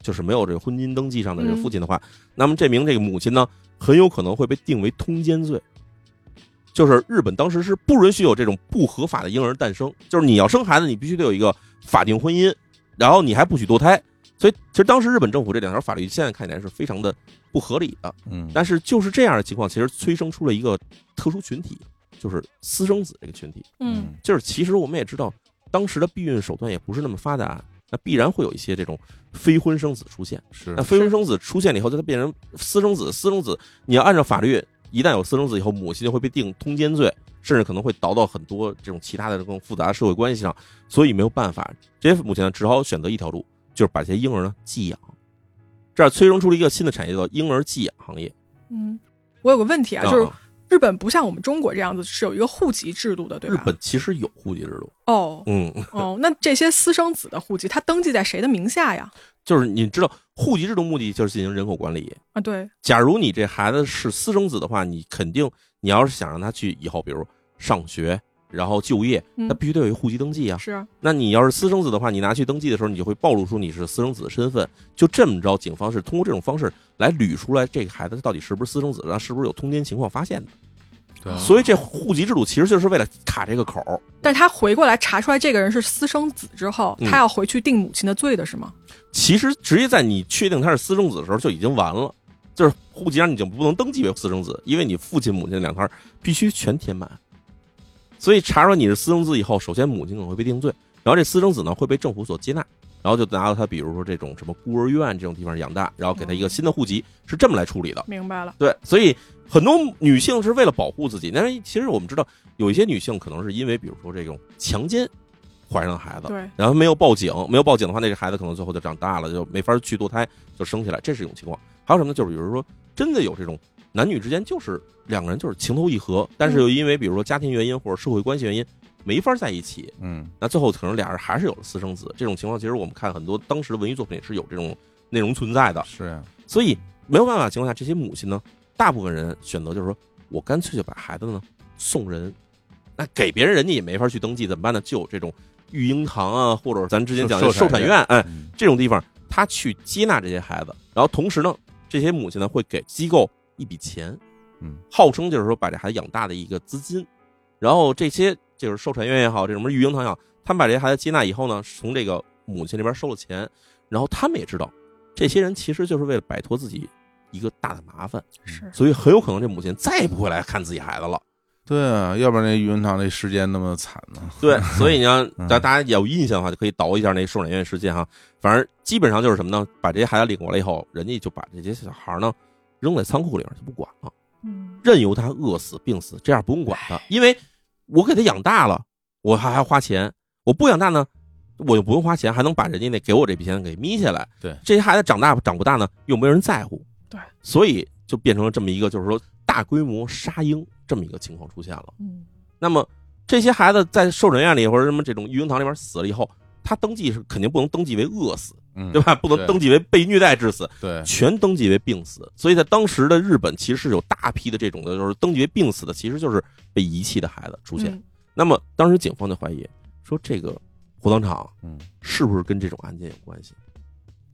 Speaker 6: 就是没有这个婚姻登记上的这个父亲的话，那么这名这个母亲呢，很有可能会被定为通奸罪。就是日本当时是不允许有这种不合法的婴儿诞生，就是你要生孩子，你必须得有一个法定婚姻，然后你还不许堕胎。所以，其实当时日本政府这两条法律现在看起来是非常的不合理的。
Speaker 4: 嗯
Speaker 6: 但是就是这样的情况，其实催生出了一个特殊群体，就是私生子这个群体。
Speaker 11: 嗯，
Speaker 6: 就是其实我们也知道，当时的避孕手段也不是那么发达，那必然会有一些这种非婚生子出现。
Speaker 12: 是
Speaker 6: 那非婚生子出现了以后，就它变成私生子。私生子，你要按照法律，一旦有私生子以后，母亲就会被定通奸罪，甚至可能会倒到很多这种其他的更复杂的社会关系上。所以没有办法，这些母亲呢只好选择一条路，就是把这些婴儿呢寄养。这儿催生出了一个新的产业，叫婴儿寄养行业。
Speaker 11: 嗯，我有个问题啊，
Speaker 6: 啊
Speaker 11: 就是日本不像我们中国这样子是有一个户籍制度的，对
Speaker 6: 日
Speaker 11: 吧？
Speaker 6: 本其实有户籍制度，
Speaker 11: 哦
Speaker 6: 嗯，
Speaker 11: 哦，那这些私生子的户籍，它登记在谁的名下呀？
Speaker 6: 就是你知道户籍制度目的就是进行人口管理。
Speaker 11: 啊，对，
Speaker 6: 假如你这孩子是私生子的话，你肯定你要是想让他去以后，比如上学，然后就业，
Speaker 11: 嗯
Speaker 6: 他必须得有一户籍登记啊。
Speaker 11: 是啊
Speaker 6: 那你要是私生子的话，你拿去登记的时候，你就会暴露出你是私生子的身份。就这么着，警方是通过这种方式来捋出来这个孩子到底是不是私生子，然后是不是有通奸情况发现的。
Speaker 12: 对啊
Speaker 6: 所以这户籍制度其实就是为了卡这个口儿。
Speaker 11: 但是他回过来查出来这个人是私生子之后，
Speaker 6: 嗯
Speaker 11: 他要回去定母亲的罪的是吗？
Speaker 6: 其实直接在你确定他是私生子的时候就已经完了，就是户籍上你就不能登记为私生子，因为你父亲、母亲两摊儿必须全填满。所以查出来你是私生子以后，首先母亲可能会被定罪，然后这私生子呢会被政府所接纳，然后就拿到他比如说这种什么孤儿院这种地方养大，然后给他一个新的户籍，是这么来处理的。
Speaker 11: 哦明白了，
Speaker 6: 对，所以很多女性是为了保护自己，但是其实我们知道，有一些女性可能是因为比如说这种强奸怀上孩子，
Speaker 11: 对
Speaker 6: 然后没有报警，没有报警的话，那个孩子可能最后就长大了，就没法去堕胎，就生下来，这是一种情况。还有什么呢？就是比如说，真的有这种男女之间就是两个人就是情投意合，但是又因为比如说家庭原因或者社会关系原因没法在一起，
Speaker 4: 嗯，
Speaker 6: 那最后可能俩人还是有了私生子。这种情况其实我们看很多当时的文艺作品是有这种内容存在的，
Speaker 12: 是，
Speaker 6: 所以没有办法的情况下，这些母亲呢，大部分人选择就是说我干脆就把孩子呢送人，那给别人人家也没法去登记，怎么办呢？就有这种育婴堂啊，或者咱之前讲的
Speaker 12: 受
Speaker 6: 授
Speaker 12: 授产
Speaker 6: 产
Speaker 12: 院
Speaker 6: 院，哎，这种地方他去接纳这些孩子，然后同时呢，这些母亲呢会给机构一笔钱，
Speaker 12: 嗯，
Speaker 6: 号称就是说把这孩子养大的一个资金。然后这些就是寿产院也好，这什么育婴堂也好，他们把这些孩子接纳以后呢，从这个母亲这边收了钱，然后他们也知道，这些人其实就是为了摆脱自己一个大的麻烦，
Speaker 11: 是，
Speaker 6: 所以很有可能这母亲再也不会来看自己孩子了。
Speaker 12: 对啊，要不然那云堂那时间那么惨呢、
Speaker 6: 对，所以呢
Speaker 12: 嗯，
Speaker 6: 大大家有印象的话，就可以倒一下那寿产院事件哈。反正基本上就是什么呢？把这些孩子领过来以后，人家就把这些小孩呢扔在仓库里面就不管了，
Speaker 11: 嗯
Speaker 6: 任由他饿死、病死，这样不用管他，因为我给他养大了，我还还要花钱；我不养大呢，我就不用花钱，还能把人家那给我这笔钱给眯下来。
Speaker 12: 对，
Speaker 6: 这些孩子长大长不大呢，又没有人在乎，
Speaker 11: 对，
Speaker 6: 所以就变成了这么一个，就是说大规模杀婴这么一个情况出现了。
Speaker 11: 嗯，
Speaker 6: 那么这些孩子在受诊院里或者什么这种育婴堂里边死了以后，他登记是肯定不能登记为饿死，
Speaker 12: 嗯
Speaker 6: 对吧？不能
Speaker 12: 对
Speaker 6: 登记为被虐待致死，
Speaker 12: 对
Speaker 6: 全登记为病死。所以在当时的日本，其实是有大批的这种的，就是登记为病死的，其实就是被遗弃的孩子出现。
Speaker 11: 嗯
Speaker 6: 那么当时警方就怀疑说，这个火葬场，
Speaker 12: 嗯，
Speaker 6: 是不是跟这种案件有关系？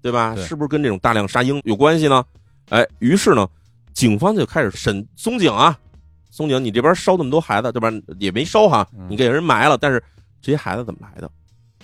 Speaker 6: 对吧？
Speaker 12: 对
Speaker 6: 是不是跟这种大量杀婴有关系呢？哎，于是呢，警方就开始审松井啊，松井，你这边烧那么多孩子，对吧？也没烧哈，
Speaker 12: 嗯
Speaker 6: 你给人埋了，但是这些孩子怎么来的？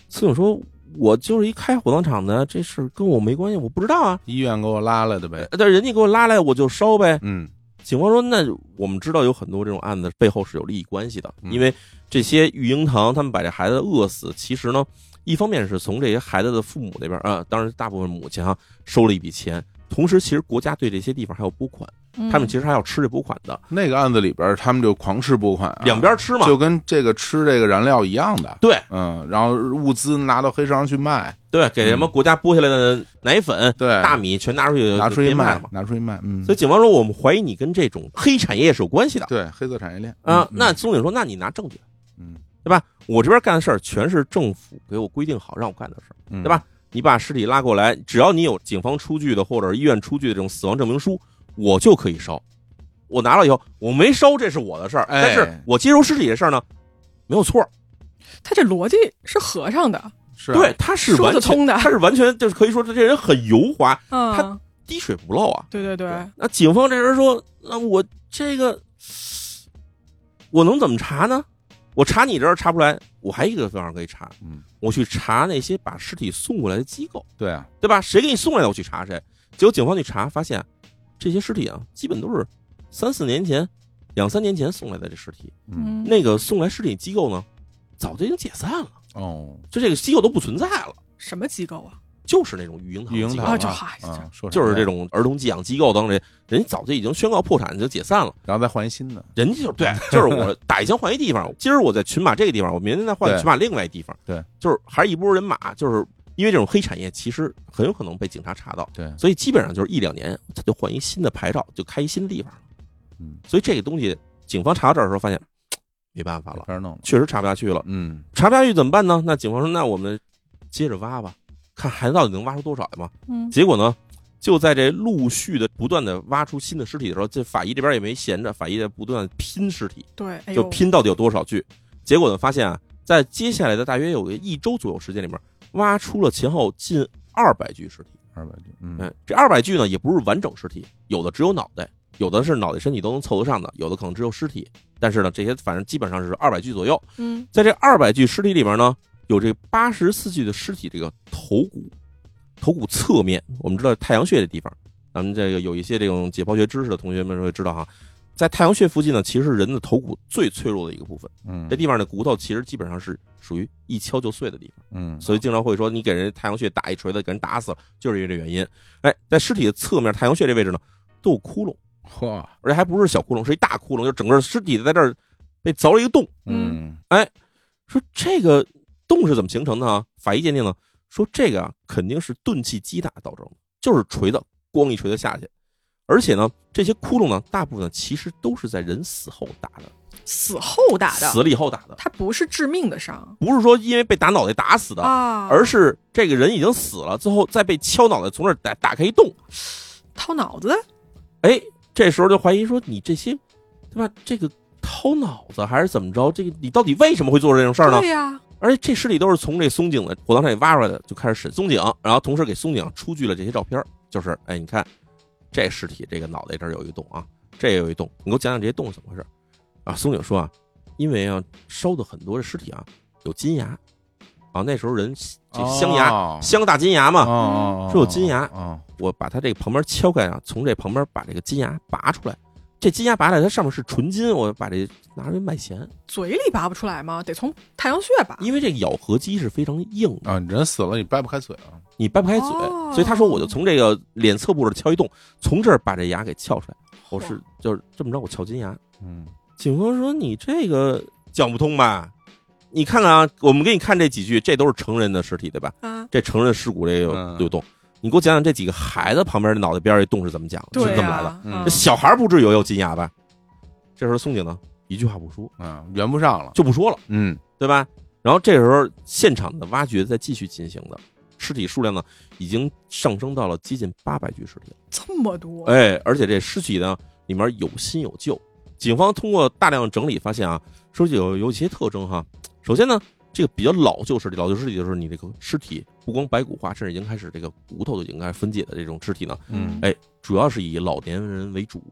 Speaker 6: 松井说：“我就是一开火葬场的，这事儿跟我没关系，我不知道啊。呃
Speaker 12: 医院给我拉来的呗。
Speaker 6: 但是人家给我拉来，我就烧呗。”
Speaker 12: 嗯，
Speaker 6: 警方说：“那我们知道有很多这种案子背后是有利益关系的，
Speaker 12: 嗯
Speaker 6: 因为这些育婴堂他们把这孩子饿死，其实呢，一方面是从这些孩子的父母那边啊、当然大部分母亲啊收了一笔钱，同时其实国家对这些地方还有拨款，
Speaker 12: 嗯
Speaker 6: 他们其实还要吃这拨款的。
Speaker 12: 那个案子里边，他们就狂吃拨款、啊，
Speaker 6: 两边吃嘛
Speaker 12: 就跟这个吃这个燃料一样的。
Speaker 6: 对，
Speaker 12: 嗯，然后物资拿到黑市上去卖，嗯
Speaker 6: 对，给什么国家拨下来的奶粉、
Speaker 12: 对
Speaker 6: 大米全拿出去
Speaker 12: 拿出去
Speaker 6: 给卖
Speaker 12: 卖
Speaker 6: 了嘛。，
Speaker 12: 拿出去卖，嗯，
Speaker 6: 所以警方说，我们怀疑你跟这种黑产业是有关系的。
Speaker 12: 对黑色产业链
Speaker 6: 啊、那松井说，那你拿证据，
Speaker 12: 嗯，
Speaker 6: 对吧？我这边干的事儿全是政府给我规定好让我干的事儿，
Speaker 12: 嗯
Speaker 6: 对吧？你把尸体拉过来，只要你有警方出具的或者医院出具的这种死亡证明书，我就可以烧。我拿了以后，我没烧，这是我的事儿。
Speaker 12: 哎
Speaker 6: 但是我接收尸体这事儿呢，没有错儿，
Speaker 11: 他这逻辑是合上的，
Speaker 12: 是啊
Speaker 6: 对，他是
Speaker 11: 说
Speaker 6: 完
Speaker 11: 得
Speaker 6: 全
Speaker 11: 通的
Speaker 6: 他是完全就是可以说这人很油滑，
Speaker 11: 嗯，
Speaker 6: 滴水不漏啊。
Speaker 11: 对对对，
Speaker 6: 那警方这人说，那我这个我能怎么查呢？我查你这儿查不出来，我还有一个方法可以查，
Speaker 12: 嗯，
Speaker 6: 我去查那些把尸体送过来的机构，
Speaker 12: 对啊，
Speaker 6: 对吧？谁给你送来的，我去查谁。结果警方去查，发现这些尸体啊，基本都是三四年前、两三年前送来的这尸体。
Speaker 12: 嗯
Speaker 6: 那个送来尸体机构呢，早就已经解散了，
Speaker 12: 哦，
Speaker 6: 就这个机构都不存在了，
Speaker 11: 什么机构啊？
Speaker 6: 就是那种育婴堂
Speaker 12: 育婴
Speaker 6: 机构
Speaker 12: 堂
Speaker 11: 啊这
Speaker 12: 啊啊，说
Speaker 6: 就是这
Speaker 12: 种。
Speaker 6: 种儿童寄养机构当中，人家早就已经宣告破产，就解散了。
Speaker 12: 然后再换一新的，
Speaker 6: 人家就对， 就是我打一枪换一地方，今儿我在群马这个地方，我明天再换
Speaker 12: 对
Speaker 6: 群马另外一地方，
Speaker 12: 对，
Speaker 6: 就是还是一波人马，就是因为这种黑产业其实很有可能被警察查到，
Speaker 12: 对
Speaker 6: 所以基本上就是一两年他就换一新的牌照，就开一新的地方，
Speaker 12: 嗯，
Speaker 6: 所以这个东西警方查到这儿的时候发现没办法了，
Speaker 12: 法弄了
Speaker 6: 确实查不下去了，
Speaker 12: 嗯，
Speaker 6: 查不下去怎么办呢？那警方说，那我们接着挖吧，看孩子到底能挖出多少来嘛。
Speaker 12: 嗯
Speaker 6: 结果呢，就在这陆续的不断的挖出新的尸体的时候，这法医这边也没闲着，法医在不断地拼尸体，
Speaker 11: 对哎呦
Speaker 6: 就拼到底有多少具。结果呢，发现啊，在接下来的大约有个一周左右时间里面，挖出了前后近二百具尸体。
Speaker 12: 二百具，嗯，
Speaker 6: 嗯，这二百具呢，也不是完整尸体，有的只有脑袋，有的是脑袋身体都能凑得上的，有的可能只有尸体。但是呢，这些反正基本上是二百具左右。
Speaker 11: 嗯，
Speaker 6: 在这二百具尸体里面呢，有这八十四具的尸体，这个头骨，头骨侧面，我们知道太阳穴的地方，咱们这个有一些这种解剖学知识的同学们会知道哈，在太阳穴附近呢，其实是人的头骨最脆弱的一个部分。
Speaker 12: 嗯
Speaker 6: 这地方的骨头其实基本上是属于一敲就碎的地方。
Speaker 12: 嗯
Speaker 6: 所以经常会说你给人太阳穴打一锤子，给人打死了，就是因为这原因。哎，在尸体的侧面太阳穴这位置呢，都有窟窿，
Speaker 12: 嚯，
Speaker 6: 而且还不是小窟窿，是一大窟窿，就整个尸体在这儿被凿了一个洞。
Speaker 12: 嗯，
Speaker 6: 哎，说这个洞是怎么形成的啊？法医鉴定呢，说这个啊肯定是钝器击打造成的，就是锤子咣一锤子下去，而且呢，这些窟窿呢，大部分呢其实都是在人死后打的，
Speaker 11: 死后打的，
Speaker 6: 死了以后打的。
Speaker 11: 他不是致命的伤，
Speaker 6: 不是说因为被打脑袋打死的，
Speaker 11: 啊
Speaker 6: 而是这个人已经死了，最后再被敲脑袋，从这儿打打开一洞。
Speaker 11: 掏脑子，
Speaker 6: 哎，这时候就怀疑说你这些，对吧？这个掏脑子还是怎么着？这个你到底为什么会做这种事儿呢？
Speaker 11: 对呀、
Speaker 6: 而且这尸体都是从这松井啊的火葬场里挖出来的，就开始审松井，然后同时给松井出具了这些照片儿，就是哎，你看这尸体这个脑袋这儿有一个洞啊，这也有一洞，你给我讲讲这些洞是怎么回事儿啊？松井说啊，因为啊烧的很多的尸体啊有金牙啊，那时候人这镶牙、
Speaker 12: 哦
Speaker 6: 镶大金牙嘛，
Speaker 12: 哦哦
Speaker 6: 说有金牙，
Speaker 12: 哦
Speaker 6: 我把它这个旁边敲开啊，从这旁边把这个金牙拔出来，这金牙拔出来它上面是纯金，我把这拿出去卖钱，
Speaker 11: 嘴里拔不出来吗？得从太阳穴拔。
Speaker 6: 因为这咬合肌是非常硬
Speaker 12: 啊，人死了你掰不开嘴啊，
Speaker 6: 你掰不开嘴，
Speaker 11: 哦
Speaker 6: 所以他说我就从这个呃脸侧部这儿敲一洞，从这儿把这牙给撬出来，我是就是这么着我撬金牙。
Speaker 12: 嗯，
Speaker 6: 警方说你这个讲不通吧？你看看啊，我们给你看这几具，这都是成人的尸体对吧？
Speaker 11: 啊
Speaker 6: 这成人尸骨这有有洞。你给我讲讲这几个孩子旁边的脑袋边儿这洞是怎么讲的，
Speaker 11: 对啊
Speaker 6: 是怎么来的？
Speaker 11: 嗯
Speaker 6: 这小孩儿不至于有金牙吧？这时候松井呢一句话不说，
Speaker 12: 嗯，圆不上了，
Speaker 6: 就不说了，
Speaker 12: 嗯，
Speaker 6: 对吧？然后这时候现场的挖掘在继续进行的，尸体数量呢已经上升到了接近八百具尸体了。
Speaker 11: 这么多，
Speaker 6: 哎，而且这尸体呢里面有新有旧。警方通过大量整理发现啊，说有有一些特征哈。首先呢，这个比较老旧尸体，老旧尸体就是你这个尸体不光白骨化，甚至已经开始这个骨头就已经开始分解的这种尸体呢，
Speaker 12: 嗯
Speaker 6: 哎，主要是以老年人为主，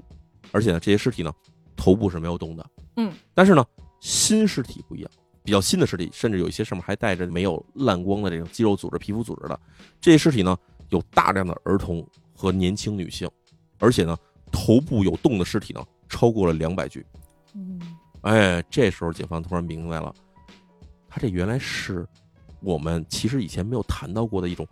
Speaker 6: 而且呢，这些尸体呢头部是没有动的，
Speaker 11: 嗯，
Speaker 6: 但是呢，新尸体不一样，比较新的尸体，甚至有一些上面还带着没有烂光的这种肌肉组织、皮肤组织的这些尸体呢，有大量的儿童和年轻女性，而且呢，头部有洞的尸体呢，超过了两百具。
Speaker 11: 嗯
Speaker 6: 哎，这时候警方突然明白了，他这原来是我们其实以前没有谈到过的一种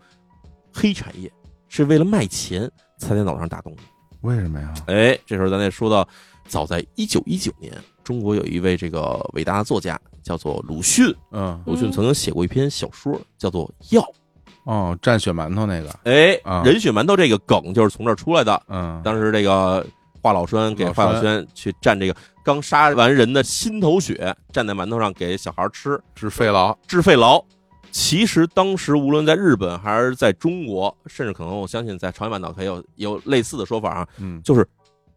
Speaker 6: 黑产业，是为了卖钱才在脑袋上打洞的。
Speaker 12: 为什么呀？
Speaker 6: 哎，这时候咱得说到，早在一九一九年，中国有一位这个伟大的作家叫做鲁迅，
Speaker 12: 嗯，
Speaker 6: 鲁迅曾经写过一篇小说叫做《药》，
Speaker 12: 哦，蘸血馒头那个，
Speaker 6: 哎
Speaker 12: 啊，
Speaker 6: 人血馒头这个梗就是从这儿出来的。
Speaker 12: 嗯，
Speaker 6: 当时这个华老栓给华老
Speaker 12: 老
Speaker 6: 栓
Speaker 12: 栓
Speaker 6: 去蘸这个刚杀完人的心头血，蘸在馒头上给小孩吃，
Speaker 12: 治肺痨，
Speaker 6: 治肺痨。其实当时无论在日本还是在中国，甚至可能我相信在朝鲜半岛还有有类似的说法啊，
Speaker 12: 嗯
Speaker 6: 就是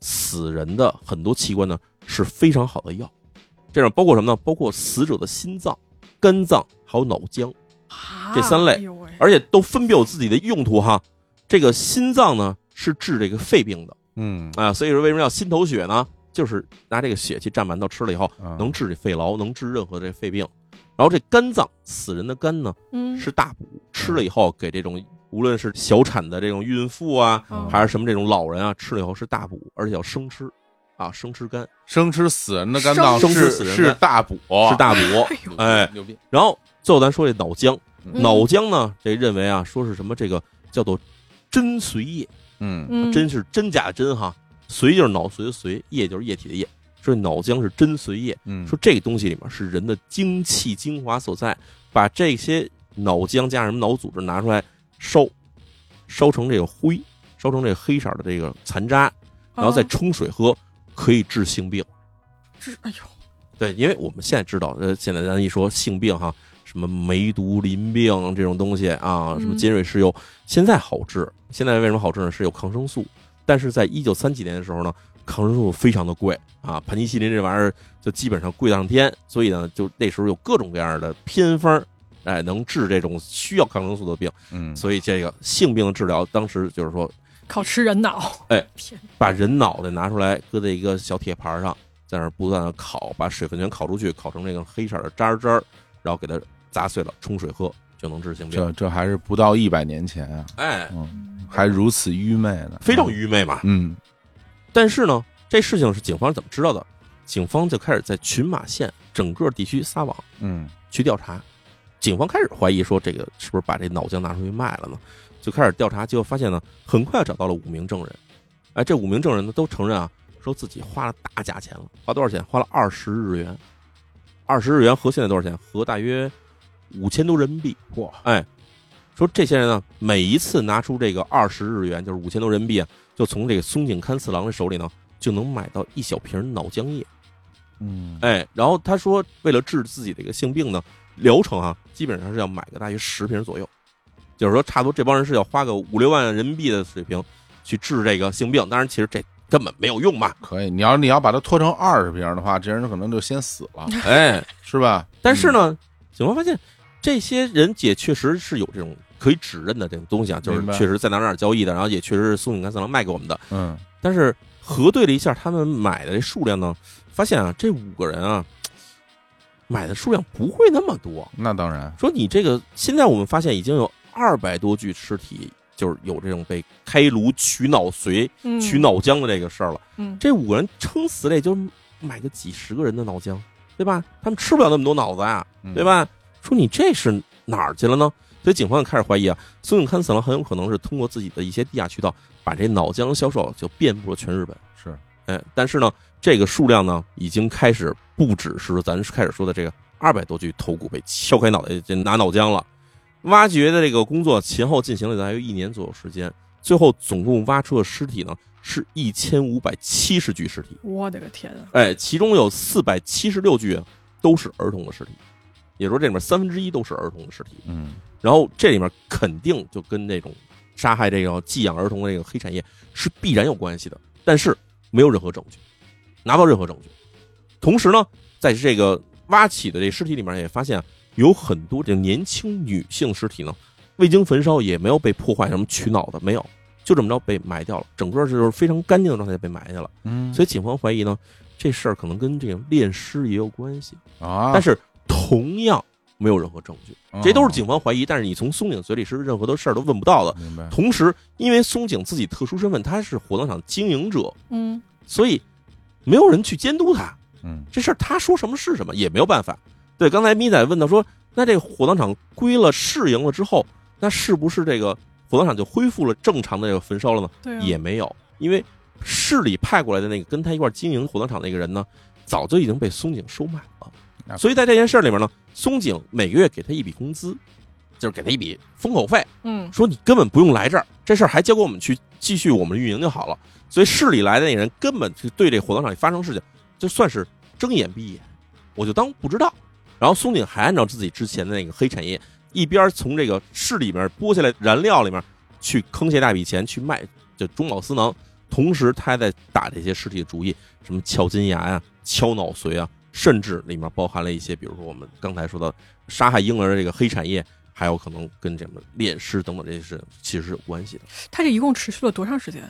Speaker 6: 死人的很多器官呢是非常好的药，这种包括什么呢？包括死者的心脏、肝脏还有脑浆这
Speaker 11: 啊
Speaker 6: 三
Speaker 11: 哎
Speaker 6: 类，而且都分别有自己的用途哈。这个心脏呢是治这个肺病的，
Speaker 12: 嗯
Speaker 6: 啊，所以说为什么叫心头血呢？就是拿这个血去蘸馒头吃了以后，
Speaker 12: 嗯
Speaker 6: 能治这肺痨，能治任何这肺病。然后这肝脏，死人的肝呢，
Speaker 11: 嗯
Speaker 6: 是大补，吃了以后给这种无论是小产的这种孕妇啊，还是什么这种老人啊，吃了以后是大补，而且要生吃，啊，生吃肝，
Speaker 12: 生吃死人的肝脏
Speaker 6: 生吃
Speaker 12: 是
Speaker 6: 死人
Speaker 12: 是
Speaker 6: 的
Speaker 12: 大补，，
Speaker 6: 是大补 哎
Speaker 12: 牛逼，
Speaker 6: 然后最后咱说这脑浆，
Speaker 12: 嗯
Speaker 6: 脑浆呢，这认为啊，说是什么这个叫做真髓液，
Speaker 12: 嗯
Speaker 6: 真是真假的真哈，髓就是脑髓的髓，液就是液体的液。说这脑浆是真髓液，
Speaker 12: 嗯
Speaker 6: 说这个东西里面是人的精气精华所在，把这些脑浆加上什么脑组织拿出来烧，烧成这个灰，烧成这个黑色的这个残渣，然
Speaker 11: 啊
Speaker 6: 后再冲水喝，可以治性病。
Speaker 11: 是哎呦，
Speaker 6: 对，因为我们现在知道，呃，现在咱一说性病哈，什么梅毒、淋病这种东西啊，什么
Speaker 11: 嗯
Speaker 6: 尖锐湿疣，现在好治。现在为什么好治呢？是有抗生素，但是在一九三几年的时候呢，抗生素非常的贵啊，盘尼西林这玩意儿就基本上贵上天，所以呢，就那时候有各种各样的偏方儿，哎，能治这种需要抗生素的病。
Speaker 12: 嗯
Speaker 6: 所以这个性病的治疗，当时就是说
Speaker 11: 靠吃人 脑，
Speaker 6: 哎
Speaker 11: 天，
Speaker 6: 把人脑袋拿出来，搁在一个小铁盘上，在那儿不断的烤，把水分全烤出去，烤成那个黑色的渣儿渣儿，然后给它砸碎了，冲水喝就能治性病。
Speaker 12: 这这还是不到一百年前啊，
Speaker 6: 哎
Speaker 12: 嗯，还如此愚昧呢，
Speaker 6: 非常愚昧嘛
Speaker 12: 嗯，
Speaker 6: 但是呢，这事情是警方是怎么知道的？警方就开始在群马县整个地区撒网，
Speaker 12: 嗯，
Speaker 6: 去调查。警方开始怀疑说，这个是不是把这脑浆拿出去卖了呢？就开始调查，结果发现呢，很快找到了五名证人。哎，这五名证人呢都承认啊，说自己花了大价钱了，花多少钱？花了二十日元，二十日元合现在多少钱？合大约五千多人民币。
Speaker 12: 哇！
Speaker 6: 哎，说这些人呢，每一次拿出这个二十日元，就是五千多人民币啊，就从这个松井勘次郎的手里呢，就能买到一小瓶脑 浆液。
Speaker 12: 嗯，
Speaker 6: 哎，然后他说，为了治自己这个性病呢，疗程啊，基本上是要买个大约十瓶左右，就是说，差不多这帮人是要花个五六万人民币的水平去治这个性病。当然，其实这根本没有用嘛。
Speaker 12: 可以，你要你要把它拖成二十瓶的话，这人可能就先死了，
Speaker 6: 哎，
Speaker 12: 是吧？
Speaker 6: 但是呢，警方发现这些人也确实是有这种可以指认的这种东西啊，就是
Speaker 12: 嗯明白
Speaker 6: 确实在哪儿哪儿交易的，然后也确实是松井干次郎卖给我们的。
Speaker 12: 嗯，
Speaker 6: 但是
Speaker 3: 核对了一下他们买的这数量呢，发现啊，这五个人啊，买的数量不会那么多。
Speaker 12: 那当然，
Speaker 3: 说你这个，现在我们发现已经有二百多具尸体，就是有这种被开颅取脑髓、
Speaker 14: 嗯
Speaker 3: 取脑浆的这个事儿了。
Speaker 14: 嗯
Speaker 3: 这五个人撑死了也就买个几十个人的脑浆，对吧？他们吃不了那么多脑子啊，对吧？说你这是哪儿去了呢？所以警方也开始怀疑啊，松永勘次郎很有可能是通过自己的一些地下渠道，把这脑浆销售就遍布了全日本。
Speaker 12: 是，
Speaker 3: 哎，但是呢，这个数量呢，已经开始不只是咱开始说的这个二百多具头骨被敲开脑袋就拿脑浆了。挖掘的这个工作前后进行了大约一年左右时间，最后总共挖出的尸体呢是一千五百七十具尸体，
Speaker 11: 我的个天啊！
Speaker 3: 哎，其中有四百七十六具啊都是儿童的尸体，也就是这里面三分之一都是儿童的尸体。
Speaker 12: 嗯，
Speaker 3: 然后这里面肯定就跟那种杀害这个寄养儿童的这个黑产业是必然有关系的，但是没有任何证据，拿不到任何证据。同时呢，在这个挖起的这尸体里面也发现啊有很多这年轻女性尸体呢，未经焚烧也没有被破坏什么取脑的没有，就这么着被埋掉了，整个就是非常干净的状态被埋下了。
Speaker 12: 嗯
Speaker 3: 所以警方怀疑呢，这事儿可能跟这个恋尸也有关系
Speaker 12: 啊
Speaker 3: 但是同样没有任何证据
Speaker 12: 哦，
Speaker 3: 这都是警方怀疑，但是你从松井嘴里是任何的事儿都问不到的。
Speaker 12: 明白
Speaker 3: 同时，因为松井自己特殊身份，他是火葬场经营者，
Speaker 11: 嗯
Speaker 3: 所以没有人去监督他。
Speaker 12: 嗯，
Speaker 3: 这事儿他说什么是什么，也没有办法。对，刚才咪仔问到说，那这个火葬场归了市营了之后，那是不是这个火葬场就恢复了正常的这个焚烧了呢？
Speaker 11: 对啊
Speaker 3: 也没有，因为市里派过来的那个跟他一块儿经营火葬场那个人呢，早就已经被松井收买了。所以在这件事儿里面呢，松井每个月给他一笔工资，就是给他一笔封口费，
Speaker 11: 嗯
Speaker 3: 说你根本不用来这儿，这事儿还交给我们去继续我们运营就好了。所以市里来的那人根本就对这火葬场里发生事情，就算是睁眼闭眼，我就当不知道。然后松井还按照自己之前的那个黑产业，一边从这个市里面剥下来燃料里面去坑下大笔钱去卖，就中饱私囊。同时，他还在打这些尸体的主意，什么敲金牙呀、敲脑髓啊，甚至里面包含了一些，比如说我们刚才说的杀害婴儿的这个黑产业，还有可能跟这个恋尸等等这些事其实是有关系的。
Speaker 11: 他这一共持续了多长时间？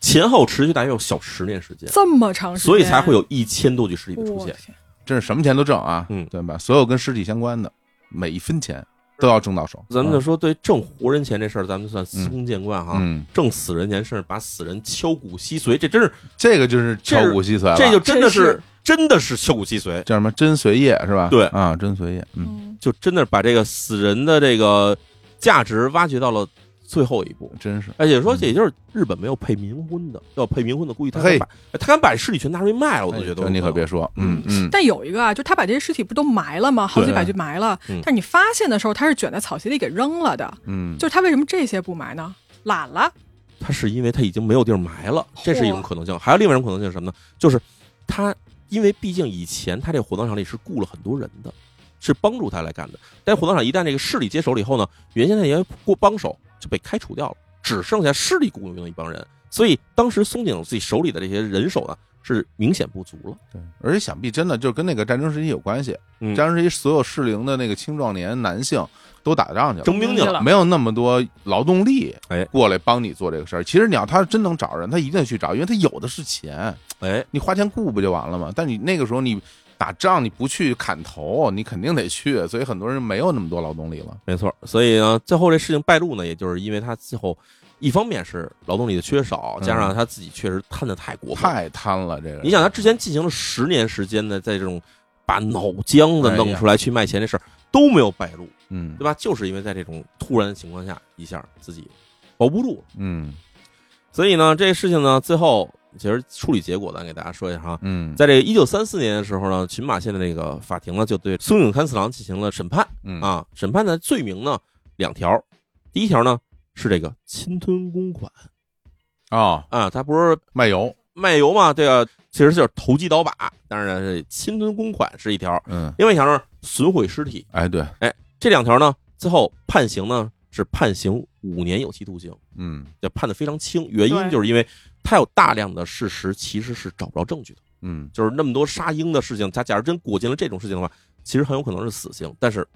Speaker 3: 前后持续大约有小十年时间，
Speaker 11: 这么长时间，
Speaker 3: 所以才会有一千多具尸体的出
Speaker 11: 我
Speaker 3: 现
Speaker 11: 的。天
Speaker 12: 这是什么钱都挣啊，嗯，对吧？所有跟尸体相关的每一分钱都要挣到手。
Speaker 3: 咱们
Speaker 12: 嗯
Speaker 3: 就说对挣活人钱这事儿，咱们算司空见惯哈。
Speaker 12: 嗯嗯
Speaker 3: 挣死人钱，甚至把死人敲骨吸髓，这真是
Speaker 12: 这个就是
Speaker 3: 这是
Speaker 12: 敲骨吸髓了
Speaker 3: 这就真的
Speaker 12: 真
Speaker 3: 是
Speaker 12: 是
Speaker 3: 真的是敲骨吸髓，
Speaker 12: 叫什么真髓液是吧？
Speaker 3: 对
Speaker 12: 啊，真髓液，嗯，
Speaker 3: 就真的把这个死人的这个价值挖掘到了最后一步，
Speaker 12: 真是。
Speaker 3: 而且说，也就是日本没有配冥婚的，要配冥婚的，估计他敢把他敢把尸体全拿出去卖了，我都觉得
Speaker 12: 哎这你可别说，嗯嗯，
Speaker 11: 但有一个啊，就他把这些尸体不都埋了吗？好几
Speaker 12: 对
Speaker 11: 百具埋了，
Speaker 12: 嗯
Speaker 11: 但是你发现的时候，他是卷在草席里给扔了的。
Speaker 12: 嗯
Speaker 11: 就是他为什么这些不埋呢？懒了。
Speaker 3: 他是因为他已经没有地儿埋了，这是一
Speaker 10: 哦
Speaker 3: 种可能性。还有另外一种可能性是什么呢？就是他因为毕竟以前他这火葬场里是雇了很多人的，是帮助他来干的。但火葬场一旦这个市里接手了以后呢，原先那些过帮手就被开除掉了，只剩下市里雇佣的一帮人。所以当时松井自己手里的这些人手呢，是明显不足了。
Speaker 12: 对，而且想必真的就跟那个战争时期有关系。
Speaker 3: 嗯
Speaker 12: 战争时期所有适龄的那个青壮年男性都打仗去了，
Speaker 3: 征兵去了
Speaker 12: 没有那么多劳动力，
Speaker 3: 哎，
Speaker 12: 过来帮你做这个事儿。其实你要他真能找人，他一定去找，因为他有的是钱，
Speaker 3: 哎，
Speaker 12: 你花钱雇不就完了吗？但你那个时候你打仗，你不去砍头，你肯定得去，所以很多人没有那么多劳动力了。
Speaker 3: 没错，所以呢，最后这事情败露呢，也就是因为他最后一方面是劳动力的缺少，
Speaker 12: 嗯
Speaker 3: 加上他自己确实贪的太过分，
Speaker 12: 太贪了这个人
Speaker 3: 你想，他之前进行了十年时间的，在这种把脑浆子弄出来去卖钱这事儿都没有败露，
Speaker 12: 嗯
Speaker 3: 对吧？就是因为在这种突然的情况下，一下自己保不住了。
Speaker 12: 嗯
Speaker 3: 所以呢，这事情呢，最后其实处理结果咱给大家说一下哈。
Speaker 12: 嗯
Speaker 3: 在这个一九三四年的时候呢，群马县的那个法庭呢，就对松永勘次郎进行了审判。
Speaker 12: 嗯
Speaker 3: 啊，审判的罪名呢两条，第一条呢是这个侵吞公款
Speaker 12: 啊
Speaker 3: 啊，他不是
Speaker 12: 卖油
Speaker 3: 卖油嘛，这个其实就是投机倒把，当然是侵吞公款是一条，
Speaker 12: 嗯，
Speaker 3: 另外一条呢损毁尸体，
Speaker 12: 哎对，
Speaker 3: 哎，这两条呢最后判刑呢是判刑五年有期徒刑，
Speaker 12: 嗯，
Speaker 3: 就判的非常轻，原因
Speaker 12: 对
Speaker 3: 就是因为他有大量的事实其实是找不着证据的。
Speaker 12: 嗯
Speaker 3: 就是那么多杀婴的事情，他假如真裹进了这种事情的话，其实很有可能是死刑，但是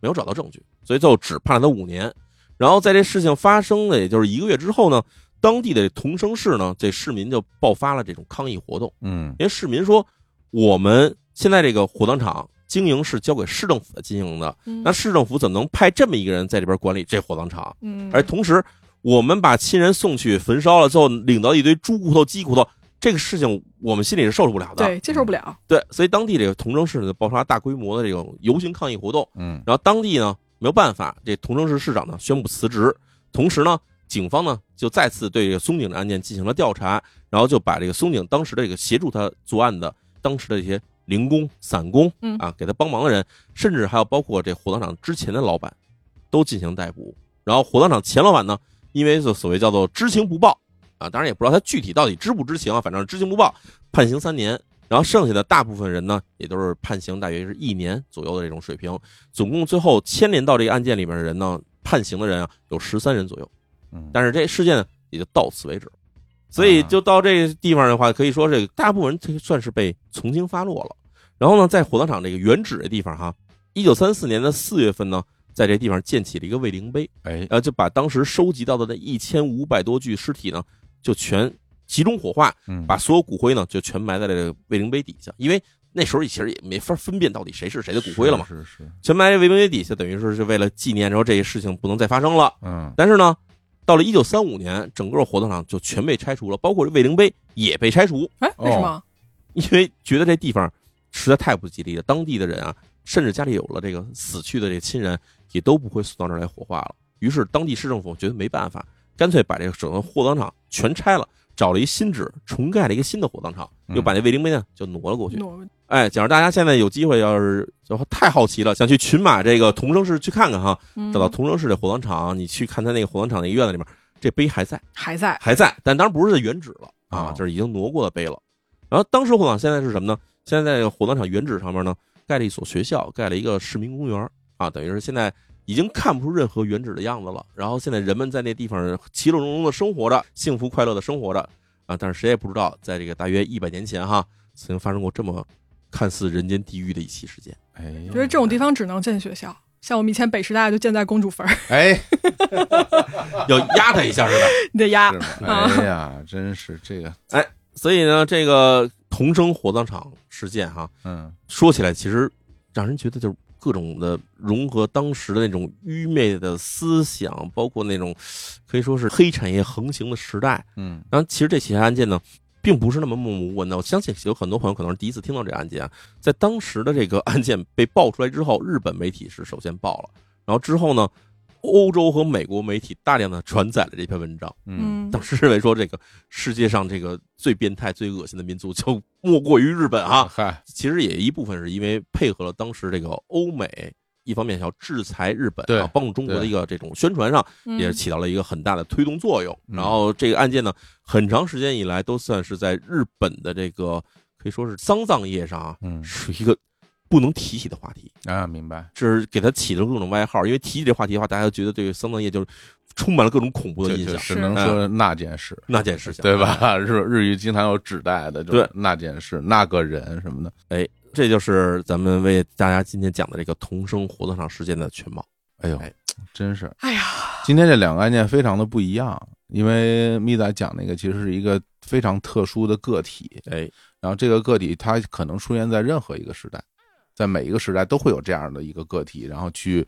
Speaker 3: 没有找到证据，所以最后只判了他五年。然后在这事情发生的也就是一个月之后呢，
Speaker 6: 当地的同生市呢，这市民就爆发了这种抗议活动，
Speaker 4: 嗯，
Speaker 6: 因为市民说我们现在这个火葬场经营是交给市政府经营的，
Speaker 5: 嗯
Speaker 6: 那市政府怎么能派这么一个人在这边管理这火葬场？
Speaker 5: 嗯
Speaker 6: 而同时我们把亲人送去焚烧了之后，领到一堆猪骨头、鸡骨头，这个事情我们心里是受受不了的，
Speaker 11: 对，接受不了。
Speaker 6: 对，所以当地这个同城市呢爆发大规模的这种游行抗议活动，
Speaker 4: 嗯，
Speaker 6: 然后当地呢没有办法，这同城市市长呢宣布辞职，同时呢，警方呢就再次对这个松井的案件进行了调查，然后就把这个松井当时的这个协助他作案的当时的这些零工、散工，
Speaker 5: 嗯
Speaker 6: 啊，给他帮忙的人，甚至还有包括这火葬场之前的老板，都进行逮捕。然后火葬场前老板呢，因为就所谓叫做知情不报啊，当然也不知道他具体到底知不知情啊，反正知情不报，判刑三年。然后剩下的大部分人呢，也都是判刑大约是一年左右的这种水平。总共最后牵连到这个案件里面的人呢，判刑的人啊有十三人左右。
Speaker 4: 嗯，
Speaker 6: 但是这事件呢也就到此为止。所以
Speaker 12: 啊
Speaker 6: 就到这个地方的话，可以说这个大部分人算是被从轻发落了。然后呢，在火葬场这个原址的地方哈，一九三四年的四月份呢，在这地方建起了一个慰灵碑，
Speaker 4: 哎，
Speaker 6: 呃，就把当时收集到的那一千五百多具尸体呢，就全集中火化，
Speaker 4: 嗯
Speaker 6: 把所有骨灰呢就全埋在了这个慰灵碑底下，因为那时候其实也没法分辨到底谁是谁的骨灰了嘛，
Speaker 12: 是是是
Speaker 6: 全埋在慰灵碑底下，等于说是为了纪念，然后这些事情不能再发生了。
Speaker 4: 嗯
Speaker 6: 但是呢，到了一九三五年，整个火葬场就全被拆除了，包括这卫灵碑也被拆除。
Speaker 11: 哎，为什么？
Speaker 6: 因为哎觉得这地方实在太不吉利了，当地的人啊，甚至家里有了这个死去的这亲人，也都不会送到这儿来火化了。于是当地市政府觉得没办法，干脆把这个整个火葬场全拆了，找了一新址，重盖了一个新的火葬场，
Speaker 4: 嗯
Speaker 6: 又把那卫灵碑呢就挪了过去。
Speaker 11: 挪
Speaker 6: 哎，假如大家现在有机会，要是就太好奇了，想去群马这个同城市去看看哈
Speaker 11: 嗯，
Speaker 6: 找到同城市的火葬场，你去看他那个火葬场那个院子里面，这碑还在，
Speaker 11: 还在，
Speaker 6: 还在，但当然不是原址了啊，就是已经挪过的碑了。然后当时火葬场现在是什么呢？现在在火葬场原址上面呢，盖了一所学校，盖了一个市民公园啊，等于是现在已经看不出任何原址的样子了。然后现在人们在那地方其乐融融的生活着，幸福快乐的生活着啊，但是谁也不知道，在这个大约一百年前哈，曾经发生过这么看似人间地狱的一起事件。
Speaker 4: 哎，
Speaker 11: 觉得这种地方只能建学校，像我们以前北师大就建在公主坟儿，
Speaker 4: 哎，
Speaker 6: 要压他一下是吧？
Speaker 11: 你得压
Speaker 12: 哎
Speaker 11: 啊，
Speaker 12: 呀，真是这个，
Speaker 6: 哎，所以呢，这个童生火葬场事件哈，
Speaker 4: 嗯，
Speaker 6: 说起来其实让人觉得就是各种的融合当时的那种愚昧的思想，包括那种可以说是黑产业横行的时代。
Speaker 4: 嗯，
Speaker 6: 然后其实这起案件呢，并不是那么默默无闻的。我相信有很多朋友可能是第一次听到这个案件啊，在当时的这个 案件被爆出来之后，日本媒体是首先报了，然后之后呢，欧洲和美国媒体大量的转载了这篇文章。
Speaker 11: 嗯
Speaker 6: 当时 认为说这个世界上这个最变态、最恶心的民族就莫过于日本啊。
Speaker 12: 嗨，
Speaker 6: 其实也一部分是因为配合了当时这个欧美。一方面想要制裁日本，
Speaker 12: 对
Speaker 6: 啊，帮助中国的
Speaker 12: 对
Speaker 6: 一个这种宣传上，
Speaker 12: 嗯
Speaker 6: 也是起到了一个很大的推动作用。然后这个案件呢，很长时间以来都算是在日本的这个可以说是丧葬业上啊，
Speaker 4: 嗯
Speaker 6: 是一个不能提起的话题
Speaker 12: 啊，明白？
Speaker 6: 这是给他起了各种外号，因为提起这话题的话，大家都觉得对丧葬业就是充满了各种恐怖的
Speaker 12: 就
Speaker 6: 印
Speaker 12: 就
Speaker 6: 象，嗯
Speaker 12: 只能说那件事，
Speaker 6: 那件事情嗯
Speaker 12: 对吧？日日语经常有指代的，就是
Speaker 6: 对
Speaker 12: 那件事、那个人什么的。
Speaker 6: 哎，这就是咱们为大家今天讲的这个童生火葬场事件的全貌。
Speaker 12: 哎呦，真是，啊
Speaker 11: 哎呀，
Speaker 12: 今天这两个案件非常的不一样，因为密达讲那个其实是一个非常特殊的个体，
Speaker 6: 哎，
Speaker 12: 然后这个个体它可能出现在任何一个时代，在每一个时代都会有这样的一个个体，然后去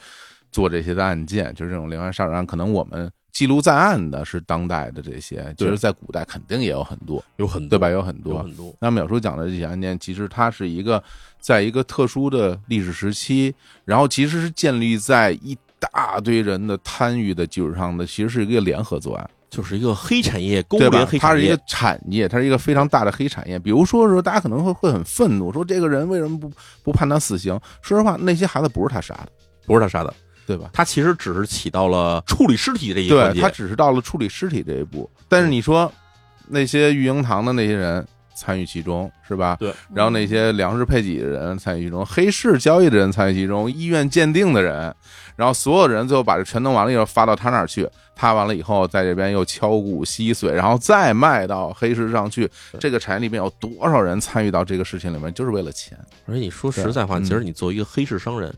Speaker 12: 做这些的案件，就是这种连环杀人案，可能我们。记录在案的是当代的这些，其
Speaker 6: 对
Speaker 12: 实，在古代肯定也有很多，
Speaker 6: 有很多
Speaker 12: 对吧？有很多，
Speaker 6: 有很多。
Speaker 12: 那淼叔讲的这起案件，其实它是一个在一个特殊的历史时期，然后其实是建立在一大堆人的参与的基础上的，其实是一个联合作案，
Speaker 6: 就是一个黑产业勾
Speaker 12: 对
Speaker 6: 连
Speaker 12: 吧？
Speaker 6: 黑
Speaker 12: 它
Speaker 6: 产
Speaker 12: 是一
Speaker 6: 业
Speaker 12: 个，产业，它是一个非常大的黑产业。比如说说，大家可能会会很愤怒，说这个人为什么不不判他死刑？说实话，那些孩子不是他杀的，
Speaker 6: 不是他杀的，
Speaker 12: 对吧？
Speaker 6: 它其实只是起到了处理尸体这一环
Speaker 12: 对，
Speaker 6: 节。
Speaker 12: 他只是到了处理尸体这一步。但是你说那些育婴堂的那些人参与其中，是吧？
Speaker 6: 对。
Speaker 12: 然后那些粮食配给的人参与其中，黑市交易的人参与其中，医院鉴定的人，然后所有人最后把这全弄完了以后发到他那儿去，他完了以后在这边又敲鼓吸髓，然后再卖到黑市上去。这个产业里面有多少人参与到这个事情里面，就是为了钱？
Speaker 6: 而且你说实在话，
Speaker 12: 对嗯
Speaker 6: 其实你作为一个黑市商人，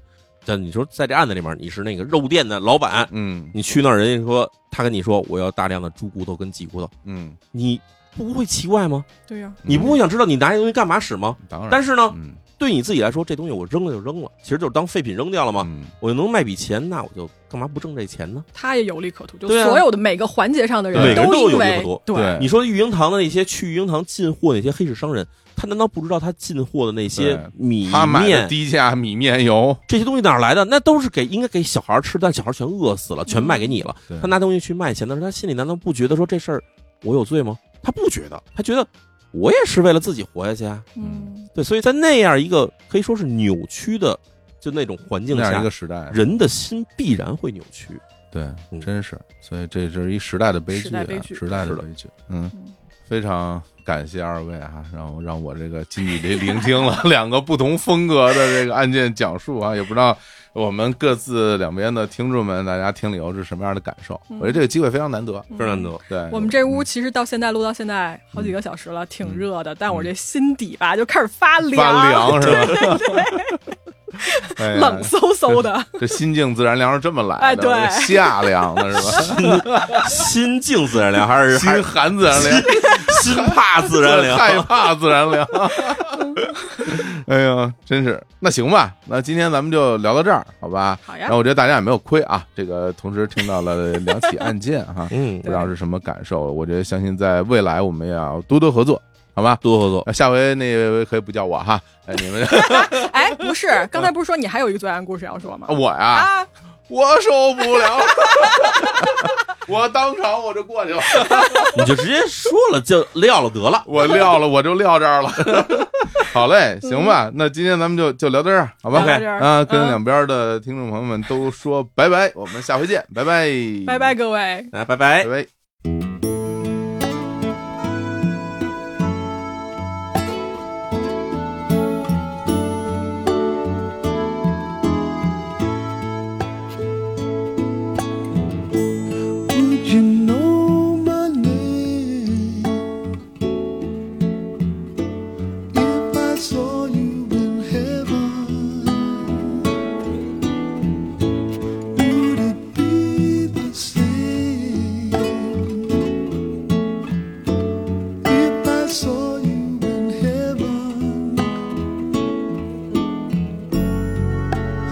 Speaker 3: 但你说在这案子里面，你是那个肉店的老板，
Speaker 2: 嗯，
Speaker 3: 你去那儿，人家说他跟你说我要大量的猪骨头跟鸡骨头，
Speaker 2: 嗯，
Speaker 3: 你不会奇怪吗？
Speaker 11: 对呀
Speaker 12: 嗯
Speaker 3: 你不会想知道你拿这东西干嘛使吗？
Speaker 2: 当然
Speaker 3: 但是呢，对你自己来说，这东西我扔了就扔了，其实就是当废品扔掉了嘛。
Speaker 12: 嗯
Speaker 3: 我就能卖笔钱，那我就干嘛不挣这钱呢？
Speaker 11: 他也有利可图，就
Speaker 3: 对啊
Speaker 11: 所有的每个环节上的
Speaker 3: 每
Speaker 11: 人
Speaker 3: 个人
Speaker 11: 都
Speaker 3: 都
Speaker 11: 因
Speaker 3: 有
Speaker 11: 为
Speaker 3: 利可图。
Speaker 11: 对，
Speaker 3: 你说育婴堂的那些去育婴堂进货那些黑市商人，他难道不知道他进货的那些
Speaker 12: 嗯
Speaker 2: 对
Speaker 3: 米
Speaker 2: 他买的
Speaker 3: 面、
Speaker 2: 低价米面油
Speaker 3: 这些东西哪儿来的？那都是给应该给小孩吃，但小孩全饿死了，全卖给你了。
Speaker 2: 对
Speaker 3: 他拿东西去卖钱的时候，他心里难道不觉得说这事儿我有罪吗？他不觉得，他觉得我也是为了自己活下去啊。
Speaker 11: 嗯，
Speaker 3: 对，所以在那样一个可以说是扭曲的就那种环境
Speaker 2: 那
Speaker 3: 下，
Speaker 2: 样一个时代啊
Speaker 3: 人的心必然会扭曲。
Speaker 2: 对，真是，所以这是一时代的悲剧
Speaker 3: 时代
Speaker 2: 啊
Speaker 3: 悲，剧
Speaker 2: 时代的
Speaker 3: 是的
Speaker 2: 悲剧。嗯，非常感谢二位啊，让我让我这个近距离聆听了 两个不同风格的这个案件讲述啊，也不知道我们各自两边的听众们，大家听了以后是什么样的感受？
Speaker 11: 嗯
Speaker 2: 我觉得这个机会非常难得，
Speaker 11: 非常难得。
Speaker 2: 对，
Speaker 11: 我们这屋其实到现在录到现在好几个小时了，挺热的，但我这心底吧就开始发凉，
Speaker 2: 发凉是吧
Speaker 11: 对对
Speaker 2: 哎呀
Speaker 11: 冷飕飕的。
Speaker 2: 这心静自然凉是这么来的，
Speaker 11: 哎对
Speaker 2: 夏凉的是吧？
Speaker 3: 心静自然凉还是
Speaker 2: 心寒自然凉？
Speaker 3: 心怕自然凉
Speaker 2: 害怕自然凉。 哎呀，真是，那行吧，那今天咱们就聊到这儿，好吧？
Speaker 11: 好呀
Speaker 2: 然后我觉得大家也没有亏啊，这个同时听到了两起案件哈，嗯，不知道是什么感受，我觉得相信在未来我们也要多多合作，好吧？
Speaker 3: 多合作，
Speaker 2: 下回那位可以不叫我哈， 哎，你们
Speaker 11: 哎，不是，刚才不是说你还有一个罪案故事要说吗？
Speaker 2: 我呀、
Speaker 11: 啊，
Speaker 2: 我受不了， 我当场我就过去了。
Speaker 3: 你就直接说了，就撂了得了。
Speaker 2: 我撂了，我就撂这儿了。 好嘞，行吧，那今天咱们就就聊到这儿，好吧？
Speaker 11: 聊到这儿
Speaker 2: 啊，
Speaker 11: 嗯
Speaker 2: 跟两边的听众朋友们都说拜拜，我们下回见，拜拜，
Speaker 11: 拜拜各位。
Speaker 3: 啊，拜拜，
Speaker 2: 拜拜。
Speaker 5: Would you know my name if I saw you in heaven? Would it be the same if I saw you in heaven?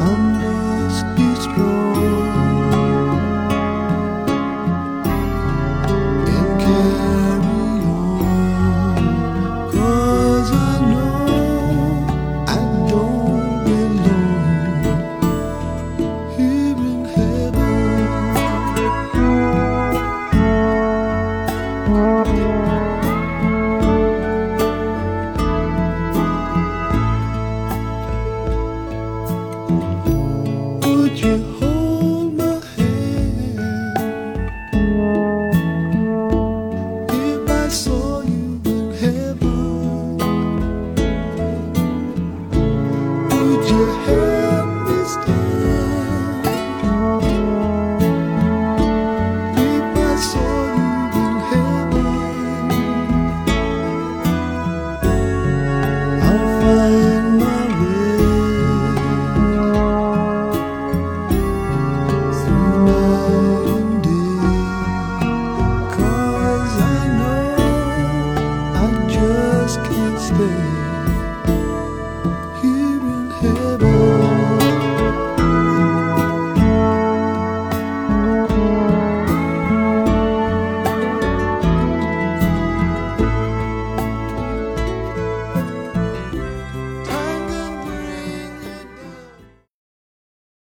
Speaker 5: I must be strong. And carry on, 'cause I know I don't belong here in heaven. Would you hold my hand? If I saw you in heaven, would you help me stand? If I saw you in heaven, I'll find my way through night and day. Cause I know I just can't stay